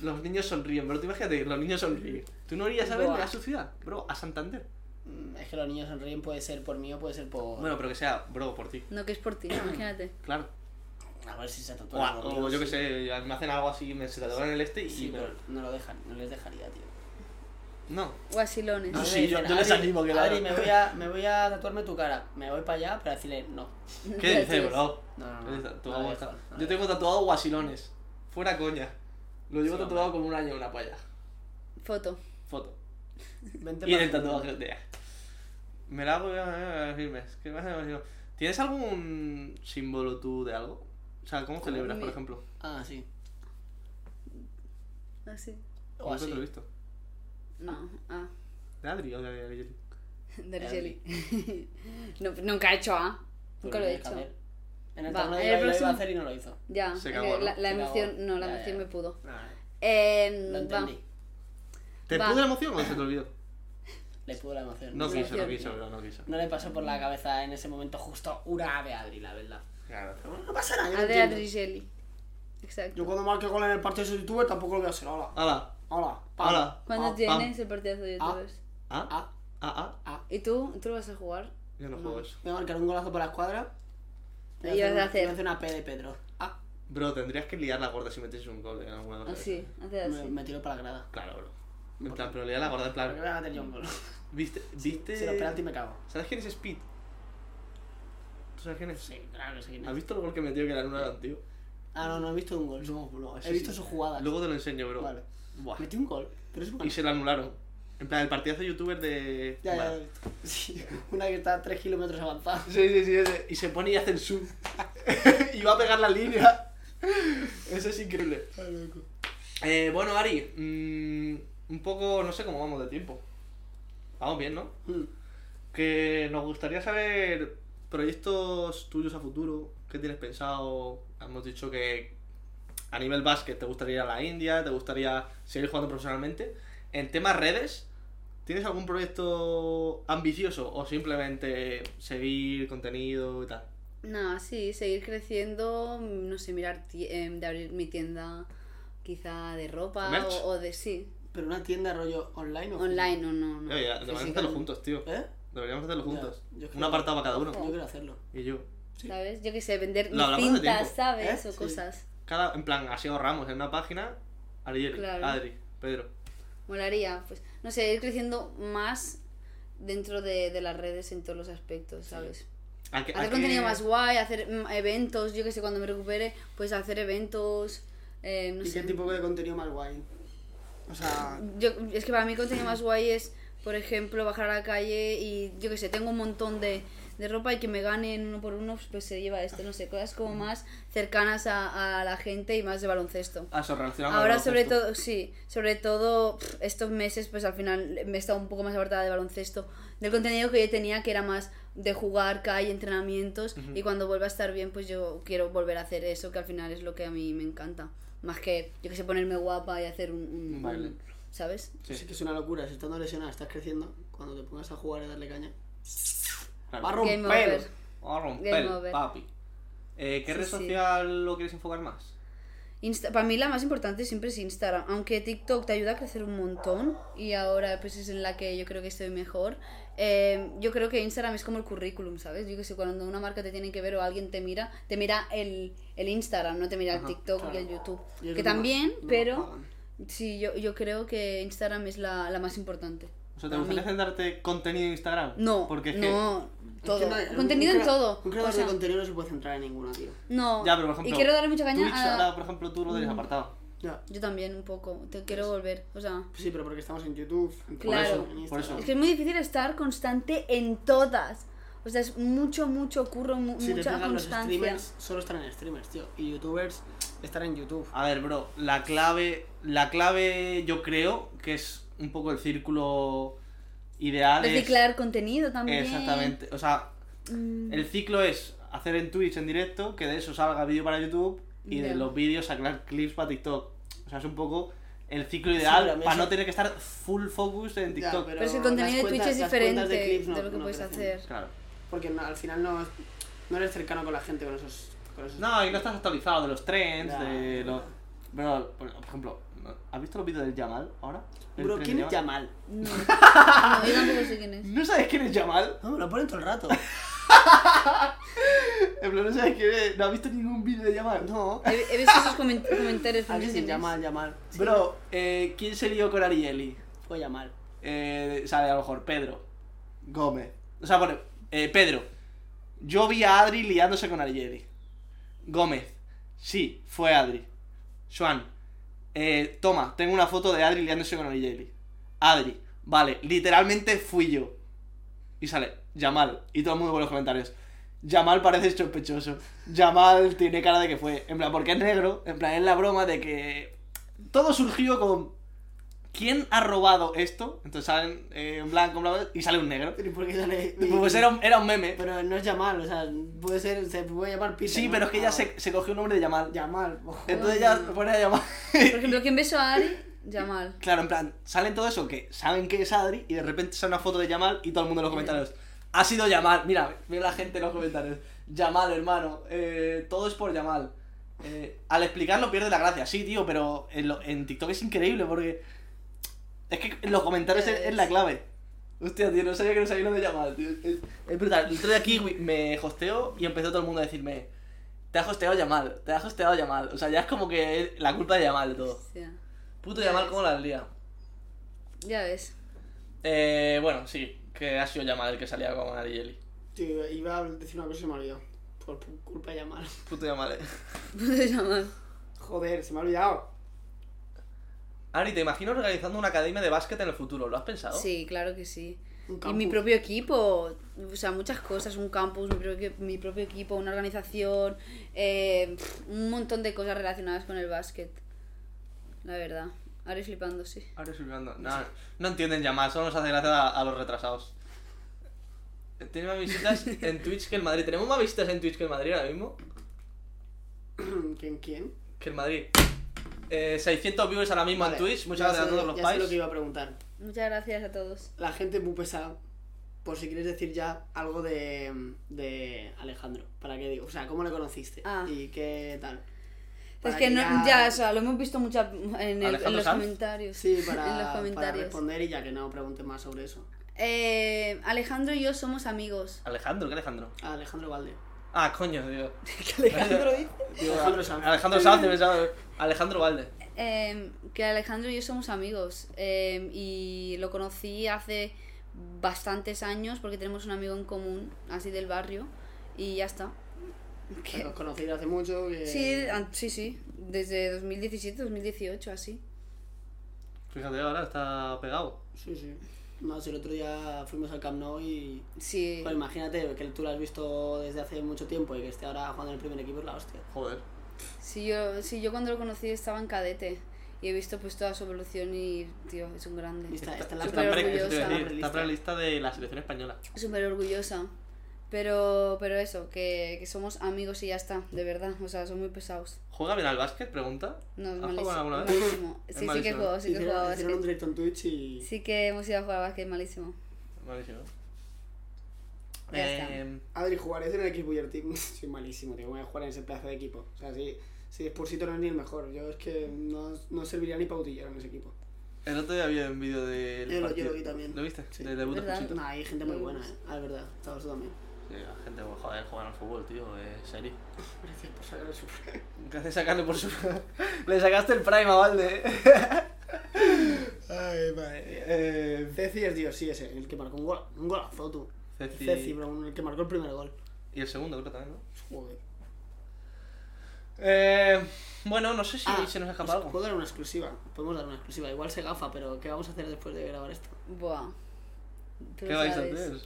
Speaker 1: Los niños sonríen, bro. Tú imagínate, los niños sonríen. ¿Tú no irías a verle
Speaker 2: Buah.
Speaker 1: a su ciudad? Bro, a Santander.
Speaker 2: Mm, Es que los niños sonríen, puede ser por mí o puede ser por.
Speaker 1: Bueno, pero que sea, bro, por ti.
Speaker 3: No, que es por ti, imagínate.
Speaker 1: Claro.
Speaker 2: A ver si se
Speaker 1: O,
Speaker 2: tatúan.
Speaker 1: a- o yo qué sé, me hacen algo así, me se tatúan en el este y.
Speaker 2: Sí,
Speaker 1: me-
Speaker 2: pero no lo dejan, no les dejaría, tío.
Speaker 1: No.
Speaker 3: Guasilones.
Speaker 1: No,
Speaker 2: A mí
Speaker 1: Ah, sí,
Speaker 2: me
Speaker 1: yo-
Speaker 2: dicen,
Speaker 1: yo les
Speaker 2: "Adri,
Speaker 1: animo, claro".
Speaker 2: Adri, me voy, a, me voy a tatuarme tu cara. Me voy para allá para decirle no.
Speaker 1: ¿Qué dices,
Speaker 3: Gracias.
Speaker 1: bro?
Speaker 2: No, no, no.
Speaker 1: Eres tatuado,
Speaker 2: no lo
Speaker 1: está-
Speaker 2: dejo, no lo
Speaker 1: Yo
Speaker 2: dejo.
Speaker 1: tengo tatuado guasilones. Fuera coña. Lo llevo
Speaker 2: Sí,
Speaker 1: tatuado como un año en una playa.
Speaker 3: Foto.
Speaker 1: Foto.
Speaker 2: Vente
Speaker 1: Y en
Speaker 2: pa'
Speaker 1: el
Speaker 2: aquí.
Speaker 1: tatuaje de Me la hago y voy a decirme. ¿Qué me hace demasiado? ¿Tienes algún símbolo tú de algo? O sea, ¿cómo celebras, por
Speaker 3: mi-
Speaker 1: ejemplo?
Speaker 2: Ah, sí.
Speaker 3: Así.
Speaker 2: O
Speaker 1: Nunca te
Speaker 2: así.
Speaker 1: lo he visto.
Speaker 3: Ah, No. Ah.
Speaker 1: ¿De Adri o de Ariel?
Speaker 3: *laughs* Del
Speaker 2: Adri.
Speaker 3: jelly. *laughs* No, nunca he hecho A.
Speaker 2: Pues
Speaker 3: Nunca lo he
Speaker 2: tienes que
Speaker 3: hecho.
Speaker 2: hacer. En el
Speaker 3: Va,
Speaker 2: torneo
Speaker 3: el
Speaker 2: de lo iba a
Speaker 3: próximo-
Speaker 2: hacer y no lo hizo.
Speaker 3: Ya.
Speaker 1: Se
Speaker 3: eh,
Speaker 1: acabó, ¿no?
Speaker 3: la, la
Speaker 2: Se acabó.
Speaker 3: emoción, no, la
Speaker 2: Ya, ya,
Speaker 3: emoción
Speaker 2: ya.
Speaker 3: me pudo.
Speaker 2: Ah,
Speaker 3: Eh,
Speaker 2: Lo
Speaker 3: va.
Speaker 2: entendí.
Speaker 1: ¿Te
Speaker 3: Va.
Speaker 1: pudo la emoción o se te olvidó?
Speaker 2: Le pudo la emoción.
Speaker 1: No
Speaker 2: Sí.
Speaker 1: quiso, no
Speaker 3: emoción.
Speaker 1: quiso, bro, no quiso.
Speaker 2: No le pasó por la cabeza en ese momento justo una de Adri, la verdad.
Speaker 1: Claro.
Speaker 2: Pero bueno, no pasa nada. yo lo
Speaker 3: A de
Speaker 2: entiendo.
Speaker 3: Adri Jelly. Exacto.
Speaker 2: cuando marque gol en el partido de youtuber tampoco lo voy a hacer. Hola.
Speaker 1: Hola.
Speaker 2: Hola.
Speaker 1: Hola.
Speaker 3: ¿Cuándo
Speaker 1: Ah,
Speaker 3: tienes el partidazo de
Speaker 2: Ah.
Speaker 3: youtubers?
Speaker 1: Ah, ah,
Speaker 2: Ah,
Speaker 1: ah, ah.
Speaker 3: ¿Y tú? ¿Tú lo vas a jugar?
Speaker 1: Yo no juego eso.
Speaker 2: voy a marcar un golazo para la escuadra.
Speaker 3: Y vas a
Speaker 2: una-
Speaker 3: hacer-
Speaker 2: voy a una P de Pedro. Ah,
Speaker 1: Bro, tendrías que liar la gorda si metes un gol en alguna cosa. de
Speaker 3: Así,
Speaker 1: esas.
Speaker 3: Ah, hace
Speaker 2: me,
Speaker 3: así.
Speaker 2: me tiro para la grada.
Speaker 1: Claro, bro. En plan, pero liar la gorda en
Speaker 2: ¿Por qué voy
Speaker 1: plan.
Speaker 2: a meter yo un gol?
Speaker 1: ¿Viste? ¿Viste?
Speaker 2: Si los penaltis me cago.
Speaker 1: ¿Sabes quién es Speed? ¿Tú sabes quién es?
Speaker 2: Sí, claro que sí.
Speaker 1: ¿Has visto el gol que metió que era en una, tío?
Speaker 2: Ah, no, no he visto un gol. No, bro. He
Speaker 1: sí,
Speaker 2: visto
Speaker 1: sí.
Speaker 2: sus jugadas.
Speaker 1: Luego te lo enseño, bro.
Speaker 2: Vale.
Speaker 1: Buah.
Speaker 2: Metí un gol, pero es un gol.
Speaker 1: Y se lo anularon. En plan, el partidazo youtuber de.
Speaker 2: Ya, ya,
Speaker 1: Vale.
Speaker 2: ya. *laughs* Sí, una que está a 3 kilómetros avanzada.
Speaker 1: Sí, sí, sí, ese. Y se pone y hace el
Speaker 2: *laughs*
Speaker 1: sub. *laughs* y va a pegar la línea. Eso es increíble.
Speaker 2: Ah,
Speaker 1: Eh, bueno, Ari, mm, un poco, no sé cómo vamos de tiempo. Vamos bien, ¿no?
Speaker 2: Mm.
Speaker 1: Que nos gustaría saber proyectos tuyos a futuro, qué tienes pensado. Hemos dicho que a nivel básquet te gustaría ir a la India, te gustaría seguir jugando profesionalmente. En temas redes, ¿tienes algún proyecto ambicioso o simplemente seguir contenido y tal?
Speaker 3: No, sí, seguir creciendo, no sé, mirar, ti- em, de abrir mi tienda quizá de ropa
Speaker 1: ¿Merch?
Speaker 3: o, o de, sí,
Speaker 2: Pero una tienda rollo online o
Speaker 3: online o no.
Speaker 2: Mm.
Speaker 3: no
Speaker 1: Oye, deberíamos
Speaker 3: física,
Speaker 1: hacerlo
Speaker 3: no.
Speaker 1: juntos, tío.
Speaker 2: ¿Eh?
Speaker 1: Deberíamos hacerlo
Speaker 2: Ya,
Speaker 1: juntos.
Speaker 2: yo creo
Speaker 1: Un
Speaker 2: que-
Speaker 1: apartado para cada uno.
Speaker 2: Yo quiero hacerlo.
Speaker 1: Y yo.
Speaker 3: ¿Sabes? Yo qué sé, vender
Speaker 1: Lo hablamos de
Speaker 3: cintas,
Speaker 1: tiempo.
Speaker 3: ¿sabes?
Speaker 2: ¿Eh?
Speaker 3: O
Speaker 2: Sí.
Speaker 3: cosas.
Speaker 1: Cada, en plan, así ahorramos en una página. Ariel,
Speaker 3: Claro.
Speaker 1: Adri, Pedro.
Speaker 3: Molaría, pues, no sé, ir creciendo más dentro de, de las redes en todos los aspectos, ¿sabes?
Speaker 1: ¿A qué- a
Speaker 3: Hacer
Speaker 1: qué-
Speaker 3: contenido más guay, hacer mm, eventos, yo qué sé, cuando me recupere, pues hacer eventos, eh, no
Speaker 2: ¿Y
Speaker 3: sé.
Speaker 2: qué tipo de contenido más guay? O sea,
Speaker 3: Yo, es que para mí contenido más guay es, por ejemplo, bajar a la calle y yo qué sé, tengo un montón de, de ropa y que me ganen uno por uno, pues, pues se lleva esto, no sé, cosas como más cercanas a, a la gente y más de baloncesto.
Speaker 1: Ah, eso relacionado con
Speaker 3: Ahora
Speaker 1: el
Speaker 3: sobre
Speaker 1: baloncesto.
Speaker 3: todo, sí, sobre todo pf, estos meses pues al final me he estado un poco más apartada de baloncesto, del contenido que yo tenía que era más de jugar, calle, entrenamientos
Speaker 1: Ujú.
Speaker 3: y cuando vuelva a estar bien pues yo quiero volver a hacer eso que al final es lo que a mí me encanta, más que yo que sé ponerme guapa y hacer un, un-
Speaker 1: Un baile.
Speaker 3: un- ¿sabes?
Speaker 1: Sí,
Speaker 2: sí que es una locura. Si estando lesionada estás creciendo, cuando te pongas a jugar y darle caña.
Speaker 1: claro.
Speaker 2: Va a
Speaker 3: Game
Speaker 2: romper.
Speaker 3: over.
Speaker 1: Vamos a
Speaker 3: Game
Speaker 1: romper,
Speaker 3: over.
Speaker 1: papi. Eh, ¿Qué
Speaker 3: Sí,
Speaker 1: red
Speaker 3: sí.
Speaker 1: social lo quieres enfocar más?
Speaker 3: Insta- para mí la más importante siempre es Instagram, aunque TikTok te ayuda a crecer un montón y ahora pues es en la que yo creo que estoy mejor. Eh, yo creo que Instagram es como el currículum, ¿sabes? Yo que sé, cuando una marca te tiene que ver o alguien te mira, te mira el, el Instagram, no te mira
Speaker 1: Ajá,
Speaker 3: el TikTok
Speaker 2: claro.
Speaker 3: y el YouTube.
Speaker 2: Y es
Speaker 3: que
Speaker 2: lo más-
Speaker 3: también,
Speaker 2: lo más
Speaker 3: pero
Speaker 2: pagan.
Speaker 3: sí, yo, yo creo que Instagram es la, la más importante.
Speaker 1: O sea, ¿te
Speaker 3: A
Speaker 1: gustaría
Speaker 3: mí.
Speaker 1: centrarte contenido en Instagram?
Speaker 3: No,
Speaker 1: Porque es
Speaker 3: no, todo.
Speaker 2: Es que nadie-
Speaker 3: contenido
Speaker 2: un
Speaker 3: en
Speaker 2: crea-
Speaker 3: todo.
Speaker 2: Un creador
Speaker 3: o sea,
Speaker 2: de contenido no se puede centrar en ninguna, tío.
Speaker 3: no,
Speaker 1: que. Ya, pero por ejemplo.
Speaker 3: y quiero darle mucha caña
Speaker 1: Twitch,
Speaker 3: a...
Speaker 1: ahora, por ejemplo, tú lo tienes apartado.
Speaker 2: Ya.
Speaker 3: Yo también un poco, te quiero volver, o sea...
Speaker 2: Pues sí, pero porque estamos en YouTube. en
Speaker 3: Claro.
Speaker 2: Twitch, en
Speaker 1: Por eso,
Speaker 2: Instagram.
Speaker 3: Es que es muy difícil estar constante en todas. O sea, es mucho, mucho curro, mu-
Speaker 2: Si te
Speaker 3: mucha
Speaker 2: fijas, los
Speaker 3: constancia.
Speaker 2: streamers solo están en streamers, tío. Y youtubers están en YouTube.
Speaker 1: A ver, bro, la clave. La clave, yo creo que es un poco el círculo ideal. es-
Speaker 3: Reciclar contenido también.
Speaker 1: Exactamente. O sea,
Speaker 3: Mm,
Speaker 1: El ciclo es hacer en Twitch en directo, que de eso salga vídeo para YouTube y de
Speaker 3: Ya.
Speaker 1: los vídeos sacar clips para TikTok. O sea, es un poco el ciclo
Speaker 2: Sí,
Speaker 1: ideal
Speaker 2: pero a mí
Speaker 1: para
Speaker 2: eso-
Speaker 1: no tener que estar full focus en
Speaker 2: Ya,
Speaker 1: TikTok.
Speaker 3: Pero es que el
Speaker 2: las
Speaker 3: contenido de Twitch
Speaker 2: cuentas-
Speaker 3: es
Speaker 2: las cuentas
Speaker 3: diferente de,
Speaker 2: clips no-
Speaker 3: lo que
Speaker 2: no
Speaker 3: puedes
Speaker 2: crecen.
Speaker 3: hacer.
Speaker 1: Claro.
Speaker 2: Porque no- al final no, no eres cercano con la gente con esos. Con esos
Speaker 1: No, y no estás actualizado de los trends,
Speaker 2: Ya.
Speaker 1: de los. Bro, por por ejemplo, ¿no- ¿has visto los vídeos del Yamal ahora? El
Speaker 2: Bro,
Speaker 1: tren
Speaker 2: ¿quién
Speaker 1: de
Speaker 2: es Yamal? *laughs*
Speaker 3: No. No, yo tampoco sé quién
Speaker 2: *laughs*
Speaker 3: es.
Speaker 1: ¿No sabes quién es Yamal?
Speaker 2: No, me lo ponen todo el rato.
Speaker 1: En plan, no sabes quién es, no has visto ningún vídeo de Yamal. No.
Speaker 3: He, he visto esos comen- comentarios
Speaker 2: Alguien se
Speaker 3: fundaciones.
Speaker 2: llama Yamal.
Speaker 1: Bro, eh, ¿quién se lió con Arieli?
Speaker 2: Fue Yamal.
Speaker 1: Eh, sale a lo mejor Pedro Gómez. O sea, bueno, eh, Pedro. Yo vi a Adri liándose con Arieli. Gómez. Sí, fue Adri. Swan. Eh, toma, tengo una foto de Adri liándose con Arieli. Adri. Vale, literalmente fui yo. Y sale Yamal. Y todo el mundo con los comentarios. Yamal parece sospechoso. Yamal tiene cara de que fue. En plan, porque es negro. En plan, es la broma de que. Todo surgió con. ¿Quién ha robado esto? Entonces salen eh, en blanco, en blanco, y sale un negro.
Speaker 2: Pero ¿y por qué
Speaker 1: *laughs*
Speaker 2: sale?
Speaker 1: Pues era un, era un meme.
Speaker 2: Pero no es Yamal, o sea, puede ser, se puede llamar Peter.
Speaker 1: Sí,
Speaker 2: ¿no?
Speaker 1: pero es que
Speaker 2: Ah,
Speaker 1: ella se, se cogió un nombre de Yamal.
Speaker 2: Yamal. ojo.
Speaker 1: Entonces ya pone a Yamal.
Speaker 3: Por ejemplo, ¿quién besó a Ari? Yamal.
Speaker 1: Claro, en plan, salen todo eso que saben que es Adri y de repente sale una foto de Yamal y todo el mundo en los comentarios. Ha sido Yamal, mira, mira la gente en los comentarios. Yamal, hermano, eh, todo es por Yamal. Eh, al explicarlo pierde la gracia, sí, tío, pero en, lo- en TikTok es increíble porque. Es que en los comentarios es, es la clave. Hostia, tío, no sabía que no sabía lo de Yamal, tío. Es, es brutal. El otro día aquí güey, me hosteo y empezó todo el mundo a decirme: Te has hosteado Yamal, te has hosteado Yamal. O sea, ya es como que es la culpa de Yamal de todo.
Speaker 3: Hostia.
Speaker 1: Puto Yamal, ¿cómo la lía?
Speaker 3: Ya ves. *laughs*
Speaker 1: Eh, bueno, sí, que ha sido Yamal el que salía con Arieli.
Speaker 2: Tío, iba a decir una cosa y se me olvidó. Por pu- culpa de Yamal.
Speaker 1: Puto Yamal, eh.
Speaker 3: Puto Yamal.
Speaker 2: Joder, se me ha olvidado.
Speaker 1: Ari, te imagino organizando una academia de básquet en el futuro, ¿lo has pensado?
Speaker 3: Sí, claro que sí.
Speaker 2: Un
Speaker 3: Y mi
Speaker 2: campus.
Speaker 3: propio equipo, o sea, muchas cosas, un campus, mi propio, mi propio equipo, una organización, eh, pf, un montón de cosas relacionadas con el básquet. La verdad, ahora flipando, sí.
Speaker 1: Ari subiendo. No, no entienden Yamal, solo nos hace gracia a, a los retrasados. Tiene más visitas en Twitch que el Madrid. ¿Tenemos más visitas en Twitch que el Madrid ahora mismo?
Speaker 2: ¿Quién? ¿Quién?
Speaker 1: Que el Madrid. Eh, 600 viewers ahora mismo
Speaker 2: Vale,
Speaker 1: en Twitch,
Speaker 2: ya
Speaker 1: muchas gracias a
Speaker 2: sé-
Speaker 1: todos los
Speaker 2: ya sé lo que
Speaker 1: pais.
Speaker 2: iba a preguntar.
Speaker 3: Muchas gracias a todos.
Speaker 2: La gente muy pesada. Por si quieres decir ya algo de, de Alejandro. ¿Para qué digo? O sea, ¿cómo le conociste?
Speaker 3: Ah.
Speaker 2: ¿Y qué tal?
Speaker 3: Es
Speaker 2: Para
Speaker 3: que no, ya, o sea, lo hemos visto muchas en, el- en
Speaker 1: ¿Alejandro
Speaker 3: los
Speaker 1: Sanz?
Speaker 3: comentarios.
Speaker 2: Sí, para,
Speaker 3: *laughs* en los
Speaker 2: para
Speaker 3: comentarios.
Speaker 2: responder y ya que no pregunte más sobre eso.
Speaker 3: Eh, Alejandro y yo
Speaker 2: *laughs*
Speaker 3: somos amigos.
Speaker 1: Alejandro, ¿qué Alejandro?
Speaker 2: A Alejandro Valde.
Speaker 1: Ah, coño, tío.
Speaker 2: Alejandro dice? Alejandro Sanz.
Speaker 1: Alejandro Sanz, *laughs* pensaba- Alejandro Valde.
Speaker 3: Eh, que Alejandro y yo somos amigos eh, y lo conocí hace bastantes años porque tenemos un amigo en común, así del barrio, y ya está.
Speaker 2: Que os conocí hace mucho. Que...
Speaker 3: Sí, an- sí, sí, desde 2017, 2018, así.
Speaker 1: Fíjate, ahora está pegado.
Speaker 2: Sí, sí. No, si el otro día fuimos al Camp Nou y...
Speaker 3: Sí,
Speaker 2: Pues imagínate que tú lo has visto desde hace mucho tiempo y que esté ahora jugando en el primer equipo es la hostia.
Speaker 1: Joder.
Speaker 3: sí, yo, sí, yo cuando lo conocí estaba en cadete y he visto pues toda su evolución y, tío, es un
Speaker 2: Y
Speaker 3: grande.
Speaker 2: está, está en la
Speaker 1: Está
Speaker 3: Súper
Speaker 2: primera-
Speaker 1: pre- eso te iba a
Speaker 2: está en la
Speaker 1: decir, está
Speaker 2: prelista.
Speaker 1: prelista de la selección española.
Speaker 3: Súper orgullosa. Pero, pero eso, que, que somos amigos y ya está, de verdad, o sea, son muy pesados.
Speaker 1: ¿Juega bien al básquet? Pregunta.
Speaker 3: No, es
Speaker 1: ¿Has jugado
Speaker 3: malísimo.
Speaker 1: alguna vez?
Speaker 3: malísimo.
Speaker 1: Es
Speaker 3: Sí, sí que he
Speaker 1: malísimo.
Speaker 3: jugado, sí que he jugado
Speaker 2: Hicieron,
Speaker 3: a
Speaker 2: hicieron un
Speaker 3: básquet.
Speaker 2: directo en Twitch y...
Speaker 3: Sí que hemos ido a jugar a básquet, malísimo.
Speaker 1: Malísimo.
Speaker 3: Ya
Speaker 1: Eh,
Speaker 2: Adri, jugaré en el equipo Your Team. *laughs* Soy malísimo, tío. Voy a jugar en ese pedazo de equipo. O sea, si, si Spursito no es ni el mejor. Yo es que no, no serviría ni pautillero en ese equipo.
Speaker 1: el otro día había un vídeo del
Speaker 2: Yo lo- yo
Speaker 1: partido.
Speaker 2: lo vi también.
Speaker 1: ¿Lo viste?
Speaker 2: Sí.
Speaker 1: Del debut de
Speaker 3: ¿Verdad?
Speaker 1: Fuchito.
Speaker 2: No, hay gente muy buena, eh. Ah, es verdad. Estabas tú también.
Speaker 1: Sí, la gente, pues, joder, juegan al fútbol, tío, es serio.
Speaker 2: Gracias por sacar el sufre.
Speaker 1: Gracias sacarle por su... *laughs* Le sacaste el prime a Valde. Ay, madre. *laughs* Eh,
Speaker 2: Ceci es Dios, sí, ese. El que marcó un, gol, un golazo, tú.
Speaker 1: Ceci.
Speaker 2: Ceci, bro, el que marcó el primer gol.
Speaker 1: Y el segundo, creo también, ¿no?
Speaker 2: Joder.
Speaker 1: Eh, bueno, no sé si
Speaker 2: Ah,
Speaker 1: se nos escapa
Speaker 2: os
Speaker 1: algo.
Speaker 2: Puedo dar Pues una exclusiva. Podemos dar una exclusiva. Igual se gafa, pero ¿qué vamos a hacer después de grabar esto?
Speaker 3: Buah.
Speaker 2: pues,
Speaker 3: Tú
Speaker 1: ¿Qué
Speaker 3: lo
Speaker 1: vais a
Speaker 3: sabes.
Speaker 1: hacer?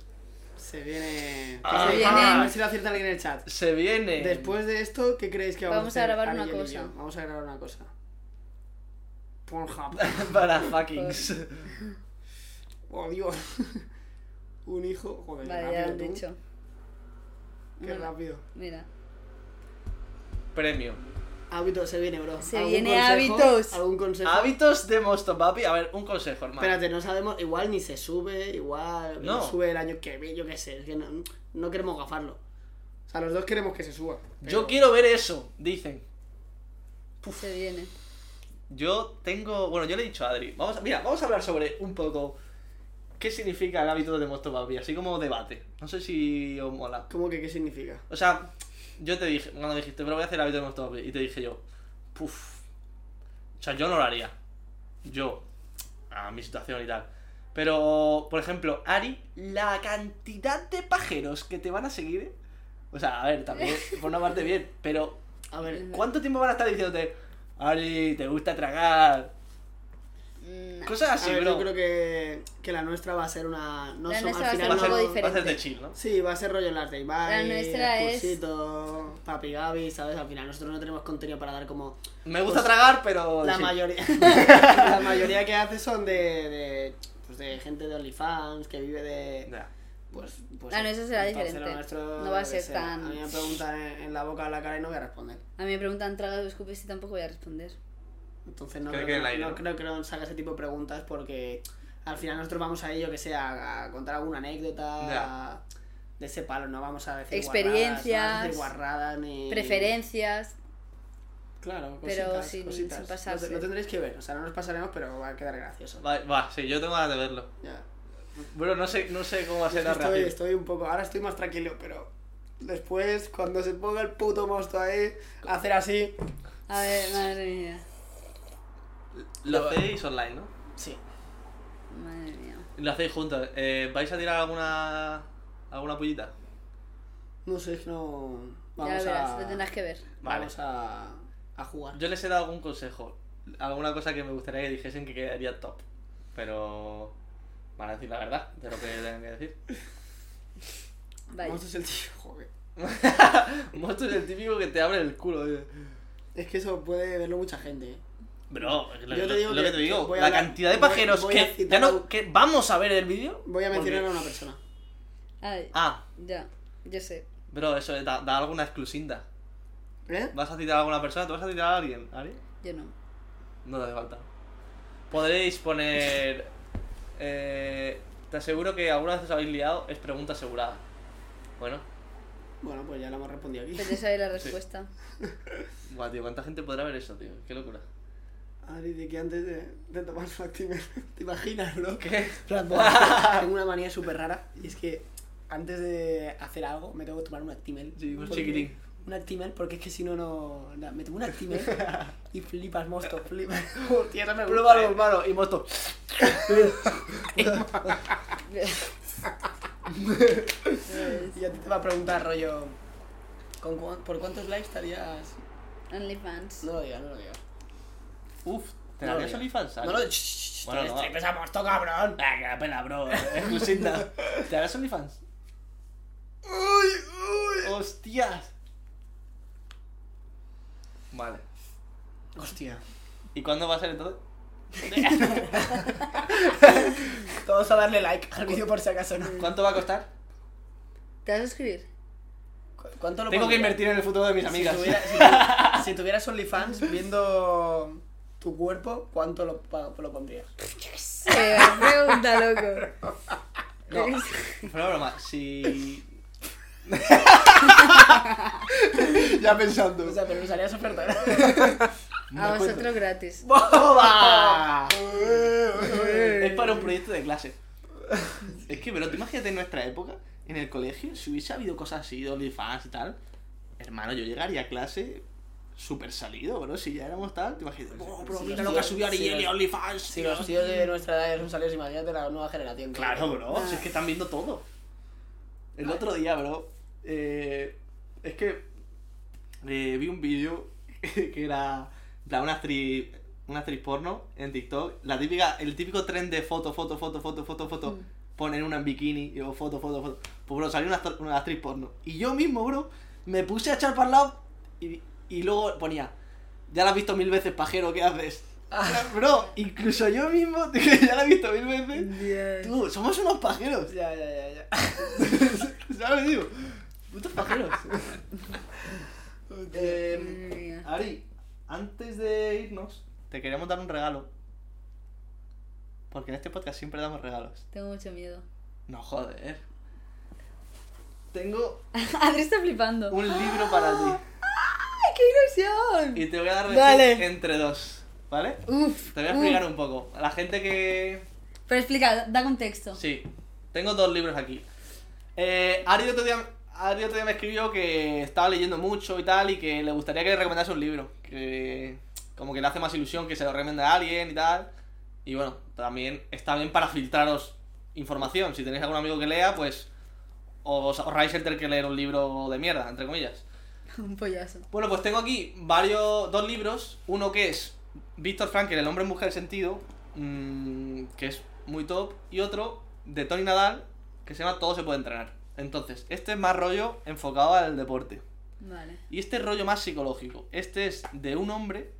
Speaker 2: Se viene.
Speaker 1: Ah.
Speaker 2: se
Speaker 3: Se
Speaker 2: viene.
Speaker 3: viene.
Speaker 2: A ver si lo acierta alguien en el chat.
Speaker 1: Se viene.
Speaker 2: Después de esto, ¿qué creéis que vamos,
Speaker 3: Vamos
Speaker 2: a
Speaker 3: a
Speaker 2: hacer?
Speaker 3: grabar una
Speaker 2: Ariel y
Speaker 3: cosa.
Speaker 2: yo? Vamos a grabar una cosa. Pornhub.
Speaker 1: *laughs*
Speaker 2: *laughs*
Speaker 1: Para fuckings.
Speaker 2: Oh, Dios. *laughs* Un hijo. Joder,
Speaker 3: Vale,
Speaker 2: qué Pues
Speaker 3: ya lo
Speaker 2: rápido.
Speaker 3: han
Speaker 2: tú.
Speaker 3: dicho.
Speaker 2: Qué
Speaker 3: Bueno,
Speaker 2: rápido.
Speaker 3: Mira.
Speaker 1: Premio.
Speaker 2: Hábitos se viene, bro.
Speaker 3: Se
Speaker 2: ¿Algún
Speaker 3: viene
Speaker 2: consejo?
Speaker 3: hábitos.
Speaker 2: ¿Algún consejo?
Speaker 1: Hábitos de Mosto Papi. A ver, un consejo, hermano.
Speaker 2: Espérate, no sabemos. Igual ni se sube, igual no,
Speaker 1: No.
Speaker 2: sube el año que viene, yo qué sé. Es que no, no queremos gafarlo. O sea, los dos queremos que se suba.
Speaker 1: Yo quiero ver eso, dicen.
Speaker 3: Se viene.
Speaker 1: Yo tengo. Bueno, yo le he dicho a Adri. Vamos a- Mira, vamos a hablar sobre un poco. ¿Qué significa el hábito de Mosto Papi? Así como debate. No sé si os mola.
Speaker 2: ¿Cómo que qué significa?
Speaker 1: O sea, Yo te dije, cuando me dijiste, pero voy a hacer hábito de Mostov, y te dije yo, puff. O sea, yo no lo haría. Yo, a mi situación y tal. Pero, por ejemplo, Ari, la cantidad de pajeros que te van a seguir. O sea, a ver,
Speaker 2: *laughs*
Speaker 1: también, por una parte bien, pero, a ver, ¿cuánto tiempo van a estar diciéndote, Ari, te gusta tragar?
Speaker 3: Mm,
Speaker 1: Cosas así,
Speaker 2: A ver,
Speaker 1: Ah, bro.
Speaker 2: yo creo que, que la nuestra va a ser una. No
Speaker 3: La
Speaker 2: son-
Speaker 3: nuestra va a
Speaker 2: al
Speaker 3: ser
Speaker 2: final
Speaker 1: va, a
Speaker 3: un
Speaker 1: ser,
Speaker 2: no-
Speaker 3: poco
Speaker 1: va a ser de
Speaker 3: diferente.
Speaker 1: chill, ¿no?
Speaker 2: Sí, va a ser rollo el arte y va
Speaker 3: La nuestra es-
Speaker 2: Cursito, Papi Gaby, ¿sabes? Al final nosotros no tenemos contenido para dar como.
Speaker 1: Me gusta
Speaker 2: Pues,
Speaker 1: tragar, pero.
Speaker 2: La
Speaker 1: Oh, sí. *laughs*
Speaker 2: mayoría. *laughs* la mayoría que hace son de. de pues de gente de OnlyFans que vive de.
Speaker 1: Ya.
Speaker 2: Pues, pues
Speaker 3: La nuestra será
Speaker 2: entonces
Speaker 3: diferente.
Speaker 2: lo nuestro,
Speaker 3: No va a
Speaker 2: yo qué
Speaker 3: ser
Speaker 2: sé,
Speaker 3: tan-
Speaker 2: A mí me preguntan en, en la boca o la cara y no voy a responder.
Speaker 3: A mí me preguntan tragas o escupes y tampoco voy a responder.
Speaker 2: Entonces no
Speaker 1: Creo
Speaker 2: creo,
Speaker 1: que en el
Speaker 2: no,
Speaker 1: aire,
Speaker 2: no
Speaker 1: ¿no?
Speaker 2: creo que nos haga ese tipo de preguntas porque al final nosotros vamos a ello que sea a- a contar alguna anécdota
Speaker 1: Ya.
Speaker 2: de ese palo, no vamos a decir
Speaker 3: Experiencias,
Speaker 2: guarradas, no vamos a decir guarradas ni
Speaker 3: Preferencias.
Speaker 2: Claro,
Speaker 3: pero
Speaker 2: cositas,
Speaker 3: sin-
Speaker 2: cositas.
Speaker 3: sin pasarse.
Speaker 2: Lo, lo tendréis que ver, o sea, no nos pasaremos, pero va a quedar gracioso.
Speaker 1: Va, va, sí, yo tengo ganas de verlo.
Speaker 2: Ya.
Speaker 1: Bueno, no sé, no sé cómo va a ser la
Speaker 2: Estoy,
Speaker 1: reacción.
Speaker 2: estoy un poco, ahora estoy más tranquilo, pero después cuando se ponga el puto mosto ahí, hacer así,
Speaker 3: A ver, madre mía.
Speaker 1: Lo hacéis online, ¿no?
Speaker 2: sí.
Speaker 3: Madre mía.
Speaker 1: Lo hacéis juntos. Eh, ¿Vais a tirar alguna alguna pullita?
Speaker 2: No sé, es que no
Speaker 3: ya
Speaker 2: vamos
Speaker 3: lo verás,
Speaker 2: a
Speaker 3: lo tendrás que ver.
Speaker 1: Vale.
Speaker 2: vamos a a jugar.
Speaker 1: Yo les he dado algún consejo. Alguna cosa que me gustaría que dijesen que quedaría top. Pero... Van a decir la verdad de lo que tengan que *laughs* decir.
Speaker 3: Vaya.
Speaker 2: Mosto es el tío, joder.
Speaker 1: Mosto es el típico que te abre el culo. eh.
Speaker 2: Es que eso puede verlo mucha gente. ¿eh?
Speaker 1: Bro, es lo,
Speaker 2: Yo te
Speaker 1: lo-
Speaker 2: digo
Speaker 1: lo que,
Speaker 2: que-
Speaker 1: te
Speaker 2: que
Speaker 1: digo.
Speaker 2: voy a
Speaker 1: la
Speaker 2: hablar-
Speaker 1: cantidad de
Speaker 2: voy-
Speaker 1: pajeros
Speaker 2: voy a
Speaker 1: que,
Speaker 2: citar
Speaker 1: ya no,
Speaker 2: algo.
Speaker 1: que... Vamos a ver el vídeo.
Speaker 2: Voy a
Speaker 1: porque-
Speaker 2: mencionar a una persona.
Speaker 3: Ay,
Speaker 1: Ah,
Speaker 3: ya, yo sé.
Speaker 1: bro, eso eh, da, da alguna exclusinda.
Speaker 2: ¿Eh?
Speaker 1: ¿Vas a citar a alguna persona? ¿Tú vas a citar a alguien? ¿A alguien?
Speaker 3: Yo no.
Speaker 1: No te hace falta. Podréis poner. eh, te aseguro que alguna vez os habéis liado, es pregunta asegurada. Bueno,
Speaker 2: Bueno, pues ya la hemos respondido aquí.
Speaker 3: Pero ya sabes
Speaker 2: *laughs*
Speaker 3: la respuesta. *laughs*
Speaker 1: guau, tío, ¿cuánta gente podrá ver eso, tío? Qué locura.
Speaker 2: Ari, de que antes de, de tomar su Actimel, *laughs* ¿te imaginas, bro?
Speaker 1: ¿Qué?
Speaker 2: En plan, buah, Tengo una manía súper rara y es que antes de hacer algo me tengo que tomar un Actimel.
Speaker 1: Sí, un
Speaker 2: Porque-
Speaker 1: chiquitín.
Speaker 2: Un Actimel porque es que si no, no... na- Me tomo un Actimel y flipas, mosto, flipas. Hostia, esa me gusta, eh.
Speaker 1: hermano, y mosto.
Speaker 3: Pues,
Speaker 2: Y a ti te va a preguntar, rollo... ¿con cuán- ¿Por cuántos likes estarías...?
Speaker 3: OnlyFans.
Speaker 2: No lo digas, no lo digas.
Speaker 1: Uf, ¿te
Speaker 2: No
Speaker 1: la
Speaker 2: lo
Speaker 1: harías
Speaker 2: digas.
Speaker 1: OnlyFans?
Speaker 2: No lo digas.
Speaker 1: Bueno, no.
Speaker 2: mosto, cabrón.
Speaker 1: Ah, que la pena, bro. *laughs* Exclusinda. ¿Te harás OnlyFans?
Speaker 2: Uy,
Speaker 1: ¡Hostias! Vale.
Speaker 2: uy. Hostia.
Speaker 1: ¿Y cuándo va a ser entonces?
Speaker 2: Todos a darle like al vídeo por si acaso, ¿no?
Speaker 1: ¿Cuánto va a costar?
Speaker 3: ¿Te vas a suscribir?
Speaker 2: ¿Cu- ¿Cuánto lo
Speaker 1: Tengo que
Speaker 2: pondría?
Speaker 1: invertir en el futuro de mis amigas.
Speaker 2: Si, tuviera- si tuvi- si tuvieras OnlyFans viendo tu cuerpo, ¿cuánto lo, pa- lo pondrías?
Speaker 3: Sí, Eh, pregunta, loco.
Speaker 1: *laughs* No, fuera broma, si...
Speaker 2: Ya pensando. O sea, pero nos harías oferta.
Speaker 1: *laughs*
Speaker 3: Ah, A vosotros gratis.
Speaker 2: *laughs*
Speaker 1: ¡Boba! es para un proyecto de clase. Es que, pero tú imagínate en nuestra época, en el colegio, si hubiese habido cosas así, de OnlyFans y tal, hermano, yo llegaría a clase súper salido, bro. Si ya éramos tal, te imaginas, oh, bro,
Speaker 2: Sí,
Speaker 1: mira
Speaker 2: los
Speaker 1: lo que ha
Speaker 2: tíos-
Speaker 1: subido
Speaker 2: sí,
Speaker 1: Ariel y
Speaker 2: los-
Speaker 1: OnlyFans.
Speaker 2: Si
Speaker 1: tío".
Speaker 2: los tíos de nuestra edad ya son salidos, imagínate la nueva generación. que-
Speaker 1: Claro, bro, si es que están viendo todo. El otro día, bro, eh, es que eh, vi un vídeo *laughs* que era en plan, una actriz, una actriz porno en TikTok, la típica, el típico tren de foto, foto, foto, foto, foto, foto, poner una en bikini, y luego foto, foto, foto. Pues, bro, salió una, actor- una actriz porno. Y yo mismo, bro, me puse a echar para el lado y, y luego ponía, ya la has visto mil veces, pajero, ¿qué haces? Bro, incluso yo mismo, *laughs* ya la he visto mil veces. Tú, somos unos *laughs* pajeros.
Speaker 2: Ya, ya, ya, ya.
Speaker 1: ¿Sabes, tío? Putos *laughs* pajeros. Eh,
Speaker 3: Madre mía.
Speaker 1: Ari, antes de irnos, te queremos dar un regalo. Porque en este podcast siempre damos regalos.
Speaker 3: Tengo
Speaker 1: *laughs*
Speaker 3: mucho miedo.
Speaker 1: No joder. Tengo
Speaker 3: Adri está flipando.
Speaker 1: un libro para ti.
Speaker 3: ¡Ay, qué ilusión!
Speaker 1: Y te voy a dar de
Speaker 3: Dale.
Speaker 1: elegir entre dos. ¿Vale?
Speaker 3: Uf.
Speaker 1: Te voy a
Speaker 3: uf.
Speaker 1: explicar un poco. A la gente que
Speaker 3: Pero explica, da contexto.
Speaker 1: Sí, tengo dos libros aquí. Eh, Ari, el otro día, Adri otro día me escribió que estaba leyendo mucho y tal, y que le gustaría que le recomendase un libro. Que como que le hace más ilusión que se lo recomiende a alguien y tal. Y bueno, también está bien para filtraros información. Si tenéis algún amigo que lea, pues os ahorráis el tener que leer un libro de mierda, entre comillas.
Speaker 3: *laughs* Un pollazo.
Speaker 1: Bueno, pues tengo aquí varios, dos libros. Uno que es Víctor Frankel, El hombre en busca del sentido, mm, que es muy top. Y otro de Tony Nadal, que se llama Todo se puede entrenar. Entonces, este es más rollo enfocado al deporte.
Speaker 3: Vale.
Speaker 1: Y este es rollo más psicológico. Este es de un hombre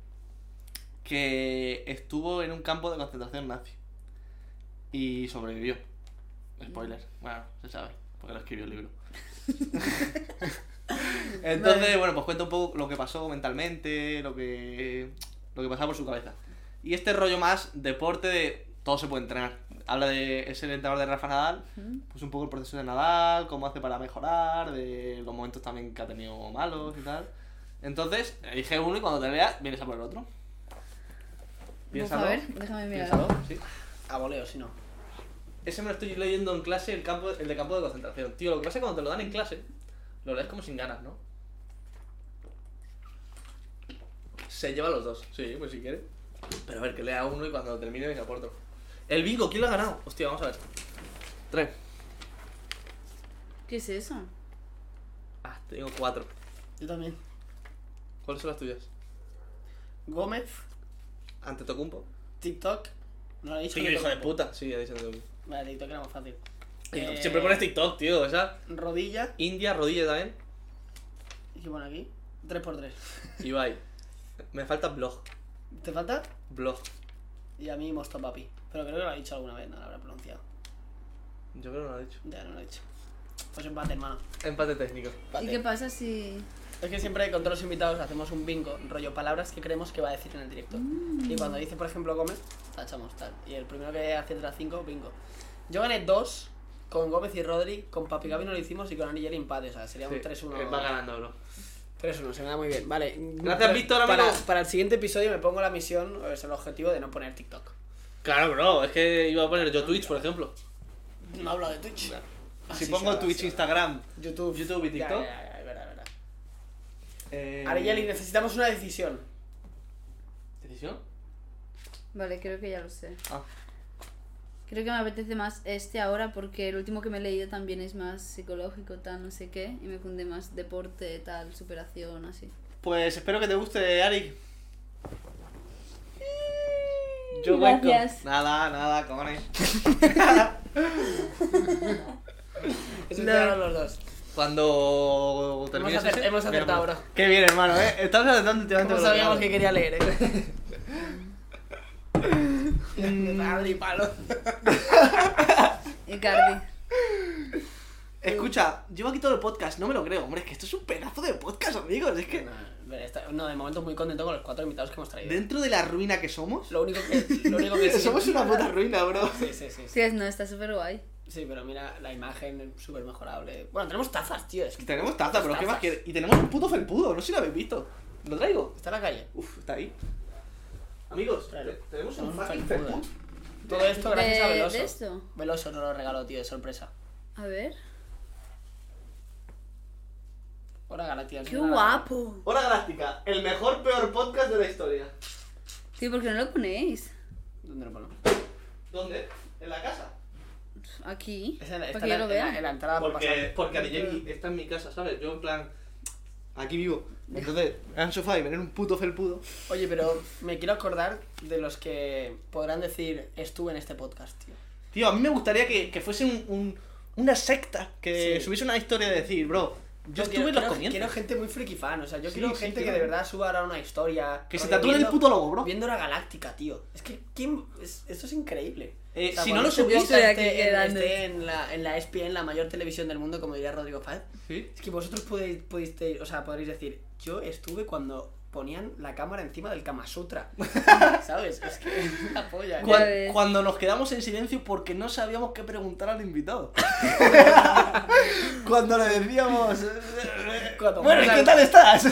Speaker 1: que estuvo en un campo de concentración nazi. Y sobrevivió. Spoiler. Bueno, se sabe, porque lo escribió el libro. Entonces,
Speaker 3: Vale.
Speaker 1: bueno, pues cuenta un poco lo que pasó mentalmente, lo que, lo que pasaba por su cabeza. Y este rollo más deporte de todo se puede entrenar. Habla de es el entrenador de Rafa Nadal,
Speaker 3: Mm.
Speaker 1: pues un poco el proceso de Nadal, cómo hace para mejorar, de los momentos también que ha tenido malos y tal. Entonces, elige uno y cuando te leas, vienes a por el otro.
Speaker 3: Pues a
Speaker 1: Piénsalo.
Speaker 3: ver, déjame
Speaker 1: piénsalo,
Speaker 3: mirarlo.
Speaker 1: sí.
Speaker 2: A voleo, si no.
Speaker 1: Ese me lo estoy leyendo en clase, el, campo, el de campo de concentración. Tío, lo que pasa es que cuando te lo dan en clase, lo lees como sin ganas, ¿no? Se lleva los dos. Sí, pues si quiere. Pero a ver, que lea uno y cuando termine venga por otro. El bingo, ¿quién lo ha ganado? Hostia, vamos a ver. Tres.
Speaker 3: ¿Qué es eso?
Speaker 1: Ah, tengo cuatro.
Speaker 2: Yo también.
Speaker 1: ¿Cuáles son las tuyas?
Speaker 2: Gómez,
Speaker 1: Ante Tocumpo.
Speaker 2: TikTok. No lo he dicho.
Speaker 1: Tío,
Speaker 2: que
Speaker 1: hijo de
Speaker 2: toco.
Speaker 1: puta. Sí, ya dice Antetokounmpo.
Speaker 2: Vale, TikTok era más fácil.
Speaker 1: Tío,
Speaker 2: Eh,
Speaker 1: Siempre pones TikTok, tío. Esa.
Speaker 2: Rodilla.
Speaker 1: India, rodilla también.
Speaker 2: ¿Y qué pone aquí? 3x3.
Speaker 1: Ibai. Me falta blog.
Speaker 2: ¿Te falta?
Speaker 1: Blog.
Speaker 2: Y a mí Mosto Papi. Pero creo que lo ha dicho alguna vez, no lo habrá pronunciado.
Speaker 1: Yo creo que no lo he dicho.
Speaker 2: Ya, no lo he dicho. Pues empate, hermano.
Speaker 1: Empate técnico.
Speaker 3: ¿Y qué pasa si.?
Speaker 2: Es que siempre con todos los invitados hacemos un bingo, rollo palabras que creemos que va a decir en el directo.
Speaker 3: Mm.
Speaker 2: Y cuando dice, por ejemplo, Gómez, tachamos tal. Y el primero que acierta cinco, bingo. Yo gané dos con Gómez y Rodri, con Papi Gaby no lo hicimos y con Anilleri empate. O sea, sería un
Speaker 1: Sí, eh,
Speaker 2: 3-1.
Speaker 1: Va ganando, bro.
Speaker 2: 3-1, se me da muy bien. Vale.
Speaker 1: Gracias, Víctor, amigo.
Speaker 2: Para, para el siguiente episodio me pongo la misión, o es el objetivo de no poner TikTok.
Speaker 1: Claro, bro. Es que iba a poner yo Twitch, por ejemplo.
Speaker 2: No hablo de Twitch. Ah,
Speaker 1: Si
Speaker 2: sí,
Speaker 1: pongo
Speaker 2: sí,
Speaker 1: Twitch,
Speaker 2: sí,
Speaker 1: Instagram.
Speaker 2: YouTube.
Speaker 1: YouTube y
Speaker 2: Ya,
Speaker 1: TikTok.
Speaker 2: ya, ya, es verdad, es verdad.
Speaker 1: Eh...
Speaker 2: Areyeli, necesitamos una decisión.
Speaker 1: ¿Decisión?
Speaker 3: Vale, creo que ya lo sé.
Speaker 1: Ah.
Speaker 3: Creo que me apetece más este ahora porque el último que me he leído también es más psicológico, tal, no sé qué. Y me cunde más deporte, tal, superación, así.
Speaker 1: Pues espero que te guste, Ari. voy con-
Speaker 3: Gracias.
Speaker 1: Nada, nada, cojones.
Speaker 2: Eso no. los dos.
Speaker 1: Cuando termines
Speaker 2: acert-
Speaker 1: ese,
Speaker 2: hemos acertado,
Speaker 1: veremos.
Speaker 2: bro.
Speaker 1: Qué bien, hermano, ¿eh? Estamos acertando últimamente.
Speaker 2: No
Speaker 1: por lo
Speaker 2: sabíamos que
Speaker 1: que
Speaker 2: quería
Speaker 1: *laughs*
Speaker 2: leer, eh. Mm. Madre y palo.
Speaker 3: Y Cardi.
Speaker 1: Escucha, llevo aquí todo el podcast, no me lo creo. Hombre, es que esto es un pedazo de podcast, amigos. Es que
Speaker 2: Pero está- No, de momento muy contento con los cuatro invitados que hemos traído.
Speaker 1: dentro de la ruina que somos,
Speaker 2: Lo único que. Lo
Speaker 1: *laughs*
Speaker 2: único que sí-
Speaker 1: somos una puta ruina, bro.
Speaker 2: Sí, sí, sí, sí.
Speaker 3: Sí, es, no, está súper guay.
Speaker 2: Sí, pero mira, la imagen súper mejorable. Bueno, tenemos tazas, tío. Es que
Speaker 1: Tenemos taza, pero ¿qué
Speaker 2: Tazas.
Speaker 1: más quieres? Y tenemos un puto felpudo, no sé si lo habéis visto. ¿Lo traigo?
Speaker 2: está en la calle.
Speaker 1: Uf, está ahí. Amigos,
Speaker 2: Claro.
Speaker 1: te- tenemos un
Speaker 2: Tenemos
Speaker 1: fucking
Speaker 2: un felpudo.
Speaker 1: felpudo.
Speaker 2: Todo esto
Speaker 3: ¿De,
Speaker 2: gracias a
Speaker 3: de
Speaker 2: Veloso.
Speaker 3: esto?
Speaker 2: Veloso nos lo regaló, tío, de sorpresa.
Speaker 3: A ver.
Speaker 2: Hola, Galatia.
Speaker 3: ¡Qué guapo!
Speaker 1: Hora Galáctica, el mejor peor podcast de la historia.
Speaker 3: Tío, ¿por qué no lo ponéis?
Speaker 2: ¿Dónde lo ponemos?
Speaker 1: ¿Dónde? ¿En la casa?
Speaker 3: Aquí.
Speaker 2: Esa- Está
Speaker 3: para
Speaker 2: en
Speaker 3: que
Speaker 2: la,
Speaker 3: yo lo
Speaker 2: en la-
Speaker 3: vea.
Speaker 2: en la entrada por pasar.
Speaker 1: Porque, porque Ariyeli está en mi casa, ¿sabes? Yo en plan, aquí vivo. Entonces, me han sofá y me en un puto felpudo.
Speaker 2: Oye, pero me quiero acordar de los que podrán decir estuve en este podcast, tío.
Speaker 1: Tío, a mí me gustaría que, que fuese un, un- una secta, que
Speaker 2: Sí.
Speaker 1: subiese una historia de decir, bro, yo estuve
Speaker 2: quiero,
Speaker 1: en los
Speaker 2: quiero-
Speaker 1: comienzos.
Speaker 2: Quiero gente muy friki fan, o sea, yo
Speaker 1: Sí,
Speaker 2: quiero
Speaker 1: sí,
Speaker 2: gente que
Speaker 1: quiero.
Speaker 2: de verdad suba ahora una historia.
Speaker 1: Que se
Speaker 2: rollo
Speaker 1: tatúen el
Speaker 2: viendo-
Speaker 1: puto logo, bro.
Speaker 2: Viendo la galáctica, tío. Es que, ¿quién? es- esto es increíble.
Speaker 1: Eh, si no lo
Speaker 2: cuando este
Speaker 3: subiste,
Speaker 2: podcast
Speaker 3: aquí
Speaker 2: esté en-
Speaker 3: quedando.
Speaker 2: esté en la, en la E ESPN, la mayor televisión del mundo, como diría Rodrigo Faz,
Speaker 1: Sí.
Speaker 2: es que vosotros podéis, podéis, o sea, podréis decir, yo estuve cuando ponían la cámara encima del Kama
Speaker 1: *laughs*
Speaker 2: Sutra. ¿Sabes? Es que es la polla. ¿eh?
Speaker 1: Cuan-
Speaker 3: Ya ves.
Speaker 1: cuando nos quedamos en silencio porque no sabíamos qué preguntar al
Speaker 2: *laughs*
Speaker 1: invitado. cuando le decíamos. eh,
Speaker 2: Cuando-
Speaker 1: bueno, ¿y ¿qué tal estás?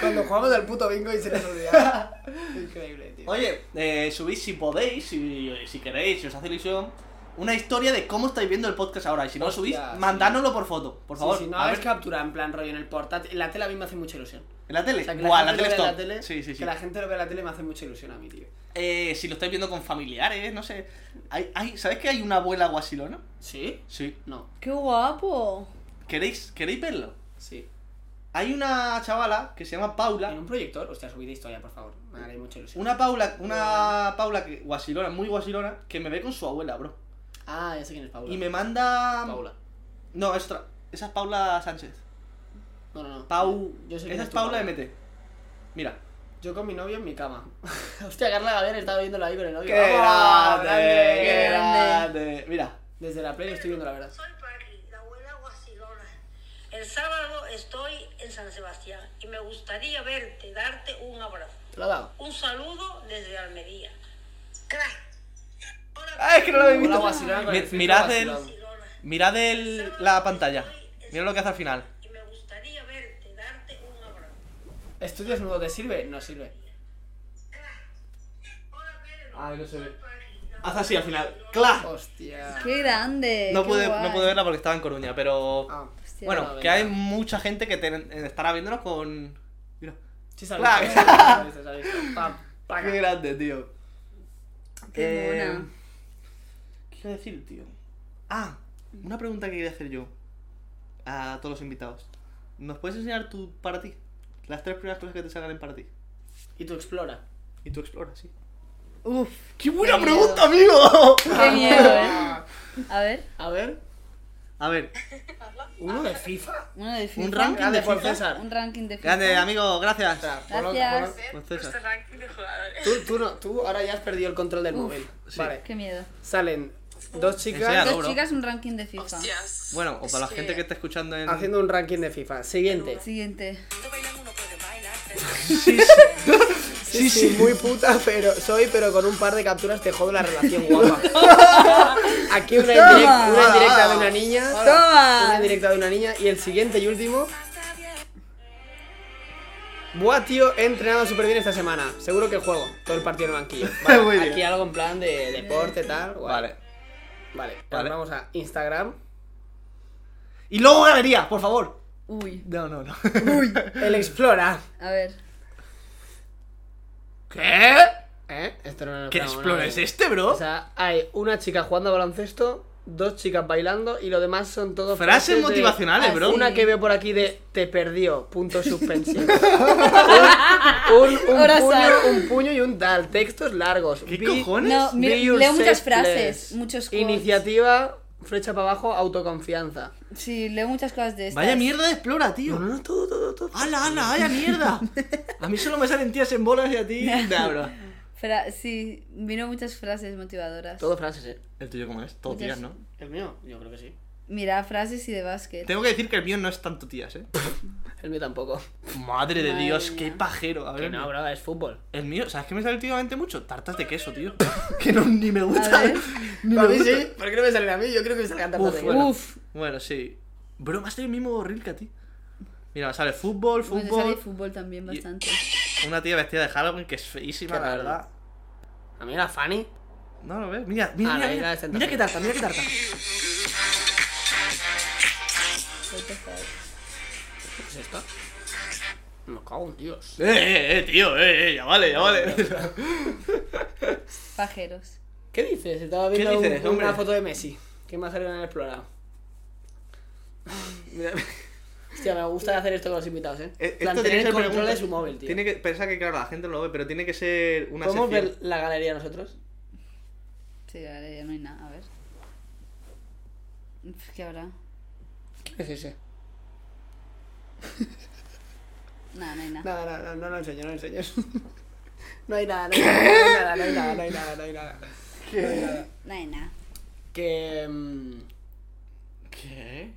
Speaker 2: Cuando jugamos al puto bingo y se les olvidaba. *laughs* Increíble, tío.
Speaker 1: Oye, eh, subid si podéis, si, si queréis, si os hace ilusión, una historia de cómo estáis viendo el podcast ahora. Y si no lo subís,
Speaker 2: Hostia, sí.
Speaker 1: mandádnoslo por foto, por
Speaker 2: Sí,
Speaker 1: favor.
Speaker 2: si no
Speaker 1: A
Speaker 2: hagáis
Speaker 1: ver,
Speaker 2: captura en plan rollo en el portátil, en la tele a mí me hace mucha ilusión.
Speaker 1: ¿En la tele?
Speaker 2: O sea, que
Speaker 1: Buah, la
Speaker 2: la, gente
Speaker 1: tele
Speaker 2: lo
Speaker 1: es
Speaker 2: vea
Speaker 1: top.
Speaker 2: en la tele,
Speaker 1: Sí, sí, sí.
Speaker 2: que la gente lo vea en la tele me hace mucha ilusión a mí, tío.
Speaker 1: Eh, si lo estáis viendo con familiares, no sé. Hay, hay, ¿Sabes que hay una abuela guasilona?
Speaker 2: ¿Sí?
Speaker 1: Sí.
Speaker 2: No.
Speaker 3: ¡Qué guapo!
Speaker 1: ¿Queréis, ¿Queréis verlo?
Speaker 2: Sí.
Speaker 1: Hay una chavala que se llama Paula.
Speaker 2: En un proyector, hostia, subid historia, por favor. Me haréis mucha ilusión.
Speaker 1: Una Paula, una Paula que, guasilona, muy guasilona, que me ve con su abuela, bro.
Speaker 2: Ah, ya sé quién es Paula.
Speaker 1: Y me manda.
Speaker 2: Paula.
Speaker 1: No, es otra. Esa es Paula Sánchez.
Speaker 2: No, no, no.
Speaker 1: Pau.
Speaker 2: Yo sé quién
Speaker 1: Esa es
Speaker 2: es tu
Speaker 1: Paula
Speaker 2: Paula.
Speaker 1: MT. Mira.
Speaker 2: Yo con mi novio en mi cama. *laughs* Hostia, Carla Gabriel estaba viéndolo ahí con el novio.
Speaker 1: ¡Qué
Speaker 2: ¡Ah,
Speaker 1: grande!
Speaker 2: grande!
Speaker 1: ¡Qué
Speaker 3: grande!
Speaker 1: grande! Mira.
Speaker 2: Desde la play lo estoy viendo la verdad.
Speaker 4: Soy Paqui, la abuela guasilona. El sábado estoy en San Sebastián y me gustaría verte, darte un abrazo.
Speaker 2: Te lo ha dado.
Speaker 4: Un saludo desde Almería. Crack. Ahora
Speaker 1: Ah, es que no lo habéis
Speaker 2: Hola,
Speaker 1: visto.
Speaker 2: guasilona con
Speaker 1: Mi-
Speaker 2: el filtro
Speaker 1: mirad
Speaker 2: guasilón.
Speaker 1: el,
Speaker 4: guasilona.
Speaker 1: mirad el, la pantalla. Mira lo que hace al final.
Speaker 4: Y me gustaría verte, darte un abrazo.
Speaker 2: ¿Estoy desnudo? ¿Te sirve? No sirve.
Speaker 4: Hola, Pedro.
Speaker 5: Ay, no se ve.
Speaker 4: Paqui, la
Speaker 1: Hace así al final. ¡Clac!
Speaker 2: Hostia.
Speaker 3: ¡Qué grande!
Speaker 1: No
Speaker 3: qué
Speaker 1: pude,
Speaker 3: guay.
Speaker 1: no pude verla porque estaba en Coruña, pero.
Speaker 2: Ah. no,
Speaker 3: Hostia.
Speaker 1: Bueno,
Speaker 2: venga.
Speaker 1: que hay mucha gente que ten- estará viéndonos con. Mira.
Speaker 2: Sí, se ha
Speaker 1: Claro.
Speaker 2: visto, se ha visto, se ha visto. Pam, paca.
Speaker 1: Qué grande, tío.
Speaker 3: Qué
Speaker 1: Eh, *laughs*
Speaker 3: mona.
Speaker 1: ¿Qué iba a decir, tío? Ah, una pregunta que quería hacer yo a todos los invitados. ¿Nos puedes enseñar tu para ti? Las tres primeras cosas que te salgan en para ti.
Speaker 2: Y tú explora.
Speaker 1: Y tú explora, sí.
Speaker 3: Uf,
Speaker 1: ¡Qué buena
Speaker 3: Qué
Speaker 1: pregunta, amigo!
Speaker 3: qué miedo, ¿eh? A ver,
Speaker 2: *laughs* A ver,
Speaker 1: A ver,
Speaker 2: uno de FIFA.
Speaker 3: uno de FIFA.
Speaker 1: un ranking
Speaker 2: Grande
Speaker 1: de
Speaker 2: Juan
Speaker 1: FIFA.
Speaker 2: César.
Speaker 3: Un ranking de FIFA.
Speaker 1: Grande, amigo, gracias.
Speaker 2: Ponlo-
Speaker 3: Gracias.
Speaker 2: ponlo-
Speaker 1: Juan César.
Speaker 6: ranking de jugadores.
Speaker 2: Tú, tú, no, tú ahora ya has perdido el control del
Speaker 3: Uf,
Speaker 2: móvil.
Speaker 1: sí.
Speaker 2: Vale.
Speaker 3: Qué miedo.
Speaker 2: Salen dos
Speaker 1: Enséñalo.
Speaker 2: chicas
Speaker 3: Dos
Speaker 1: bro.
Speaker 3: chicas, un ranking de FIFA.
Speaker 6: Hostias.
Speaker 1: Bueno, o para la gente que está escuchando en.
Speaker 2: haciendo un ranking de FIFA. Siguiente.
Speaker 3: Siguiente.
Speaker 4: pues,
Speaker 2: Sí, sí, muy puta, pero soy, pero con un par de capturas te jodo la relación guapa. Aquí una en, direct- una en directa de una niña.
Speaker 3: Toma.
Speaker 2: Una en directa de una niña. Y el siguiente y último. Buah, tío, he entrenado súper bien esta semana. Seguro que juego todo el partido en el banquillo. Vale,
Speaker 1: Muy bien.
Speaker 2: aquí algo en plan de deporte, tal. guay.
Speaker 1: Vale.
Speaker 2: Vale, pues
Speaker 1: Vale.
Speaker 2: vamos a Instagram.
Speaker 1: Y luego galería, por favor.
Speaker 3: Uy,
Speaker 1: No, no, no. *laughs*
Speaker 2: El Explora.
Speaker 3: a ver.
Speaker 2: ¿Qué? ¿Eh? Esto no lo
Speaker 1: ¿Qué
Speaker 2: esperaba
Speaker 1: explora
Speaker 2: nadie.
Speaker 1: es este, bro?
Speaker 2: O sea, hay una chica jugando a baloncesto, dos chicas bailando y lo demás son todo
Speaker 1: Frases
Speaker 2: de-
Speaker 1: motivacionales,
Speaker 3: Ah,
Speaker 1: bro.
Speaker 3: sí.
Speaker 2: Una que veo por aquí de te perdió, punto *laughs* suspensivo. un, un- un
Speaker 3: Ahora
Speaker 2: puño,
Speaker 3: sale.
Speaker 2: un puño y un tal, textos largos.
Speaker 1: ¿Qué
Speaker 2: Be-
Speaker 1: cojones?
Speaker 3: No,
Speaker 2: be
Speaker 3: mira, leo
Speaker 2: yourself
Speaker 3: muchas
Speaker 2: less.
Speaker 3: frases, muchos quotes.
Speaker 2: Iniciativa, flecha para abajo, autoconfianza.
Speaker 3: Sí, leo muchas cosas de estas.
Speaker 1: Vaya mierda de explora, tío.
Speaker 2: No, no, no, todo, todo, todo.
Speaker 1: ¡Hala, hala, vaya
Speaker 2: *laughs*
Speaker 1: mierda! A mí solo me salen tías en bolas y a ti. Nah, bro.
Speaker 3: Fra- sí, vino muchas frases motivadoras.
Speaker 2: Todo frases, eh.
Speaker 1: El tuyo, ¿cómo es? Todo
Speaker 3: Muchas-
Speaker 1: tías, ¿no?
Speaker 2: ¿El mío? Yo creo que sí.
Speaker 3: Mira, frases y de básquet.
Speaker 1: Tengo que decir que el mío no es tanto tías, ¿eh?
Speaker 2: El mío tampoco.
Speaker 1: Madre de
Speaker 3: Madre
Speaker 1: Dios,
Speaker 3: mía.
Speaker 1: qué pajero. A ver,
Speaker 2: Que no,
Speaker 1: el mío.
Speaker 2: bro, es fútbol.
Speaker 1: el mío, ¿sabes qué me sale últimamente mucho? Tartas de queso,
Speaker 2: *laughs*
Speaker 1: tío. que no, ni me
Speaker 3: A
Speaker 1: gusta. ¿eh?
Speaker 3: ver.
Speaker 1: Ni me
Speaker 2: Para mí
Speaker 1: gusta.
Speaker 2: sí, ¿por qué no me salen a mí? Yo creo que me salgan tantas
Speaker 1: Uf,
Speaker 2: de-
Speaker 1: bueno.
Speaker 3: Uf,
Speaker 1: Bueno, sí. Bro, me ha salido el mismo gorril que a ti. Mira, me sale fútbol,
Speaker 3: bueno, te sale
Speaker 1: fútbol.
Speaker 3: fútbol también
Speaker 1: Y-
Speaker 3: bastante.
Speaker 1: Una tía vestida de Halloween que es feísima,
Speaker 2: Qué
Speaker 1: la
Speaker 2: raro.
Speaker 1: verdad.
Speaker 2: A mí la Fanny.
Speaker 1: No lo ves. Mira, mira,
Speaker 2: Ah,
Speaker 1: mira,
Speaker 2: la
Speaker 1: mira.
Speaker 2: isla de Santa
Speaker 1: Mira
Speaker 2: Fe.
Speaker 1: qué tarta, mira qué tarta.
Speaker 3: What the fuck.
Speaker 2: ¿Qué es esto? Me cago en Dios.
Speaker 1: Eh, eh, eh, tío, eh, eh, ya vale, ya vale. *laughs*
Speaker 3: Pajeros.
Speaker 2: ¿Qué dices? Estaba viendo un-
Speaker 1: dices, hombre?
Speaker 2: una foto de Messi. ¿Qué más salido en el explorado? Hostia, me gusta hacer esto con los invitados, ¿eh?
Speaker 1: Eh,
Speaker 2: Plan,
Speaker 1: esto
Speaker 2: tener
Speaker 1: tiene
Speaker 2: el
Speaker 1: que ser
Speaker 2: control
Speaker 1: pregunta-
Speaker 2: de su móvil, tío.
Speaker 1: Tiene que pensar que, claro, la gente no lo ve, pero tiene que ser una
Speaker 2: ¿Podemos
Speaker 1: sección.
Speaker 2: ver la galería nosotros?
Speaker 3: Sí, ahora ya no hay nada, a ver. Uf, ¿Qué habrá?
Speaker 2: ¿Qué es ese?
Speaker 3: Nada, no hay nada.
Speaker 2: Nada, nada, no, no lo enseño, no lo enseño. *laughs* no hay nada, no hay nada, no hay nada, no hay nada, no hay nada.
Speaker 3: No hay nada.
Speaker 2: Que... mm,
Speaker 1: ¿Qué?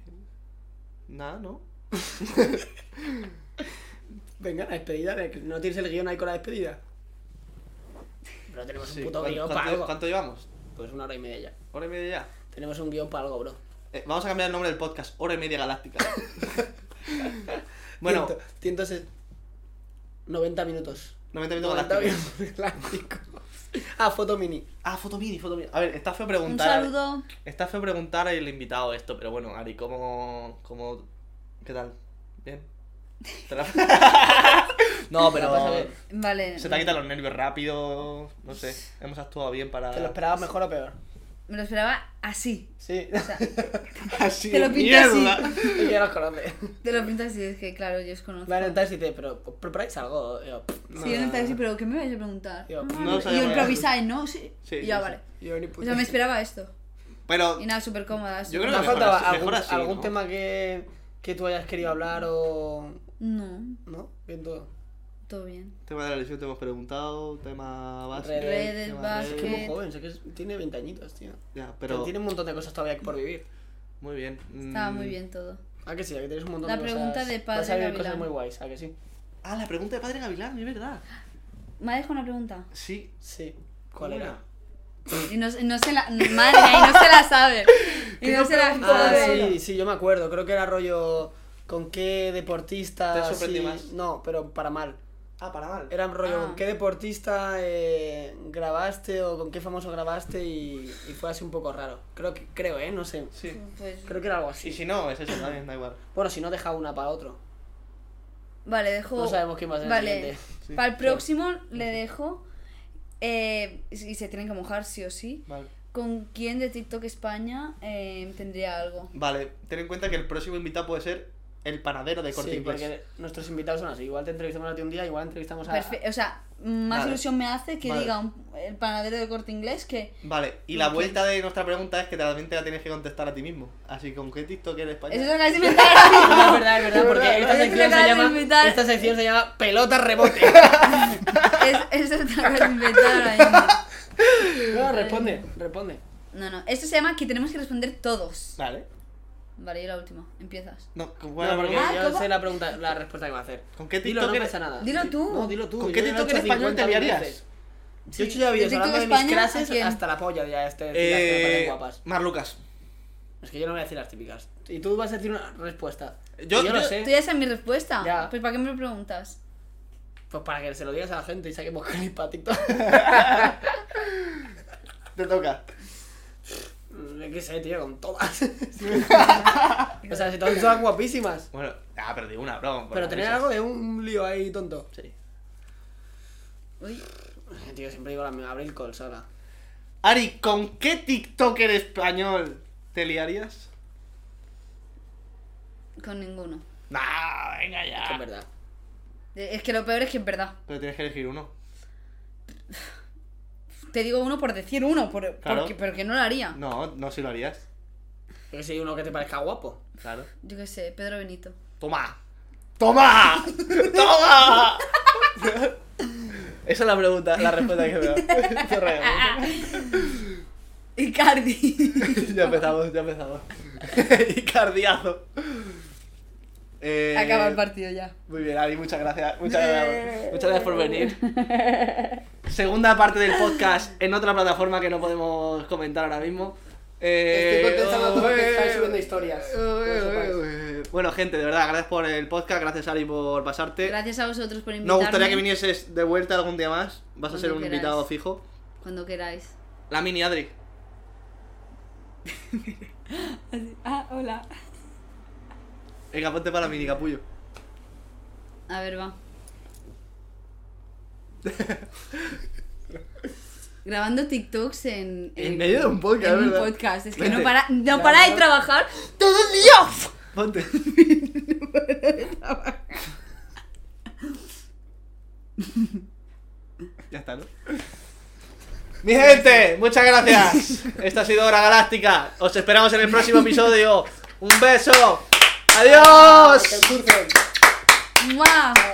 Speaker 1: Nada, ¿no?
Speaker 2: Venga, la despedida. de- ¿No tienes el guión ahí con la despedida? Pero tenemos
Speaker 1: Sí,
Speaker 2: un puto
Speaker 1: ¿cuán-
Speaker 2: guión para
Speaker 1: ¿cuánto,
Speaker 2: algo.
Speaker 1: cuánto llevamos?
Speaker 2: Pues una hora y media ya.
Speaker 1: ¿Hora y media ya?
Speaker 2: Tenemos un guión para algo, bro.
Speaker 1: Eh, vamos a cambiar el nombre del podcast, Hora y Media Galáctica.
Speaker 2: *laughs*
Speaker 1: bueno,
Speaker 2: Ciento- 160 90 minutos.
Speaker 1: 90 minutos galácticos.
Speaker 2: minutos galácticos. *laughs* Ah, foto mini.
Speaker 1: Ah, foto mini, foto mini. A ver, está feo
Speaker 3: Un
Speaker 1: preguntar.
Speaker 3: saludo.
Speaker 1: Está feo preguntar al invitado esto, pero bueno, Ari, ¿cómo. cómo ¿Qué tal? ¿Bien? ¿Te la- *laughs* no, pero.
Speaker 2: Te la pasas
Speaker 3: Vale.
Speaker 1: Se te ha quitado los nervios rápido. No sé. Hemos actuado bien para.
Speaker 2: ¿Te lo
Speaker 1: *laughs*
Speaker 2: esperabas mejor o peor?
Speaker 3: Me lo esperaba así.
Speaker 2: Sí.
Speaker 3: O sea,
Speaker 1: Así
Speaker 3: Te
Speaker 1: de
Speaker 3: lo pinté así.
Speaker 1: Ah, mierda.
Speaker 2: Y *laughs* ya los conoces.
Speaker 3: te lo pinto así, es que claro, yo os conozco.
Speaker 2: La neta es que dice, pero ¿preparáis algo? Y yo, "Pff, no,
Speaker 3: Sí, yo
Speaker 2: no,
Speaker 3: me así,
Speaker 2: no".
Speaker 3: pero ¿qué me vais a preguntar?
Speaker 2: Yo,
Speaker 3: Ah,
Speaker 2: no
Speaker 3: vale.
Speaker 1: sabía
Speaker 3: y yo
Speaker 1: nada.
Speaker 3: improvisáis, ¿no? Sí.
Speaker 1: Sí,
Speaker 3: Y ya,
Speaker 1: sí,
Speaker 3: vale.
Speaker 2: Yo ni puta
Speaker 3: O sea, me esperaba esto.
Speaker 1: Pero.
Speaker 3: Y nada, súper cómoda.
Speaker 1: Yo creo
Speaker 2: ¿Te ha
Speaker 1: que mejor
Speaker 2: faltado
Speaker 1: así-
Speaker 2: algún,
Speaker 1: mejor así,
Speaker 2: algún
Speaker 1: ¿no?
Speaker 2: tema que, que tú hayas querido hablar o...?
Speaker 3: No,
Speaker 2: ¿No? Bien todo.
Speaker 3: todo bien.
Speaker 1: Tema de la lesión te hemos preguntado. Tema base.
Speaker 2: Redes,
Speaker 3: Redes,
Speaker 1: tema
Speaker 2: Es que es muy
Speaker 3: básquet.
Speaker 2: joven, o sea, que es- tiene 20 añitos, tío.
Speaker 1: Ya, pero.
Speaker 2: Tiene un montón de cosas todavía por vivir.
Speaker 1: Muy bien.
Speaker 3: Estaba muy
Speaker 1: mm.
Speaker 3: bien todo.
Speaker 2: Ah, que sí, que tienes un montón
Speaker 3: La
Speaker 2: de
Speaker 3: pregunta
Speaker 2: cosas.
Speaker 3: de padre
Speaker 2: Vas a vivir
Speaker 3: Gavilán.
Speaker 2: cosas muy guays, ¿a que sí?
Speaker 1: Ah, la pregunta de padre Gavilán, es verdad.
Speaker 3: ¿Me ha dejado una pregunta?
Speaker 1: Sí.
Speaker 2: Sí. ¿Cuál
Speaker 1: ¿Cómo
Speaker 2: era?
Speaker 3: Y no, no se la... Madre, y no se la
Speaker 2: *laughs*
Speaker 3: sabe. Y
Speaker 1: ¿Qué
Speaker 3: no se la
Speaker 1: pregunta
Speaker 2: Ah,
Speaker 3: sabe.
Speaker 2: sí, sí, yo me acuerdo. Creo que era rollo... ¿Con qué deportista...?
Speaker 1: Te sorprendí
Speaker 2: sí,
Speaker 1: más.
Speaker 2: No, pero para mal.
Speaker 1: Ah, para mal.
Speaker 2: Era un rollo,
Speaker 3: Ah.
Speaker 2: ¿con qué deportista eh, grabaste o con qué famoso grabaste? Y, y fue así un poco raro. Creo, que, creo, ¿eh? No sé.
Speaker 1: Sí.
Speaker 3: Pues-
Speaker 2: Creo que era algo
Speaker 1: Y
Speaker 2: así.
Speaker 1: si no, es eso también, da igual.
Speaker 2: Bueno, si no, deja una para otro.
Speaker 3: Vale, dejo...
Speaker 2: No sabemos quién va a ser el
Speaker 3: Oh, Vale.
Speaker 2: siguiente.
Speaker 1: Sí.
Speaker 3: Para el próximo le dejo... eh, y se tienen que mojar sí o sí.
Speaker 1: Vale.
Speaker 3: ¿Con quién de TikTok España eh, tendría algo?
Speaker 1: Vale, ten en cuenta que el próximo invitado puede ser el panadero de corte
Speaker 2: Sí,
Speaker 1: Inglés.
Speaker 2: porque nuestros invitados son así. Igual te entrevistamos a ti un día, igual entrevistamos a...
Speaker 3: Perfe- o sea, más
Speaker 1: Vale.
Speaker 3: ilusión me hace que
Speaker 1: Vale.
Speaker 3: diga un- el panadero de corte inglés que...
Speaker 1: Vale, y la
Speaker 3: Ok.
Speaker 1: vuelta de nuestra pregunta es que también te la tienes que contestar a ti mismo. Así que, ¿con qué TikTok eres
Speaker 3: Eso
Speaker 1: español?
Speaker 3: es lo que has inventado.
Speaker 2: *laughs* No, *laughs* es verdad, es verdad, porque esta
Speaker 3: *laughs* Es
Speaker 2: sección,
Speaker 3: que me
Speaker 2: se
Speaker 3: acabas de
Speaker 2: llama,
Speaker 3: invitar.
Speaker 2: esta sección se llama pelota rebote.
Speaker 1: *laughs*
Speaker 3: Es, eso te lo acabas de inventar ahora mismo.
Speaker 1: Ah,
Speaker 2: No, responde, responde.
Speaker 3: No, no. Esto se llama que tenemos que responder todos.
Speaker 1: Vale.
Speaker 3: Vale, yo la última. Empiezas.
Speaker 1: No, ¿con,
Speaker 2: Bueno, porque
Speaker 3: Ah,
Speaker 2: yo
Speaker 3: ¿cómo?
Speaker 2: sé la, pregunta, la respuesta que va a hacer.
Speaker 1: ¿con qué
Speaker 2: Dilo,
Speaker 1: TikTok
Speaker 2: no
Speaker 1: eres
Speaker 2: pasa nada.
Speaker 3: Dilo tú.
Speaker 2: No, dilo tú.
Speaker 1: ¿Con
Speaker 2: yo
Speaker 1: qué
Speaker 2: ya lo he
Speaker 1: TikTok
Speaker 2: hecho
Speaker 1: en español te
Speaker 2: 50.000
Speaker 1: viarías?
Speaker 2: veces.
Speaker 3: Sí.
Speaker 2: Yo he hecho ya videos
Speaker 3: ¿De
Speaker 2: hablando de
Speaker 3: TikTok
Speaker 2: mis
Speaker 3: España, a
Speaker 2: clases
Speaker 3: quién?
Speaker 2: hasta la polla ya este decir las que me parecen
Speaker 1: Eh,
Speaker 2: guapas.
Speaker 1: Mar Lucas.
Speaker 2: Es que yo no voy a decir las típicas. Y tú vas a decir una respuesta.
Speaker 1: Yo-
Speaker 2: Y yo, lo
Speaker 1: yo-
Speaker 2: sé.
Speaker 3: ¿Tú ya sabes mi respuesta?
Speaker 2: Ya.
Speaker 3: Pues ¿para qué me lo preguntas?
Speaker 2: Pues para que se lo digas a la gente y saquemos *laughs* clip para TikTok.
Speaker 1: Te toca.
Speaker 2: ¿Qué sé, tío? Con
Speaker 3: *laughs*
Speaker 2: todas. o sea, si todas son guapísimas.
Speaker 1: Bueno, ah, pero digo una broma. por
Speaker 2: Pero
Speaker 1: las
Speaker 2: tener
Speaker 1: risas.
Speaker 2: algo de un lío ahí tonto.
Speaker 1: Sí.
Speaker 3: Uy,
Speaker 2: Eh, Tío, siempre digo la misma. Abril Cols ahora.
Speaker 1: Ari, ¿con qué TikToker español te liarías?
Speaker 3: con ninguno.
Speaker 1: Nah, venga
Speaker 2: Es
Speaker 1: ya.
Speaker 2: verdad.
Speaker 3: De- Es que lo peor es que es verdad.
Speaker 1: Pero tienes que elegir uno.
Speaker 3: Te digo uno por decir uno, por,
Speaker 1: Claro.
Speaker 3: porque, pero que no lo haría.
Speaker 1: No, no si lo harías.
Speaker 2: Yo que sé, uno que te parezca guapo.
Speaker 1: Claro.
Speaker 3: Yo qué sé, Pedro Benito. *laughs*
Speaker 1: ¡Toma! ¡Toma! ¡Toma! Esa es la pregunta, la respuesta que me da. Qué raro.
Speaker 3: Ah, Icardi.
Speaker 1: ya empezamos, ya empezamos. *laughs* y cardiazo. Eh,
Speaker 3: Acaba el Eh. partido ya.
Speaker 1: Muy bien, Ari, muchas gracias. Muchas gracias, muchas gracias por venir. Segunda parte del podcast en otra plataforma que no podemos comentar ahora mismo. Eh, eh,
Speaker 2: historias.
Speaker 1: Bueno, gente, de verdad, gracias por el podcast, gracias Ari por pasarte.
Speaker 3: Gracias a vosotros por
Speaker 1: eh,
Speaker 3: invitarme.
Speaker 1: Nos gustaría que vinieses de vuelta algún día más. Vas a
Speaker 3: Cuando
Speaker 1: ser un
Speaker 3: queráis.
Speaker 1: invitado fijo.
Speaker 3: Cuando queráis.
Speaker 1: La mini Adri.
Speaker 3: Ah, hola.
Speaker 1: Venga, ponte para la mini capullo.
Speaker 3: A ver,
Speaker 1: *laughs*
Speaker 3: va. Grabando TikToks en.
Speaker 1: En medio de un podcast,
Speaker 3: en un
Speaker 1: ¿verdad?
Speaker 3: podcast. Es que
Speaker 1: Vente.
Speaker 3: no para, no para de trabajar todo el día. *laughs*
Speaker 1: Ponte. ya está, ¿no? Mi gente, muchas gracias. Esta ha sido Hora Galáctica. Os esperamos en el próximo episodio. Un beso. Adiós.
Speaker 3: ¡Mua!